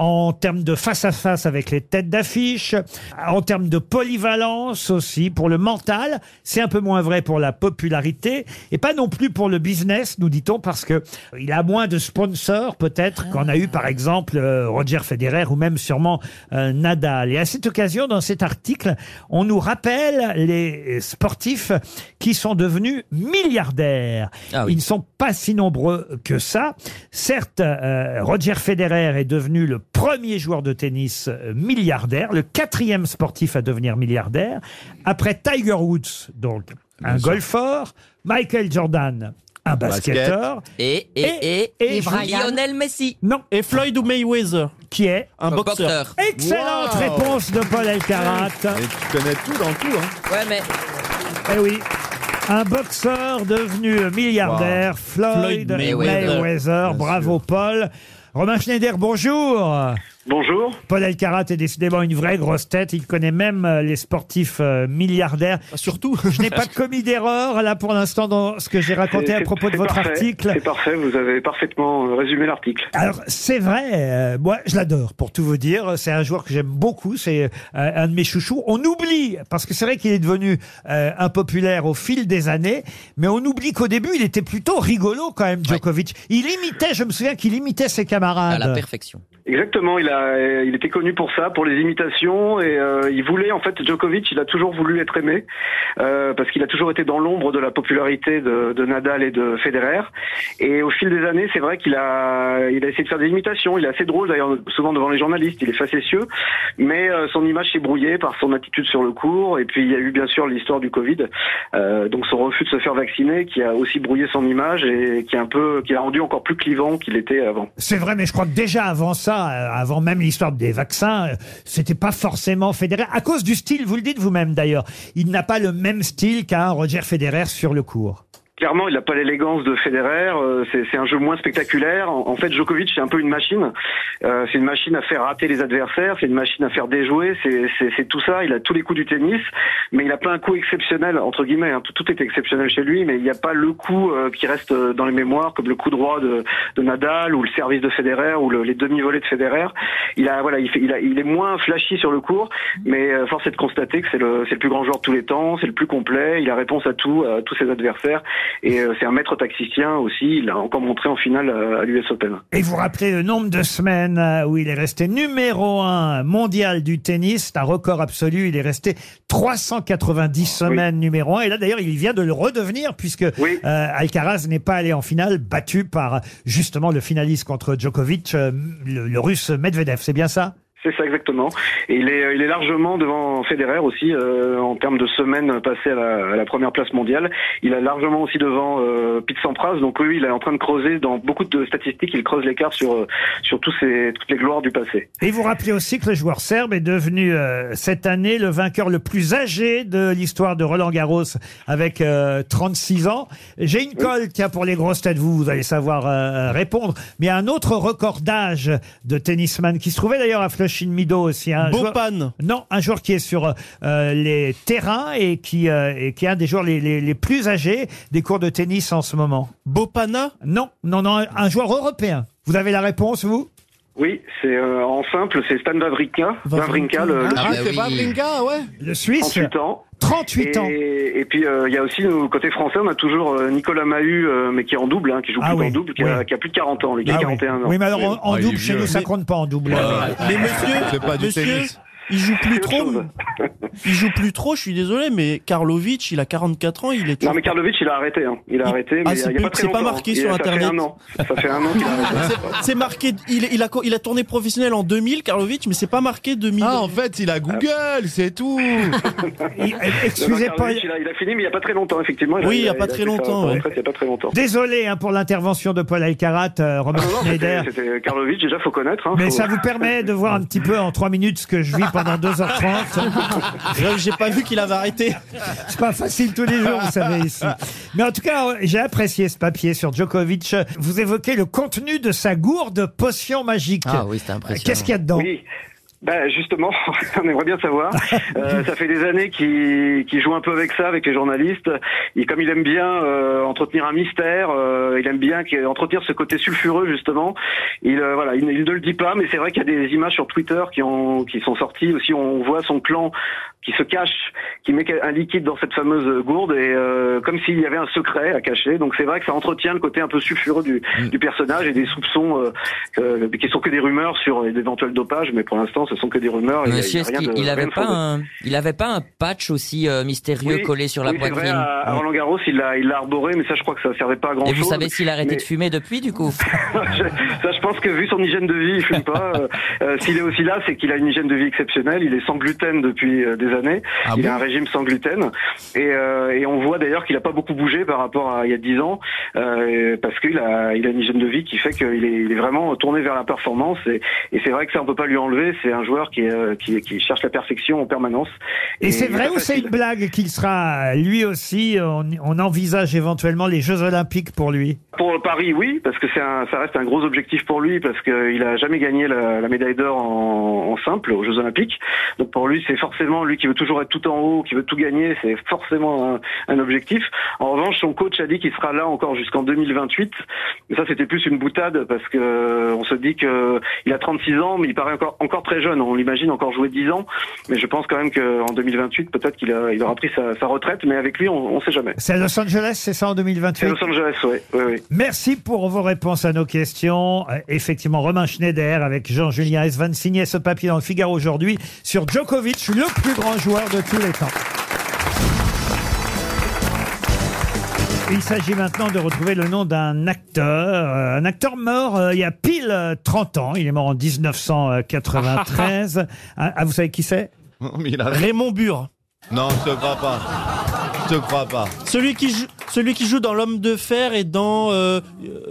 S2: En termes de face-à-face avec les têtes d'affiche, en termes de polyvalence aussi, pour le mental, c'est un peu moins vrai pour la popularité, et pas non plus pour le business, nous dit-on, parce que il a moins de sponsors peut-être qu'en a eu par exemple euh, Roger Federer ou même sûrement euh, Nadal. Et à cette occasion, dans cet article, on nous rappelle les sportifs qui sont devenus milliardaires. Ils ne sont pas si nombreux que ça. Certes, euh, Roger Federer est devenu le premier joueur de tennis euh, milliardaire, le quatrième sportif à devenir milliardaire, après Tiger Woods, donc un golfeur, Michael Jordan, un basketteur,
S6: Et, et, et,
S2: et- et
S6: Lionel Messi.
S2: Non.
S4: Et Floyd Mayweather.
S2: Qui est
S4: Un boxeur.
S2: Excellente réponse de Paul Elkarat.
S16: tu connais tout dans tout, hein.
S6: Ouais, mais.
S2: Eh oui. Un boxeur devenu milliardaire,
S6: Wow.
S2: Floyd,
S6: Floyd
S2: Mayweather.
S6: Mayweather.
S2: Bravo, Paul. Romain Schneider, bonjour.
S13: Bonjour.
S2: Paul Elkarat est décidément une vraie grosse tête. Il connaît même euh, les sportifs euh, milliardaires.
S6: Ah,
S4: Surtout.
S2: Je n'ai pas commis d'erreur, là, pour l'instant, dans ce que j'ai raconté à
S13: C'est-
S2: propos de
S13: c'est
S2: votre
S13: parfait,
S2: article. Ah,
S13: C'est parfait, vous avez parfaitement euh, résumé l'article.
S2: Alors c'est vrai, euh, moi je l'adore pour tout vous dire. C'est un joueur que j'aime beaucoup, c'est euh, un de mes chouchous. On oublie parce que c'est vrai qu'il est devenu euh, impopulaire au fil des années, mais on oublie qu'au début il était plutôt rigolo quand même, Djokovic. Il imitait, je me souviens qu'il imitait ses camarades.
S6: À la perfection.
S13: Exactement, il, a, euh, il était connu pour ça, pour les imitations, et euh, il voulait, en fait, Djokovic, il a toujours voulu être aimé, euh, parce qu'il a toujours été dans l'ombre de la popularité de, de Nadal et de Federer. Et au fil des années, c'est vrai qu'il a, il a essayé de faire des imitations, il est assez drôle d'ailleurs, souvent devant les journalistes, il est facétieux, mais euh, son image s'est brouillée par son attitude sur le cours, et puis il y a eu bien sûr l'histoire du Covid, euh, donc son refus de se faire vacciner, qui a aussi brouillé son image, et qui, a un peu, qui l'a rendu encore plus clivant qu'il était avant.
S2: C'est vrai, mais je crois que déjà avant ça, euh, avant même l'histoire des vaccins, euh, c'était pas forcément Federer. À cause du style, vous le dites vous-même d'ailleurs, il n'a pas le même style qu'un Roger Federer sur le court.
S13: Clairement, il n'a pas l'élégance de Federer. euh, C'est c'est un jeu moins spectaculaire. En en fait, Djokovic, c'est un peu une machine. Euh, c'est une machine à faire rater les adversaires. C'est une machine à faire déjouer. C'est- C'est c'est tout ça. Il a tous les coups du tennis, mais il a pas un coup exceptionnel entre guillemets. hein. Tout, tout est exceptionnel chez lui, mais il n'y a pas le coup euh, qui reste euh, dans les mémoires, comme le coup droit de, de Nadal ou le service de Federer ou le- les demi-volées de Federer. Il a voilà, il, fait- il, a- il est moins flashy sur le court, mais euh, force est de constater que c'est le, c'est le plus grand joueur de tous les temps, c'est le plus complet. Il a réponse à tout, à tous ses adversaires, et euh, c'est un maître tacticien aussi. Il a encore montré en finale euh, à l'US Open.
S2: Et vous rappelez le nombre de semaines euh, où il est resté numéro un mondial du tennis, c'est un record absolu. Il est resté 390 semaines numéro un. Et là, d'ailleurs, il vient de le redevenir puisque euh, Alcaraz n'est pas allé en finale, battu par justement le finaliste contre Djokovic, euh, le, le russe Medvedev. C'est bien ça
S13: C'est C'est ça exactement. Et il est, il est largement devant Federer aussi euh, en termes de semaines passées à la, à la première place mondiale. Il est largement aussi devant euh, Pete Sampras. Donc oui, il est en train de creuser dans beaucoup de statistiques. Il creuse l'écart sur euh, sur tous ces, toutes les gloires du passé.
S2: Et vous rappelez aussi que le joueur serbe est devenu euh, cette année le vainqueur le plus âgé de l'histoire de Roland Garros avec euh, 36 ans. J'ai une colle, tiens, pour les grosses têtes, vous, vous allez savoir euh, répondre. Mais il y a un autre record d'âge de tennisman qui se trouvait d'ailleurs à Flushing Meadow aussi. Un joueur- Non, un joueur qui est sur euh, les terrains et qui, euh, et qui est un des joueurs les, les- les plus âgés des cours de tennis en ce moment.
S4: Bopana
S2: Non, non, non, un- un joueur européen. Vous avez la réponse, vous
S13: Oui, c'est euh, en simple, c'est Stan Wawrinka. Wawrinka, le, le
S3: Ah,
S7: Ah,
S13: Suisse.
S2: ouais. Le Suisse.
S13: 38 ans.
S2: 38
S13: ans. Et, et puis euh, il y a aussi au côté français, on a toujours euh, Nicolas Mahut, euh, mais qui est en double, hein, qui joue
S2: Ah
S13: plus
S2: oui,
S13: en double, qui, a,
S2: oui.
S13: qui a plus de 40 ans, lui, qui
S2: Ah
S13: a
S2: oui.
S13: 41 ans.
S2: Oui, mais alors en, en
S13: Ah, il est
S2: double, chez
S13: vieux.
S2: nous, ça compte pas en double.
S4: Mais monsieur,
S2: C'est pas du
S4: monsieur,
S2: tennis.
S4: il joue plus trop. il joue plus trop, je suis désolé, mais Karlovic, il a 44 ans, il est
S13: Non
S4: toujours-
S13: mais Karlovic il a arrêté, hein. il a arrêté, mais il y
S4: Ah,
S13: a-
S4: c'est
S13: il y a
S4: plus-
S13: pas très
S4: c'est pas
S13: longtemps,
S4: marqué
S13: hein. Il-
S4: sur
S13: ça
S4: Internet.
S13: Fait un an. Ça fait un an qu'il a arrêté.
S4: C'est- C'est marqué, il, il a, il a tourné professionnel en 2000, Karlovic, mais c'est pas marqué 2000. Ah, en fait, il a Google, c'est tout.
S13: Non, Karlovic, il, a, il a fini mais il y a pas très longtemps effectivement.
S2: Oui, il y a pas très
S13: fait sa-
S2: longtemps,
S13: sa
S2: ouais.
S13: retraite, Il y a pas très longtemps.
S2: Désolé hein, pour l'intervention de Paul Alcarat, euh,
S13: Ah,
S2: Robert
S13: non, non,
S2: Schneider.
S13: c'était- c'était Karlovic, déjà faut connaître. hein,
S2: Mais
S13: faut-
S2: ça vous permet de voir un petit peu en 3 minutes ce que je vis pendant 2h30.
S4: J'ai pas vu qu'il avait arrêté.
S2: C'est pas facile tous les jours, vous savez, ici. Mais en tout cas, euh, j'ai apprécié ce papier sur Djokovic. Vous évoquez le contenu de sa gourde potion magique.
S6: Ah oui, c'était impressionnant.
S2: Qu'est-ce qu'il y a dedans
S13: Oui. Bah justement, on aimerait bien savoir. Euh, ça fait des années qu'il qu'il joue un peu avec ça, avec les journalistes. Et comme il aime bien euh, entretenir un mystère, euh, il aime bien qu'il- entretenir ce côté sulfureux justement. Il euh, voilà, il, ne- il ne le dit pas, mais c'est vrai qu'il y a des images sur Twitter qui ont qui sont sorties aussi. On voit son clan qui se cache, qui met un liquide dans cette fameuse gourde et euh, comme s'il y avait un secret à cacher. Donc c'est vrai que ça entretient le côté un peu sulfureux du, du personnage et des soupçons euh, euh, qui sont que des rumeurs sur d'éventuels dopages, mais pour l'instant ce sont que des rumeurs. et il y a-
S6: Monsieur,
S13: il y a
S6: est-ce
S13: rien
S6: qu'il-
S13: de-
S6: il avait
S13: rien de
S6: pas
S13: fondé.
S6: un, il avait pas un patch aussi euh, mystérieux
S13: Oui,
S6: collé sur la
S13: oui, c'est vrai,
S6: poitrine
S13: à- à Ah, Roland Garros, il l'a, il l'a arboré, mais ça, je crois que ça servait pas à grand
S6: Et
S13: chose.
S6: vous savez s'il a arrêté de fumer depuis, du coup
S13: Ça, je pense que vu son hygiène de vie, il fume pas. Euh, euh, s'il est aussi là, c'est qu'il a une hygiène de vie exceptionnelle. Il est sans gluten depuis euh, des années.
S6: Ah
S13: il a un régime sans gluten. Et, euh, et on voit d'ailleurs qu'il a pas beaucoup bougé par rapport à il y a 10 ans, euh, parce qu'il a, il a une hygiène de vie qui fait qu'il est, il est vraiment tourné vers la performance. Et, et c'est vrai que ça, on peut pas lui enlever. C'est un joueur qui, est, euh, qui, qui cherche la perfection en permanence.
S2: Et c'est
S13: il
S2: vrai
S13: est
S2: ou c'est une blague qu'il sera, euh, lui aussi, on, on envisage éventuellement les Jeux Olympiques pour lui
S13: Pour Paris, oui, parce que c'est un, ça reste un gros objectif pour lui, parce qu'il a jamais gagné la, la médaille d'or en, en simple aux Jeux Olympiques. Donc pour lui, c'est forcément lui qui veut toujours être tout en haut, qui veut tout gagner, c'est forcément un, un objectif. En revanche, son coach a dit qu'il sera là encore jusqu'en 2028. Mais ça, c'était plus une boutade, parce que euh, on se dit que il a 36 ans, mais il paraît encore, encore très jeune. On l'imagine encore jouer 10 ans, mais je pense quand même qu'en 2028, peut-être qu'il a- il aura pris sa, sa retraite, mais avec lui, on ne sait jamais.
S2: C'est à Los Angeles, c'est ça en
S13: C'est
S2: 2028
S13: Los Angeles, ouais, ouais, ouais.
S2: Merci pour vos réponses à nos questions. Euh, Effectivement, Romain Schneider avec Jean-Julien Esvan signait ce papier dans le Figaro aujourd'hui sur Djokovic, le plus grand joueur de tous les temps. Il s'agit maintenant de retrouver le nom d'un acteur, euh, un acteur mort euh, il y a pile euh, 30 ans. Il est mort en 1993. ah, ah, vous savez qui c'est
S3: Oh,
S4: Raymond Burr.
S2: Non, je ne crois pas. Je ne crois pas.
S4: Celui qui joue, celui qui joue dans L'homme de fer et dans euh,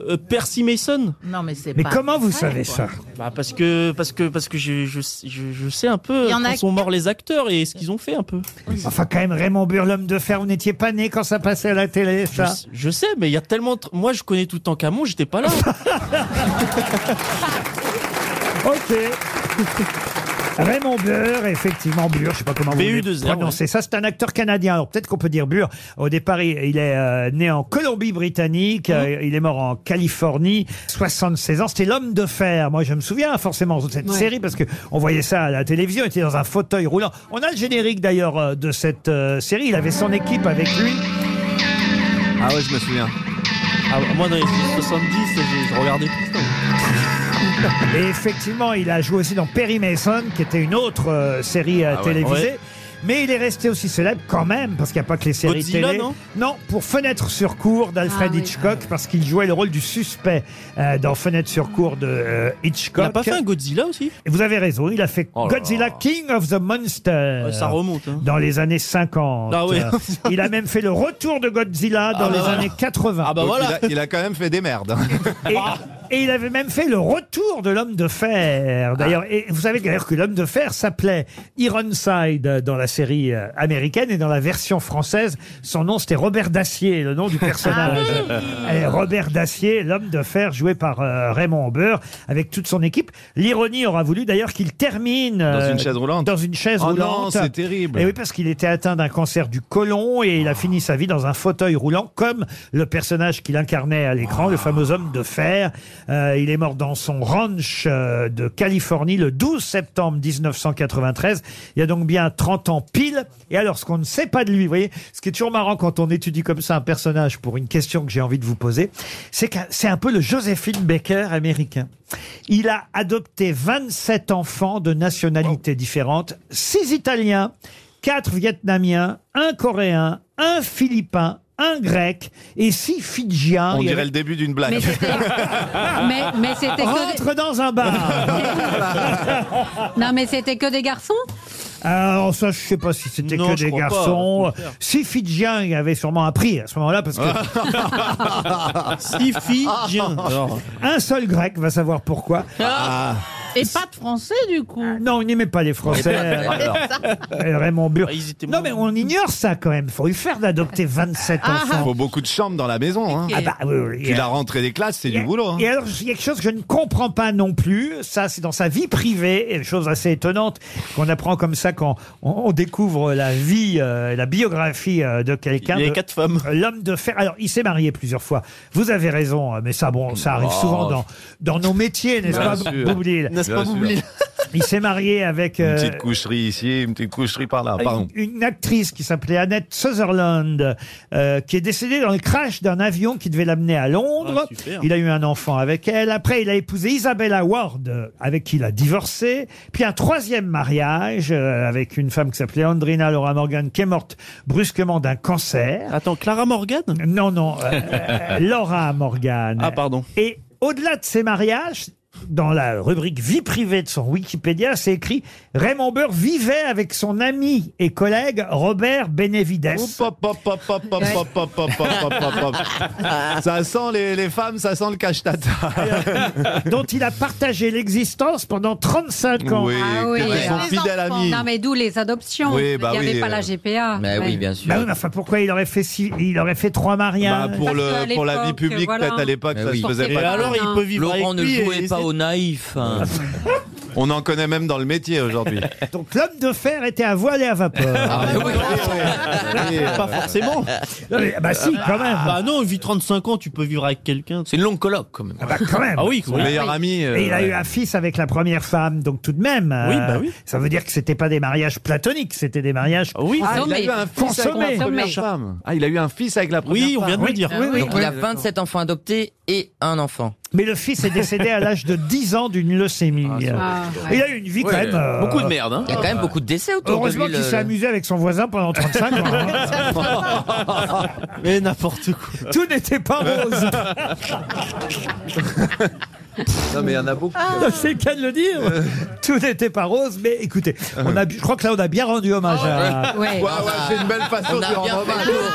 S4: euh, Percy Mason.
S5: Non, mais c'est
S4: Mais
S5: pas
S4: comment vous
S5: vrai,
S4: savez
S5: quoi.
S4: ça Bah parce que parce que parce que je je, je, je sais un peu
S5: Il y en
S4: quand
S5: a
S4: sont morts les acteurs et ce qu'ils ont fait un peu.
S2: Enfin, quand même, Raymond Burr, l'homme de fer, vous n'étiez pas né quand ça passait à la télé,
S4: Je,
S2: ça
S4: je sais, mais il y a tellement. de- Moi, je connais tout le temps Camon, j'étais pas là.
S2: Ok. Raymond Burr, effectivement, Burr, je sais pas comment vous
S4: BU2R,
S2: le prononcez ça, c'est un acteur canadien. Alors peut-être qu'on peut dire Burr. Au départ, il il est euh, né en Colombie-Britannique, Euh, il est mort en Californie, 76 ans. C'était l'homme de fer. Moi, je me souviens hein, forcément de cette série parce que on voyait ça à la télévision, il était dans un fauteuil roulant. On a le générique d'ailleurs euh, de cette euh, série, il avait son équipe avec lui.
S4: Ah ouais, je me souviens. Ah, moi, dans les années 70, je, je regardais tout ça.
S2: Et effectivement, il a joué aussi dans Perry Mason, qui était une autre euh, série euh,
S4: Ah ouais.
S2: télévisée.
S4: Ouais.
S2: Mais il est resté aussi célèbre quand même, parce qu'il n'y a pas que les séries
S4: Godzilla,
S2: télé.
S4: non
S2: pour Fenêtre sur cour d'Alfred
S4: Ah oui.
S2: Hitchcock, parce qu'il jouait le rôle du suspect euh, dans Fenêtre sur cour de euh, Hitchcock.
S4: Il a pas fait un Godzilla aussi
S2: Et Vous avez raison, il a fait
S4: Oh là là.
S2: Godzilla King of the Monster.
S4: Ouais, ça remonte, hein.
S2: Dans les années 50.
S4: Ah oui.
S2: il a même fait le retour de Godzilla dans
S3: Ah bah
S2: les
S3: voilà.
S2: années 80.
S4: bah
S3: Donc il, a, il a quand même fait des merdes. hein.
S2: Et, et il avait même fait le retour de l'homme de fer. D'ailleurs, et vous savez d'ailleurs que l'homme de fer s'appelait Ironside euh, dans la série euh, américaine et dans la version française, son nom c'était Robert Dacier, le nom du personnage. Et Robert Dacier, l'homme de fer joué par euh, Raymond Beurre avec toute son équipe. L'ironie aura voulu d'ailleurs qu'il termine
S3: Dans une chaise roulante.
S2: Euh, Dans une chaise
S3: Oh non,
S2: roulante.
S3: c'est terrible.
S2: Et oui, parce qu'il était atteint d'un cancer du côlon et il a fini sa vie dans un fauteuil roulant, comme le personnage qu'il incarnait à l'écran, le fameux homme de fer. Euh, il est mort dans son ranch euh, de Californie le 12 septembre 1993. Il y a donc bien 30 ans pile. Et alors, ce qu'on ne sait pas de lui, vous voyez, ce qui est toujours marrant quand on étudie comme ça un personnage pour une question que j'ai envie de vous poser, c'est que c'est un peu le Josephine Baker américain. Il a adopté 27 enfants de nationalités différentes, 6 Italiens, quatre Vietnamiens, un Coréen, un Philippin, un Grec et six Fidjiens.
S3: On
S2: Il y
S3: dirait
S2: avait-
S3: le début d'une blague.
S2: Mais c'était-
S5: Ah,
S8: Mais, mais c'était que
S2: Rentre dans un bar.
S8: des... Non, mais c'était que des garçons
S2: Alors ça, je sais pas si c'était
S8: Non,
S2: que
S8: je
S2: des
S8: crois pas, au
S2: garçons.
S8: contraire.
S2: Six Fidjiens, il y avait sûrement un prix à ce moment-là parce que
S4: Six Fidjiens. Alors.
S2: Un seul Grec va savoir pourquoi.
S5: Ah.
S7: Ah.
S2: Ah,
S5: Et pas de français, du coup.
S2: Non, il n'aimait pas les
S7: Eh
S2: Français.
S7: ben,
S5: Alors.
S2: Euh, Raymond
S8: Ah,
S2: Burr. Non, mais on ignore ça quand même. Faut lui faire d'adopter 27
S3: Il
S5: Ah,
S2: enfants.
S3: faut beaucoup de chambres dans la maison. Hein.
S2: Ah bah, oui, oui.
S3: Puis la rentrée des classes, c'est du boulot. hein.
S2: Et alors, il y a quelque chose que je ne comprends pas non plus. Ça, c'est dans sa vie privée, et une chose assez étonnante qu'on apprend comme ça quand on, on découvre la vie, euh, la biographie euh, de quelqu'un.
S4: Il y a
S2: de-
S4: quatre femmes.
S2: L'homme de fer. Alors, il s'est marié plusieurs fois. Vous avez raison, euh, mais ça, bon, ça arrive
S4: Oh.
S2: souvent dans, dans nos métiers, n'est-ce
S3: Bien
S2: pas,
S3: sûr.
S2: Boublil
S3: N'est-ce pas, Bien sûr. Boublil
S2: Il s'est marié avec
S3: Une
S2: euh,
S3: petite coucherie ici, une petite coucherie par là. Pardon.
S2: une, une actrice qui s'appelait Annette Sutherland, euh, qui est décédée dans le crash d'un avion qui devait l'amener à Londres.
S4: Ah, super.
S2: il a eu un enfant avec elle. Après, il a épousé Isabella Ward, euh, avec qui il a divorcé. Puis un troisième mariage euh, avec une femme qui s'appelait Andrina Laura Morgan, qui est morte brusquement d'un cancer.
S4: Attends, Clara Morgan
S2: Non, non. euh, euh, Laura Morgan.
S4: Ah, pardon.
S2: Et au-delà de ses mariages, dans la rubrique vie privée de son Wikipédia, c'est écrit Raymond Burr vivait avec son ami et collègue Robert Benevides.
S3: Pop, pop, pop, pop, pop, pop, pop, pop. Ça sent les, les femmes, ça sent le cache-tata.
S2: dont il a partagé l'existence pendant 35 ans.
S3: Oui, Ah oui,
S8: Ouais. Non, mais d'où les adoptions
S2: Oui, bah
S8: Il n'y avait
S2: oui,
S8: pas
S2: euh,
S8: la GPA.
S2: mais
S8: Ouais.
S2: Bah oui, mais enfin, pourquoi il aurait fait six- il aurait fait trois mariages
S3: Bah, pour le- Parce qu'à pour la vie l'époque, publique, voilà. peut-être, à l'époque,
S6: Mais
S3: ça se faisait pas. Et alors,
S2: Ah,
S3: il peut vivre
S6: Eh Laurent
S3: avec
S6: ne
S3: lui et
S6: jouait
S3: les-
S6: pas au naïf. hein.
S3: On en connaît même dans le métier aujourd'hui.
S2: Donc l'homme de fer était à voile et à vapeur.
S3: Ah,
S4: Pas forcément.
S2: Non, mais, bah si, quand même.
S4: Bah non, vit 35 ans, tu peux vivre avec quelqu'un.
S7: C'est une longue colloque quand même.
S2: Ah bah quand même.
S4: Ah oui, oui.
S3: euh,
S2: Et il a eu un fils avec la première femme, donc tout de même. euh,
S4: Oui, bah oui.
S2: Ça veut dire que c'était pas des mariages platoniques, c'était des mariages
S4: oui.
S3: Ah, il a eu un fils avec la
S2: consommés.
S3: première femme. Ah, il a eu un fils avec la première femme.
S2: Ah
S6: Donc il a 27 enfants adoptés et un enfant.
S2: Mais le fils est décédé à l'âge de 10 ans d'une leucémie.
S3: Ah,
S6: ouais.
S2: Il a eu une vie
S6: Ouais.
S2: quand même. euh,
S6: Beaucoup de merde, hein. Il y a quand même beaucoup de décès autour de
S2: Heureusement
S6: lui,
S2: qu'il
S6: le-
S2: s'est amusé avec son voisin pendant 35 ans.
S4: Mais n'importe quoi.
S2: Tout n'était pas rose.
S3: Non, mais il y en a beaucoup.
S2: C'est le cas de le dire. Tout n'était pas rose, mais écoutez, on a, je crois que là, on a bien rendu hommage à.
S3: Ouais, ouais, c'est une belle façon
S6: Ah. On
S3: de
S6: a
S3: lui
S6: bien
S3: rendre
S6: fait
S3: hommage.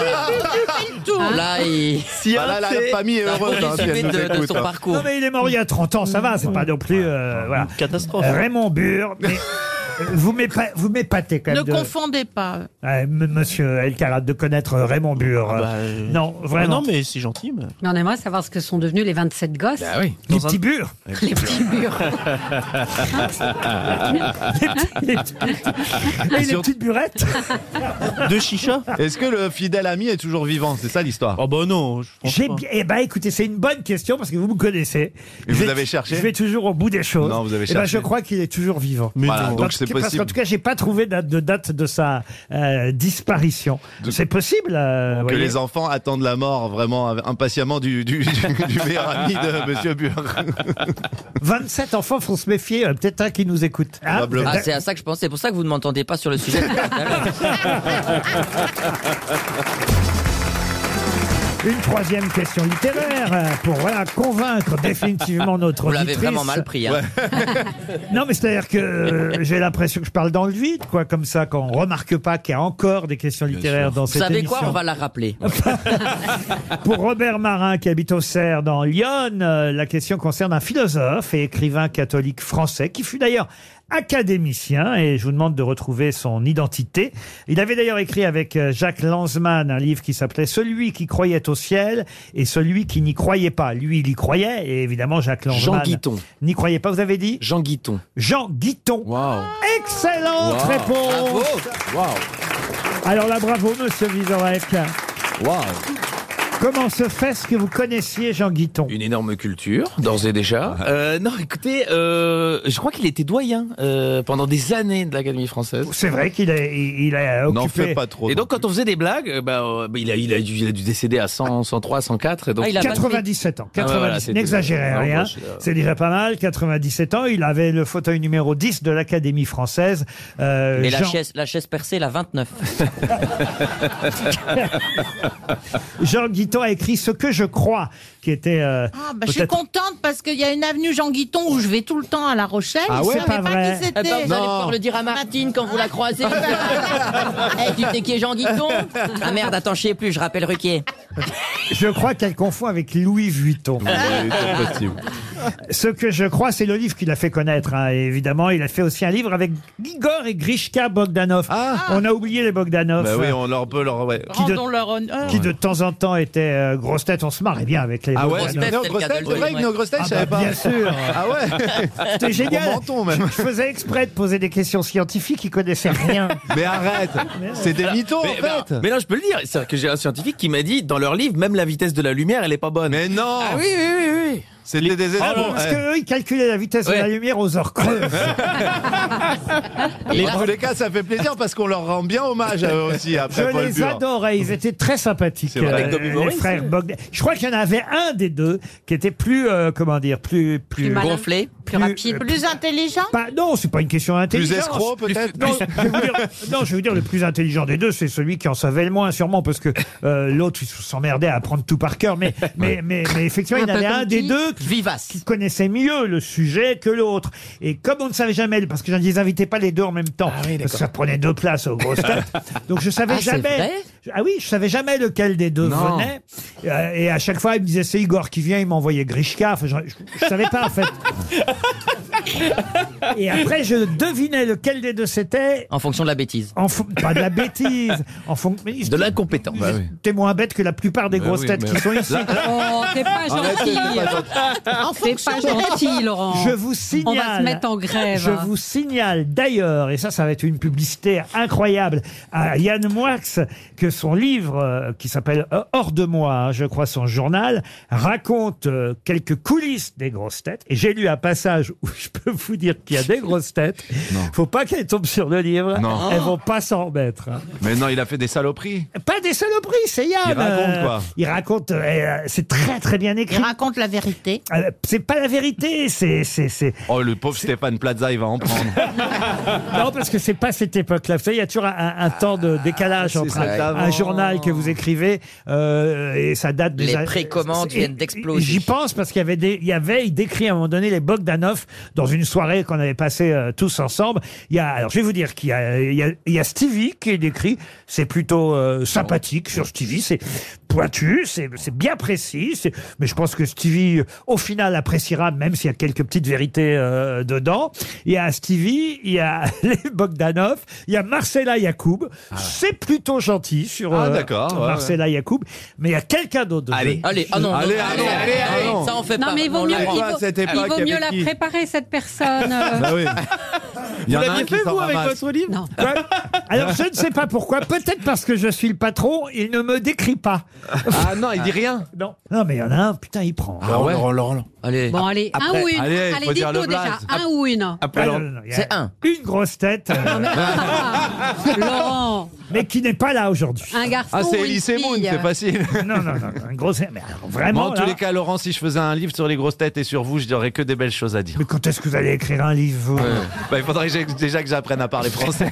S3: Hein
S6: le Là, il...
S3: Bah là, la famille est heureuse, hein, si elle nous
S6: de, de
S3: écoute, hein.
S6: son parcours.
S2: Non, mais il est mort il y a 30 ans, ça va, c'est pas non plus. euh, voilà.
S4: Catastrophe.
S2: Raymond Burr, mais vous m'épa- vous m'épatez quand
S5: Ne
S2: même. de-
S5: confondez
S8: euh.
S5: pas.
S2: Ouais, m- Monsieur Elkarat, de connaître Raymond Burr.
S3: Bah,
S2: Non,
S3: euh,
S2: vraiment.
S4: Non, mais c'est gentil. mais-
S8: Mais on aimerait savoir ce que sont devenus les 27 gosses.
S2: Les petits burs.
S8: Les petits murs.
S2: Les petits- Et les petites burettes
S4: De chicha
S3: Est-ce que le fidèle ami est toujours vivant C'est ça l'histoire
S4: Oh bah non, je
S2: J'ai bien- Eh ben, écoutez, c'est une bonne question parce que vous me connaissez.
S3: Et vous
S2: Je vais-
S3: avez cherché
S2: Je vais toujours au bout des choses.
S3: Non, vous avez
S2: Eh ben, je
S3: cherché.
S2: crois qu'il est toujours vivant.
S3: Voilà,
S2: Parce
S3: donc c'est
S2: possible, parce qu'en tout cas, j'ai pas trouvé date- de date de sa euh, disparition. C'est possible. euh,
S3: que
S2: voyez.
S3: les enfants attendent la mort vraiment av- impatiemment du, du, du- du meilleur ami de Monsieur Burr.
S2: 27 enfants, faut se méfier. euh, Peut-être un qui nous écoute. Hein, vous êtes
S6: Ah, c'est à ça que je pensais. C'est pour ça que vous ne m'entendez pas sur le sujet.
S2: Une troisième question littéraire euh, pour voilà, convaincre définitivement notre
S6: Vous l'avez
S2: auditrice.
S6: vraiment mal pris, hein.
S2: non, mais c'est-à-dire que euh, j'ai l'impression que je parle dans le vide, quoi, comme ça, quand on remarque pas qu'il y a encore des questions littéraires
S6: Vous
S2: dans cette
S6: savez
S2: émission. Euh,
S6: quoi On va la rappeler.
S2: Pour Robert Marin, qui habite au Cerf, dans Lyon, euh, la question concerne un philosophe et écrivain catholique français, qui fut d'ailleurs académicien, et je vous demande de retrouver son identité. Il avait d'ailleurs écrit avec euh, Jacques Lanzmann un livre qui s'appelait Celui qui croyait au ciel et celui qui n'y croyait pas. Lui, il y croyait, et évidemment, Jacques
S7: Jean
S2: Lanzmann
S7: Guiton.
S2: n'y croyait pas, vous avez dit
S7: Jean Guiton.
S2: Jean Guiton. Excellente
S7: Wow.
S2: réponse Alors là, bravo, monsieur Vizorek. Comment se fait ce que vous connaissiez Jean Guiton Ah.
S7: Une énorme culture, d'ores et déjà. Euh, non, écoutez, euh, je crois qu'il était doyen euh, pendant des années de l'Académie française.
S2: C'est vrai qu'il a, il a occupé...
S7: Et donc, quand on faisait des blagues, euh, bah, euh, bah, il, a, il, a dû, il a dû décéder à 100, 103, 104.
S3: Ah,
S7: Et donc,
S2: 97
S7: Ah
S2: ans.
S7: ouais,
S2: 90,
S7: voilà, c'était- euh.
S2: N'exagérez
S7: Non,
S2: rien.
S7: moi, je-
S3: euh.
S2: C'est déjà pas mal. 97 ans. Il avait le fauteuil numéro 10 de l'Académie française. Euh,
S6: Et la
S2: Jean-
S6: chaise, la chaise percée, la 29.
S2: Jean Guiton a écrit Ce que je crois, qui était. euh,
S5: Ah, bah, je suis
S2: peut-être-
S5: contente parce qu'il y a une avenue Jean Guiton où je vais tout le temps à La Rochelle.
S2: Ah
S5: je
S2: ouais,
S5: savais
S2: pas
S5: pas,
S2: vrai.
S5: qui
S6: Eh ben,
S5: c'était.
S6: vous allez pouvoir le dire à Martine quand vous la croisez. Eh, tu sais qui est Jean Guiton Ah merde, attends, je sais plus, je rappelle Ruquier.
S2: Je crois qu'elle confond avec Louis Vuitton. Ce que je crois, c'est le livre qu'il a fait connaître, hein, et évidemment. Il a fait aussi un livre avec Igor et Grishka Bogdanov. Ah. On a oublié les Bogdanov.
S3: Ah. Bah oui, on leur peut leur. ouais.
S2: Qui de-
S5: Rendons leur
S6: Oh.
S5: honneur.
S2: qui de temps en temps était euh, grosse tête. On se marrait bien avec les.
S3: Ah ouais,
S2: Bogdanov.
S3: Néo Grosse Tête, c'est vrai que Néo Grosse Tête,
S2: Ah
S3: je savais
S2: bah,
S3: pas.
S2: Bien sûr.
S3: Ah ouais
S2: C'était génial.
S3: Au menton, même.
S2: Je faisais exprès de poser des questions scientifiques, ils connaissaient rien.
S3: Mais arrête C'est des mythos, en
S7: mais, ben,
S3: fait
S7: Mais non, je peux le dire. C'est que j'ai un scientifique qui m'a dit dans leur livre, même la vitesse de la lumière, elle est pas bonne.
S3: Mais non
S7: Ah oui, oui, oui, oui.
S3: C'était des
S2: Ah
S3: énormes.
S2: bon, parce
S3: Ouais.
S2: qu'eux, ils calculaient la vitesse de
S3: Ouais.
S2: la lumière aux heures creuses.
S3: En tous les cas, ça fait plaisir parce qu'on leur rend bien hommage à eux Ah, aussi après
S2: Je
S3: Paul
S2: les
S3: Bure.
S2: adorais, ils étaient très sympathiques. euh,
S3: C'est vrai. Avec Tommy
S2: les
S3: Maurice,
S2: frères Bogdan. Je crois qu'il y en avait un des deux qui était plus, euh, comment dire, plus, plus,
S5: malin. Gonflé.
S2: plus, euh,
S5: Plus, intelligent
S2: Pas, non, c'est pas une question d'intelligence.
S3: escroc, peut-être
S2: non, je vais vous dire- non, je vais vous dire, le plus intelligent des deux, c'est celui qui en savait le moins, sûrement, parce que euh, l'autre, il s'emmerdait à apprendre tout par cœur. Mais, mais, mais, mais effectivement, il y en
S5: Un peu
S2: avait un
S5: comme
S2: des
S5: qui
S2: deux qui, qui connaissait mieux le sujet que l'autre. Et comme on ne savait jamais, parce que je ne les invitais pas les deux en même temps, parce que ça prenait deux places aux grosses têtes, donc je savais
S5: Ah, c'est
S2: jamais.
S5: vrai
S2: ah oui, je savais jamais lequel des deux
S7: Non.
S2: venait. Euh, Et à chaque fois, il me disait c'est Igor qui vient, il m'envoyait Grishka. Enfin, je, je- je savais pas en fait. Et après, je devinais lequel des deux c'était.
S6: En fonction de la bêtise.
S2: En fon- pas de la bêtise, en fon- mais ils-
S7: De l'incompétence.
S2: ils étaient moins bêtes que la plupart des
S7: Bah
S2: grosses
S7: oui,
S2: têtes
S7: mais-
S2: qui sont ici.
S7: Là-
S8: Oh, t'es pas gentil.
S5: hein. En
S8: T'es
S5: fonction
S8: pas
S5: de la-
S8: gentil, Laurent.
S2: Je vous signale.
S8: On va se mettre en grève.
S2: Je vous signale d'ailleurs, et ça, ça va être une publicité incroyable, à Yann Moix, que son livre, euh, qui s'appelle euh, Hors de moi, hein, je crois, son journal, raconte euh, quelques coulisses des grosses têtes. Et j'ai lu un passage où je peux vous dire qu'il y a des grosses têtes. Faut pas qu'elles tombent sur le livre.
S3: Non.
S2: Elles vont pas s'en remettre. hein.
S3: Mais non, il a fait des saloperies.
S2: Pas des saloperies, c'est Yann.
S3: Il raconte
S2: euh,
S3: quoi
S2: Il raconte, euh, c'est très très bien écrit.
S5: Il raconte la vérité.
S2: Euh, C'est pas la vérité, c'est c'est c'est
S3: Oh, le pauvre Stéphane Plaza, il va en prendre.
S2: Non, parce que c'est pas cette époque-là. Vous savez, il y a toujours un, un- un temps de
S6: Ah,
S2: décalage entre
S6: celle
S2: un,
S6: d'avant.
S2: un journal que vous écrivez euh, et ça date des
S6: Les
S2: a-
S6: précommandes
S2: et-
S6: viennent d'exploser.
S2: J'y pense parce qu'il y avait, des, il y avait, il décrit à un moment donné les Bogdanov dans une soirée qu'on avait passée euh, tous ensemble. Il y a, alors je vais vous dire qu'il y a, il y a, il y a Stevie qui est décrit. C'est plutôt euh, sympathique sur Stevie. C'est pointu, c'est c'est bien précis. c'est- Mais je pense que Stevie, euh, au final, appréciera même s'il y a quelques petites vérités euh, dedans. Il y a Stevie, il y a les Bogdanov, il y a Marcella Yacoub. C'est plutôt gentil sur
S3: Ah,
S2: euh,
S3: d'accord, ouais, ouais.
S2: Marcella Yacoub. Mais il y a quelqu'un d'autre. dedans.
S7: Allez.
S6: Allez, ah non, non,
S3: Allez,
S6: non,
S3: ah
S6: non,
S3: non,
S2: Eh,
S3: allez,
S6: non,
S3: allez,
S6: ça on fait
S8: Non,
S6: pas.
S8: mais il vaut
S6: On
S8: miût-
S6: la-
S8: il
S3: à
S8: vaut-
S3: cette
S8: il
S3: époque
S8: vaut mieux
S3: avec
S8: la
S3: qui
S2: Bah
S8: préparer, cette personne. euh.
S3: Bah oui.
S2: Il y en a un
S4: l'aviez
S2: qui
S4: fait,
S2: s'en
S4: vous, avec
S2: ramasse.
S4: votre livre Non.
S2: Quoi Alors, je ne sais pas pourquoi. Peut-être parce que je suis le patron, il ne me décrit pas.
S7: Ah non, il dit rien.
S2: Non. Non, mais il y en a un, putain, il prend.
S7: Ah ouais. Laurent, Laurent, Laurent.
S6: Allez.
S8: Bon, allez, un ou une. Allez, dites-nous déjà. Un ou une.
S2: Ah, non, non, non, il y a
S6: C'est un.
S2: Une grosse tête. euh,
S8: Laurent.
S2: Mais qui n'est pas là aujourd'hui.
S8: Un garçon.
S3: Ah, c'est
S8: ou une
S3: Elise et Moon,
S8: fille.
S3: c'est facile.
S2: Non, non, non, non, une grosse tête. Mais alors, vraiment.
S3: Moi, en tous
S2: là-
S3: les cas, Laurent, si je faisais un livre sur les grosses têtes et sur vous, je n'aurais que des belles choses à dire.
S2: Mais quand est-ce que vous allez écrire un livre vous
S3: Bah, il faudrait que j'ai- déjà que j'apprenne à parler français.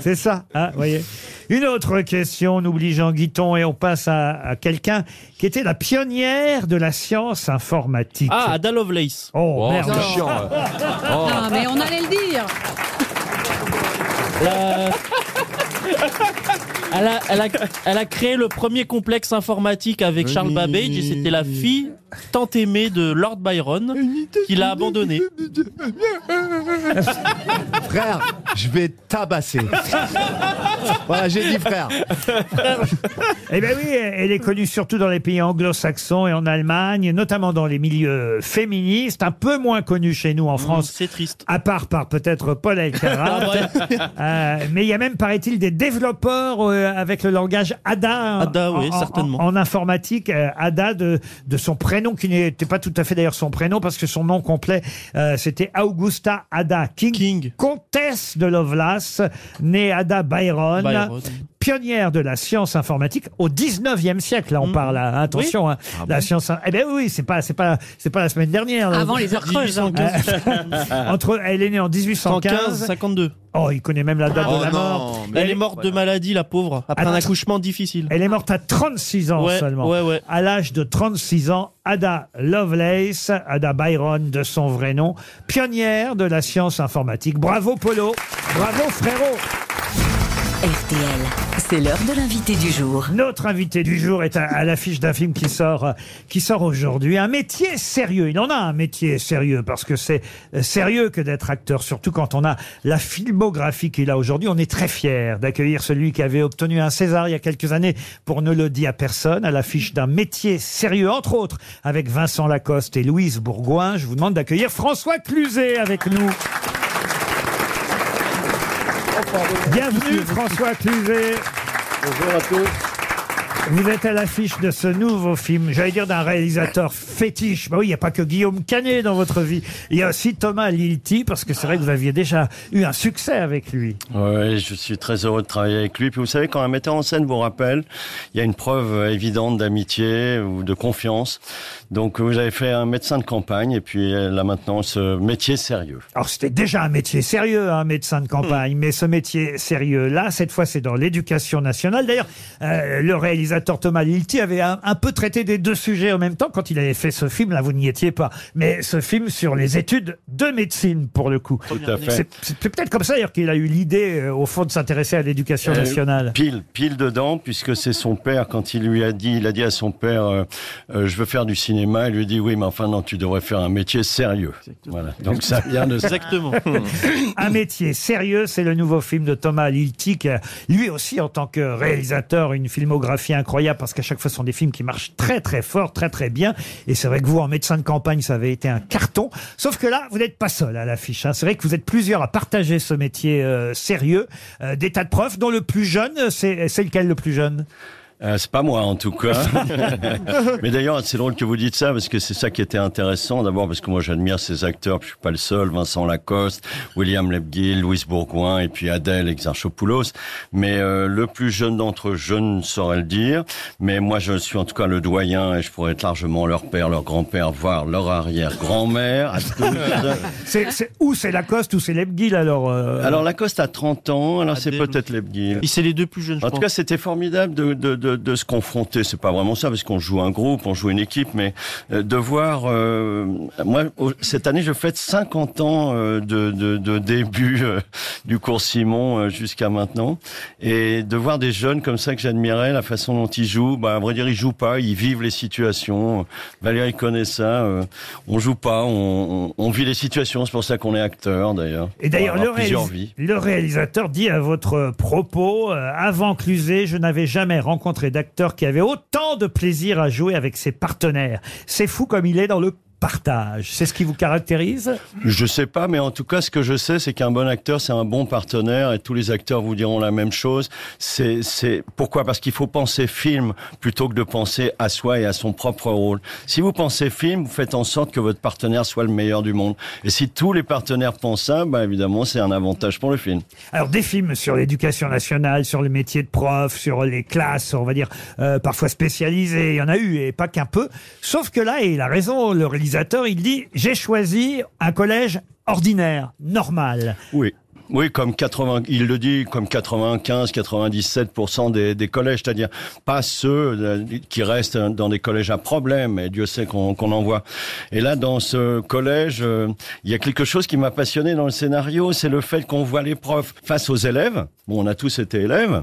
S2: C'est ça, hein, voyez. Une autre question, on oublie Jean Guiton et on passe à, à quelqu'un qui était la pionnière de la science informatique.
S4: Ah, Ada Lovelace.
S2: Oh, merde.
S4: hein.
S8: Non, mais on allait le dire.
S4: La- Elle a, elle, a, elle a créé le premier complexe informatique avec Charles Babbage et c'était la fille tant aimée de Lord Byron qui l'a abandonnée.
S3: frère, je vais tabasser. voilà, j'ai dit frère.
S2: Eh bien oui, elle est connue surtout dans les pays anglo-saxons et en Allemagne, notamment dans les milieux féministes, un peu moins connue chez nous en France.
S4: Mm, C'est triste.
S2: À part par peut-être Paul Elkarat.
S4: Ah ouais.
S2: Euh, mais il y a même, paraît-il, des développeurs euh, avec le langage ADA.
S4: ADA, oui,
S2: en- en-
S4: certainement.
S2: En, en informatique, euh, ADA de, de son prénom, qui n'était pas tout à fait d'ailleurs son prénom, parce que son nom complet, euh, c'était Augusta Ada King, comtesse de Lovelace, née Ada Byron.
S4: Byron.
S2: Pionnière de la science informatique au 19e siècle, là on parle, hein, attention, hein, la science. Eh bien oui, c'est pas, c'est pas, c'est pas la semaine dernière. là. Ah,
S8: Avant les heures creuses. hein.
S4: Ah.
S2: Entre, elle est née en 1815.
S4: 115, 52.
S2: Oh, il connaît même la date
S4: Oh
S2: de la
S4: non,
S2: mort.
S4: Elle est morte de maladie, la pauvre, après un
S2: Attends.
S4: accouchement difficile.
S2: Elle est morte à 36 ans
S4: Ouais,
S2: seulement.
S4: ouais, ouais.
S2: À l'âge de 36 ans, Ada Lovelace, Ada Byron de son vrai nom, pionnière de la science informatique. Bravo Polo, bravo frérot.
S9: RTL, c'est l'heure de l'invité du jour.
S2: Notre invité du jour est à, à l'affiche d'un film qui sort, euh, qui sort aujourd'hui. Un métier sérieux. Il en a un métier sérieux parce que c'est euh, sérieux que d'être acteur, surtout quand on a la filmographie qu'il a aujourd'hui. On est très fier d'accueillir celui qui avait obtenu un César il y a quelques années pour Ne le dit à personne, à l'affiche d'un métier sérieux, entre autres avec Vincent Lacoste et Louise Bourgoin. Je vous demande d'accueillir François Cluzet avec nous. Bienvenue François Cluzet.
S17: Bonjour à tous.
S2: Vous êtes à l'affiche de ce nouveau film, j'allais dire d'un réalisateur fétiche. Bah oui, il n'y a pas que Guillaume Canet dans votre vie. Il y a aussi Thomas Lilti, parce que c'est vrai que vous aviez déjà eu un succès avec lui.
S17: Ouais, je suis très heureux de travailler avec lui. Puis vous savez, quand un metteur en scène vous rappelle, il y a une preuve euh, évidente d'amitié ou de confiance. Donc vous avez fait un médecin de campagne et puis euh, là maintenant ce métier sérieux.
S2: Alors c'était déjà un métier sérieux, hein, un médecin de campagne, mais ce métier sérieux-là, cette fois c'est dans l'éducation nationale. D'ailleurs, euh, le réalisateur Thomas Lilti avait un, un peu traité des deux sujets en même temps quand il avait fait ce film, là vous n'y étiez pas, mais ce film sur les études de médecine pour le coup.
S17: Tout à fait.
S2: C'est- C'est peut-être comme ça d'ailleurs qu'il a eu l'idée euh, au fond de s'intéresser à l'éducation nationale.
S17: Euh, Pile, pile dedans, puisque c'est son père, quand il lui a dit, il a dit à son père, euh, euh, je veux faire du cinéma, il lui dit, oui, mais enfin, non, tu devrais faire un métier sérieux. Voilà. Donc ça vient de ça.
S4: Exactement.
S2: Un métier sérieux, c'est le nouveau film de Thomas Lilti, qui a, lui aussi, en tant que réalisateur, une filmographie incroyable, parce qu'à chaque fois, ce sont des films qui marchent très, très fort, très, très bien. Et c'est vrai que vous, en médecin de campagne, ça avait été un carton. Sauf que là, vous n'êtes pas seul à l'affiche. hein. C'est vrai que vous êtes plusieurs à partager ce métier euh, sérieux. Euh, des tas de profs, dont le plus jeune, c'est c'est lequel le plus jeune
S17: Euh, c'est pas moi en tout cas. Mais d'ailleurs, c'est drôle que vous dites ça parce que c'est ça qui était intéressant d'abord parce que moi j'admire ces acteurs, puis je suis pas le seul, Vincent Lacoste, William Lebguil, Louise Bourgoin et puis Adèle Exarchopoulos. Mais euh, le plus jeune d'entre eux, je ne saurais le dire, mais moi je suis en tout cas le doyen et je pourrais être largement leur père, leur grand-père, voire leur arrière-grand-mère. à tous.
S2: C'est c'est- Ou c'est Lacoste, ou c'est Lebguil, alors. euh,
S17: Alors Lacoste a 30 ans, alors c'est peut-être Lebguil.
S4: Et c'est les deux plus jeunes, je
S17: En tout
S4: pense.
S17: cas, c'était formidable de, de, de, de se confronter. C'est pas vraiment ça, parce qu'on joue un groupe, on joue une équipe, mais euh, de voir. euh, moi, au- cette année, je fête 50 ans euh, de, de, de début euh, du cours Simon euh, jusqu'à maintenant, et de voir des jeunes comme ça que j'admirais, la façon dont ils jouent. Bah, à vrai dire, ils jouent pas, ils vivent les situations. Valérie connaît ça. euh, on joue pas, on, on on vit les situations. C'est pour ça qu'on est acteur, d'ailleurs.
S2: Et d'ailleurs,
S17: On va
S2: le,
S17: avoir plusieurs
S2: réalis-
S17: vies.
S2: le réalisateur dit à votre propos, euh, avant Cluzet, je n'avais jamais rencontré d'acteur qui avait autant de plaisir à jouer avec ses partenaires. C'est fou comme il est dans le partage. C'est ce qui vous caractérise
S17: Je sais pas, mais en tout cas, ce que je sais, c'est qu'un bon acteur, c'est un bon partenaire, et tous les acteurs vous diront la même chose. C'est, c'est pourquoi Parce qu'il faut penser film plutôt que de penser à soi et à son propre rôle. Si vous pensez film, vous faites en sorte que votre partenaire soit le meilleur du monde. Et si tous les partenaires pensent ça, bah évidemment, c'est un avantage pour le film.
S2: Alors des films sur l'éducation nationale, sur le métier de prof, sur les classes, on va dire euh, parfois spécialisées, il y en a eu et pas qu'un peu. Sauf que là, et il a raison, le réalisateur, il dit j'ai choisi un collège ordinaire, normal.
S17: Oui. Oui, comme 80, il le dit, comme 95-97% des, des collèges, c'est-à-dire pas ceux euh, qui restent dans des collèges à problème, et Dieu sait qu'on qu'on en voit. Et là, dans ce collège, euh, il y a quelque chose qui m'a passionné dans le scénario, c'est le fait qu'on voit les profs face aux élèves. Bon, on a tous été élèves.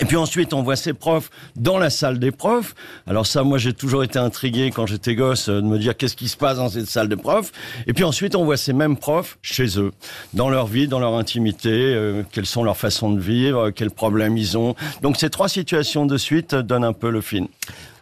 S17: Et puis ensuite, on voit ces profs dans la salle des profs. Alors ça, moi, j'ai toujours été intrigué quand j'étais gosse euh, de me dire qu'est-ce qui se passe dans cette salle de profs. Et puis ensuite, on voit ces mêmes profs chez eux, dans leur vie, dans leur intimité, euh, quelles sont leurs façons de vivre, euh, quels problèmes ils ont. Donc ces trois situations de suite euh, donnent un peu le film.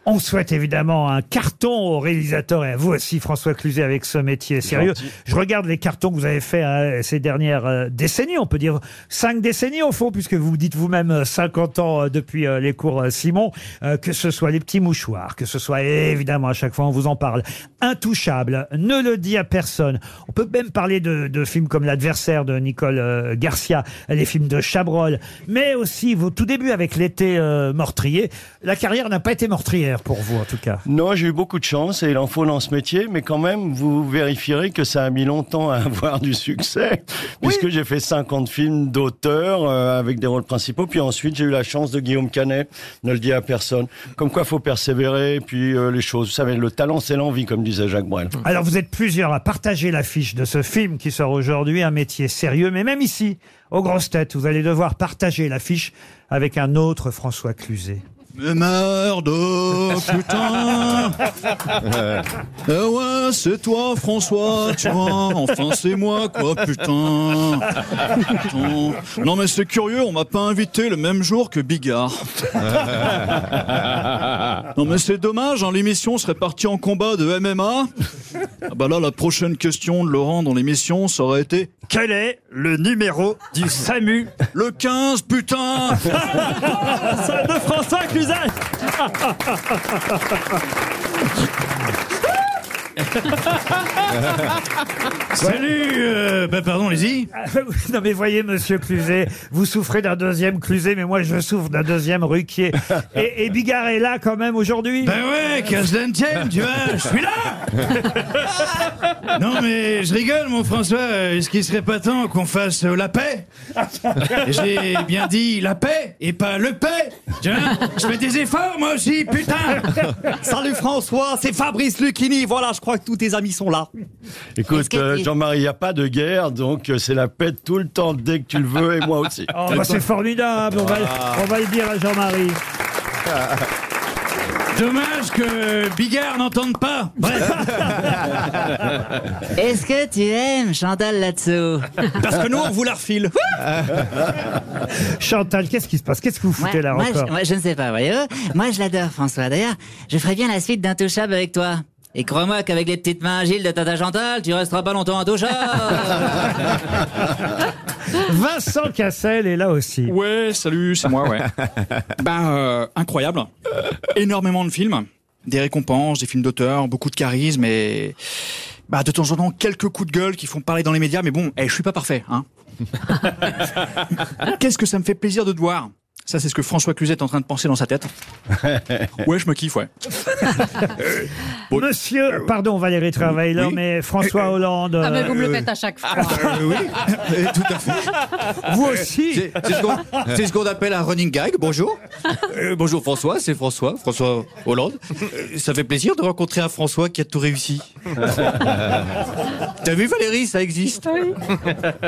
S2: On souhaite évidemment un carton au réalisateur et à vous aussi, François Cluzet, avec ce métier sérieux.
S17: Gentil.
S2: Je regarde les cartons que vous avez faits hein, ces dernières euh, décennies, on peut dire cinq décennies au fond, puisque vous dites vous-même euh, 50 ans euh, depuis euh, les cours euh, Simon, euh, que ce soit les petits mouchoirs, que ce soit évidemment à chaque fois on vous en parle, intouchable, ne le dit à personne. On peut même parler de, de films comme L'adversaire de Nicole euh, Garcia, les films de Chabrol, mais aussi vos tout débuts avec l'été euh, meurtrier. La carrière n'a pas été meurtrière pour vous en tout cas.
S17: Non, j'ai eu beaucoup de chance et il en faut dans ce métier, mais quand même, vous vérifierez que ça a mis longtemps à avoir du succès, puisque j'ai fait 50 films d'auteur euh, avec des rôles principaux, puis ensuite j'ai eu la chance de Guillaume Canet, ne le dis à personne. Comme quoi, faut persévérer, et puis euh, les choses, vous savez, le talent c'est l'envie, comme disait Jacques Brel.
S15: Ah,
S2: Alors vous êtes plusieurs à partager l'affiche de ce film qui sort aujourd'hui, un métier sérieux, mais même ici, aux grosses têtes, vous allez devoir partager l'affiche avec un autre François Cluzet.
S15: Mais merde, oh, putain Eh ouais, c'est toi, François, tu vois Enfin, c'est moi, quoi, putain Putain. Non, mais c'est curieux, on m'a pas invité le même jour que Bigard. Non, mais c'est dommage, hein, l'émission serait partie en combat de MMA. Ah bah là, la prochaine question de Laurent dans l'émission, ça aurait été « Quel est le numéro du SAMU ?»« Le 15, putain !»
S2: de François Cluzet
S15: Salut euh, ben, pardon, allez-y.
S2: non, mais voyez, monsieur Cluzet, vous souffrez d'un deuxième Cluzet, mais moi, je souffre d'un deuxième Ruquier. Et, et Bigard est là, quand même, aujourd'hui
S15: Ben ouais, 15 vingtième, tu vois, je suis là Non mais je rigole mon François, euh, est-ce qu'il serait pas temps qu'on fasse euh, la paix J'ai bien dit la paix et pas le paix Tu vois, Je fais des efforts moi aussi, putain
S18: Salut François, c'est Fabrice Lucchini. Voilà, je crois que tous tes amis sont là. Est-ce
S17: Écoute,
S18: que-
S17: euh, Jean-Marie, il n'y a pas de guerre, donc euh, c'est la paix tout le temps, dès que tu le veux, et moi aussi.
S2: Oh, bah, c'est formidable, on va,
S17: Ah.
S2: on va le dire à Jean-Marie.
S15: Dommage que Bigard n'entende pas Bref.
S19: Est-ce que tu aimes Chantal là-dessous
S18: Parce que nous, on vous la refile.
S2: Chantal, qu'est-ce qui se passe Qu'est-ce que vous foutez
S19: Ouais,
S2: là
S19: moi,
S2: encore
S19: je, moi, je ne sais pas, voyez-vous. Moi, je l'adore, François. D'ailleurs, je ferais bien la suite d'Intouchable avec toi. Et crois-moi qu'avec les petites mains agiles de Tata Chantal, tu resteras pas longtemps intouchable.
S2: Vincent Cassel est là aussi.
S15: Ouais, salut, c'est moi, ouais. bah, euh, incroyable. Énormément de films, des récompenses, des films d'auteur, beaucoup de charisme et. Bah, de temps en temps, quelques coups de gueule qui font parler dans les médias, mais bon, eh, je suis pas parfait, hein. Qu'est-ce que ça me fait plaisir de te voir Ça, c'est ce que François Cluzet est en train de penser dans sa tête.
S17: Eh.
S15: Ouais, je me kiffe, ouais.
S2: Monsieur, pardon Valérie Travailleur, mais François Hollande.
S8: Ah, mais
S2: euh,
S8: vous me le faites à chaque fois.
S15: Ah,
S18: Euh,
S2: Vous aussi
S18: C'est c'est ce qu'on c'est ce qu'on appelle un running gag. Bonjour. Euh, bonjour François, c'est François, François Hollande. Euh, ça fait plaisir de rencontrer un François qui a tout réussi. T'as vu Valérie, ça existe.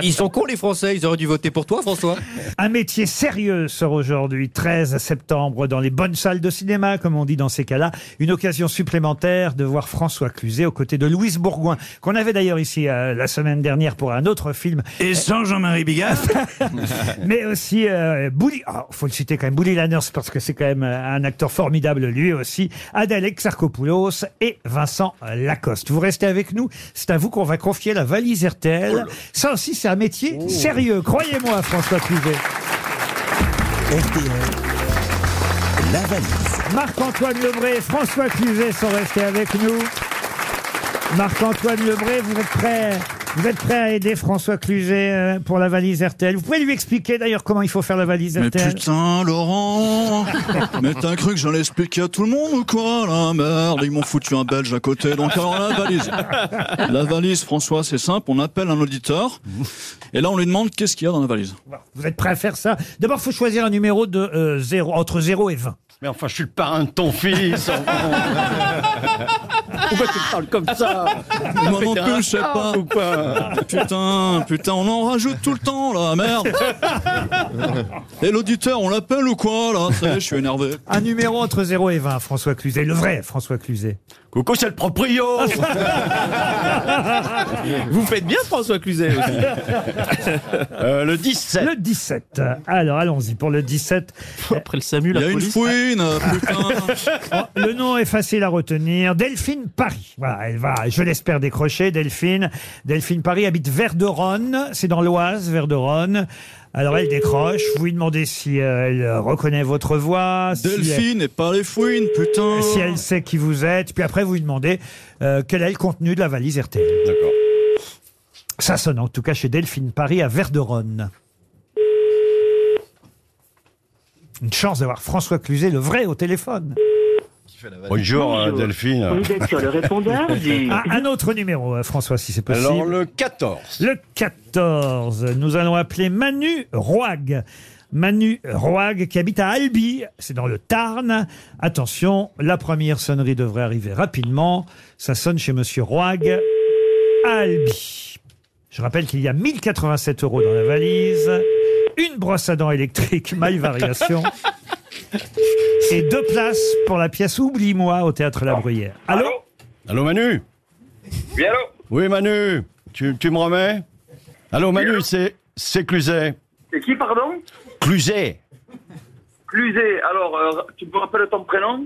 S18: Ils sont cons les Français, ils auraient dû voter pour toi François.
S2: Un métier sérieux sort aujourd'hui, 13 septembre, dans les bonnes salles de cinéma, comme on dit dans ces cas-là. Une occasion supplémentaire de voir François Cluzet aux côtés de Louise Bourgoin, qu'on avait d'ailleurs ici euh, la semaine dernière pour un autre film.
S20: Et sans Jean-Marie Bigard
S2: mais aussi euh, Bouli. ah, faut le citer quand même, Bouli Lanners, parce que c'est quand même euh, un acteur formidable lui aussi. Adèle Exarchopoulos et Vincent Lacoste. Vous restez avec nous. C'est à vous qu'on va confier la valise RTL. Ça aussi, c'est un métier sérieux. Croyez-moi, François Cluzet. La valise. Marc-Antoine Lebré et François Cluzet sont restés avec nous. Marc-Antoine Lebré, vous êtes prêt vous êtes prêt à aider François Cluzet euh, pour la valise RTL Vous pouvez lui expliquer d'ailleurs comment il faut faire la valise
S15: Mais
S2: RTL
S15: putain, Laurent Mais t'as cru que j'allais expliquer à tout le monde ou quoi La merde, ils m'ont foutu un belge à côté, donc alors la valise. La valise, François, c'est simple, on appelle un auditeur, et là on lui demande qu'est-ce qu'il y a dans la valise.
S2: Vous êtes prêt à faire ça D'abord, il faut choisir un numéro de euh, zéro- entre 0 et 20.
S17: Mais enfin, je suis le parrain de ton fils. Pourquoi tu me parles comme ça
S15: Mais Moi non plus, je sais pas. Putain, putain, on en rajoute tout le temps, là, merde Et l'auditeur, on l'appelle ou quoi, là Ça y est, je suis énervé.
S2: Un numéro entre 0 et 20, François Cluzet, le vrai François Cluzet.
S17: Coucou, c'est le proprio
S4: Vous faites bien, François Cluzet.
S17: le 17.
S2: Le 17. Alors, allons-y pour le 17.
S4: Après le SAMU, la police.
S2: Oh, le nom est facile à retenir. Delphine Paris. Voilà, elle va, je l'espère, décrocher. Delphine. Delphine Paris habite Verderonne. C'est dans l'Oise, Verderonne. Alors elle décroche. Vous lui demandez si euh, elle reconnaît votre voix. si
S15: Delphine
S2: elle-
S15: et pas les fouines, putain
S2: Si elle sait qui vous êtes. Puis après, vous lui demandez euh, quel est le contenu de la valise RTL.
S17: D'accord.
S2: Ça sonne en tout cas chez Delphine Paris à Verderonne. Une chance d'avoir François Cluzet, le vrai, au téléphone.
S17: Bonjour, euh, Delphine.
S2: Ah, un autre numéro, euh, François, si c'est possible.
S17: Alors, le 14.
S2: Le 14, nous allons appeler Manu Roig. Manu Roig qui habite à Albi, c'est dans le Tarn. Attention, la première sonnerie devrait arriver rapidement. Ça sonne chez Monsieur Roig à Albi. Je rappelle qu'il y a 1087 euros dans la valise, une brosse à dents électrique, maille variation, et deux places pour la pièce Oublie-moi au théâtre La Bruyère. Allô
S17: Allô, Manu
S11: Oui, allô
S17: Oui, Manu, tu, tu me remets Allô, Manu, c'est c'est Cluzet.
S11: C'est qui, pardon
S17: Cluzet,
S11: Cluzet, alors, euh, tu peux rappeler ton prénom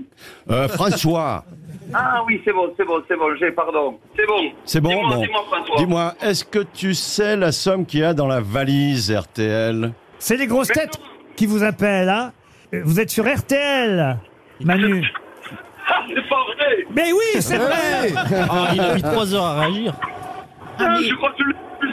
S17: euh, François.
S11: Ah oui, c'est bon, c'est bon, c'est bon, j'ai, pardon. C'est bon.
S17: C'est bon,
S11: Dis-moi,
S17: bon.
S11: dis-moi, François.
S17: Dis-moi, est-ce que tu sais la somme qu'il y a dans la valise RTL
S2: C'est les grosses têtes qui vous appellent, hein Euh, Vous êtes sur RTL, Manu.
S11: Ah, c'est pas vrai
S2: Mais oui, c'est vrai
S4: Ah, il a mis 3 heures à réagir.
S11: Ah, Je crois que tu l'as tu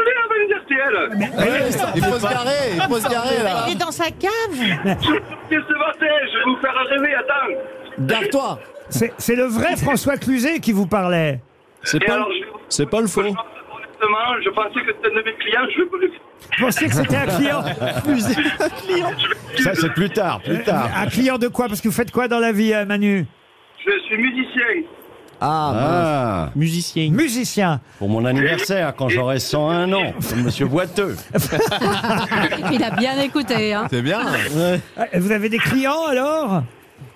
S11: l'as, la valise RTL
S5: Il faut se
S11: garer, il faut se garer, là.
S5: Il est dans sa cave.
S11: Je vais sortir ce matin, je vais vous faire rêver, attends
S2: Garde-toi C'est c'est le vrai François Cluzet qui vous parlait.
S15: C'est
S11: Et
S15: pas,
S11: alors, je-
S15: c'est pas le faux.
S11: Honnêtement, je pensais que c'était un de mes clients, je voulais...
S2: Je pensais que c'était un client.
S17: Ça, c'est plus tard, plus tard.
S2: Euh, Un client de quoi Parce que vous faites quoi dans la vie, euh, Manu
S11: Je suis musicien
S17: Ah,
S4: musicien.
S2: Musicien.
S17: Pour mon anniversaire, quand j'aurai 101 ans, comme Monsieur Boiteux.
S8: Il a bien écouté. Hein.
S2: Euh, Vous avez des clients alors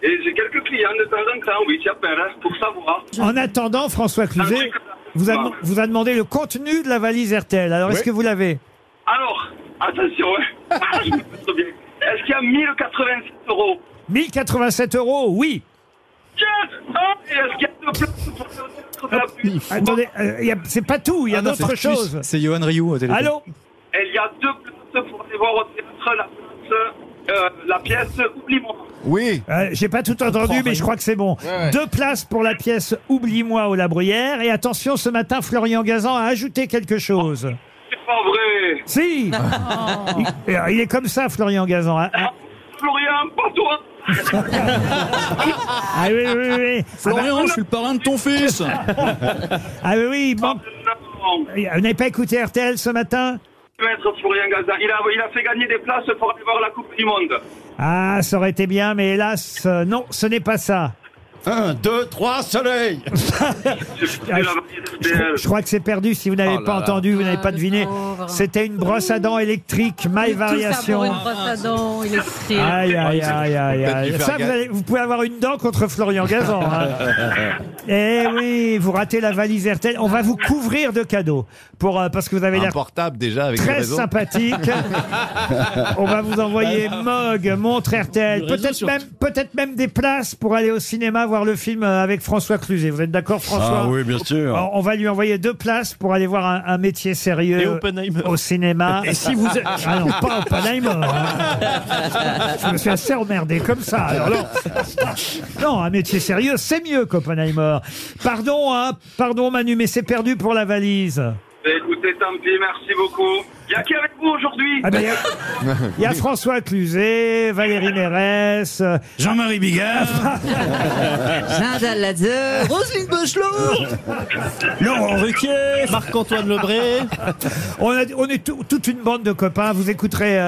S11: et j'ai quelques clients de temps en temps, oui, j'appelle, hein, pour savoir.
S2: En attendant, François Cluzet vous a, dem- vous a demandé le contenu de la valise RTL. Alors, est-ce
S11: Oui.
S2: que vous l'avez
S11: Alors, attention, hein. Ah, je me porte bien. Est-ce qu'il y a 1087 euros
S2: 1087 euros, oui.
S11: Yes Ah, et Est-ce qu'il y a deux places pour faire le théâtre de la pub
S2: Ah, Attendez, euh, y a- c'est pas tout, il y a
S18: non,
S2: d'autres
S18: c'est
S2: choses.
S18: Artus, c'est Johan Rioux au téléphone.
S2: Allô
S11: Et Il y a deux places pour aller voir au théâtre la place, euh, la pièce Oublie-moi.
S2: Oui. Euh, J'ai pas tout entendu, mais je crois que c'est bon.
S11: ouais.
S2: Deux places pour la pièce Oublie-moi au La Bruyère. Et attention, ce matin, Florian Gazan a ajouté quelque chose.
S11: C'est pas vrai
S2: Si il, alors, il est comme ça, Florian Gazan. hein. Ah,
S11: Florian, pas toi
S2: ah oui, oui, oui, oui. bah,
S15: Florian, je suis le parrain de ton fils
S2: Ah oui, oui, il manque- Euh, Vous n'avez pas écouté RTL ce matin
S11: Maître Florian Gazan, il a, il a fait gagner des places pour aller voir la Coupe du Monde.
S2: Ah, ça aurait été bien, mais hélas, euh, non, ce n'est pas ça.
S17: Un, deux, trois, soleil
S2: Ah, je, je crois- je crois que c'est perdu si vous n'avez
S17: Oh là
S2: pas
S17: là.
S2: entendu, vous n'avez pas deviné.
S8: sûr.
S2: C'était une brosse à dents électrique, My Variation.
S8: Tout ça pour une brosse à dents électrique.
S2: Aïe, aïe, aïe, aïe,
S8: Peut-être
S2: aïe.
S8: du
S2: Ça, vous,
S8: Fergal.
S2: allez- vous pouvez avoir une dent contre Florian Gazan. hein.
S4: Ah.
S2: Eh oui, vous ratez la valise RTL. On va vous couvrir de cadeaux. Pour, euh, parce que vous avez
S3: Un
S2: l'air
S3: portable déjà avec le
S2: très
S3: réseau.
S2: sympathique. On va vous envoyer
S3: Bah,
S4: Bah,
S2: Mog, Montre RTL,
S3: Du réseau
S2: peut-être
S3: surtout.
S2: même, peut-être même des places pour aller au cinéma voir le film euh, avec François Cluzet. Vous êtes d'accord, François
S17: Ah oui, bien sûr.
S2: Alors, On va lui envoyer deux places pour aller voir un, un métier sérieux
S4: Et Oppenheimer.
S2: au cinéma.
S4: Et si vous-
S2: Ah non, pas Oppenheimer. hein. Je me suis assez emmerdé comme ça. Alors, non. Non, un métier sérieux, c'est mieux qu'Oppenheimer. Pardon, hein, pardon Manu, mais c'est perdu pour la valise.
S11: Eh, Écoutez, tant pis, merci beaucoup. Il y a qui avec vous aujourd'hui
S2: Ah ben, il y a- Il y a François Cluzet, Valérie Mérès, euh,
S20: Jean-Marie Bigard.
S19: Jean Daladier, Roselyne Bachelot
S2: Laurent Ruquier, Marc-Antoine Lebré. On, a- on est tout- toute une bande de copains. Vous écouterez euh,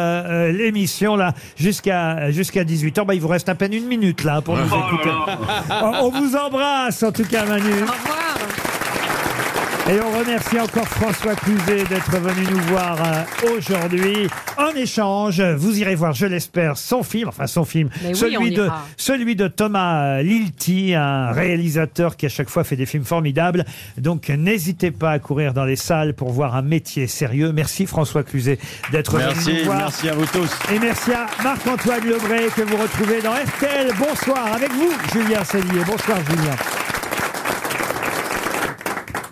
S2: euh, l'émission là jusqu'à jusqu'à 18h. Bah, il vous reste à peine une minute là pour nous
S11: Oh là
S2: écouter.
S11: là.
S2: On, on vous embrasse en tout cas, Manu. Et on remercie encore François Cluzet d'être venu nous voir euh, aujourd'hui. En échange, vous irez voir, je l'espère, son film, enfin son film,
S8: Mais oui,
S2: celui,
S8: on
S2: de,
S8: ira.
S2: celui de Thomas euh, Lilti, un réalisateur qui à chaque fois fait des films formidables. Donc n'hésitez pas à courir dans les salles pour voir un métier sérieux. Merci François Cluzet d'être
S17: Merci,
S2: venu nous voir.
S17: merci à vous tous.
S2: Et merci à Marc-Antoine Lebray que vous retrouvez dans RTL. Bonsoir avec vous, Julien Cellier. Bonsoir Julien.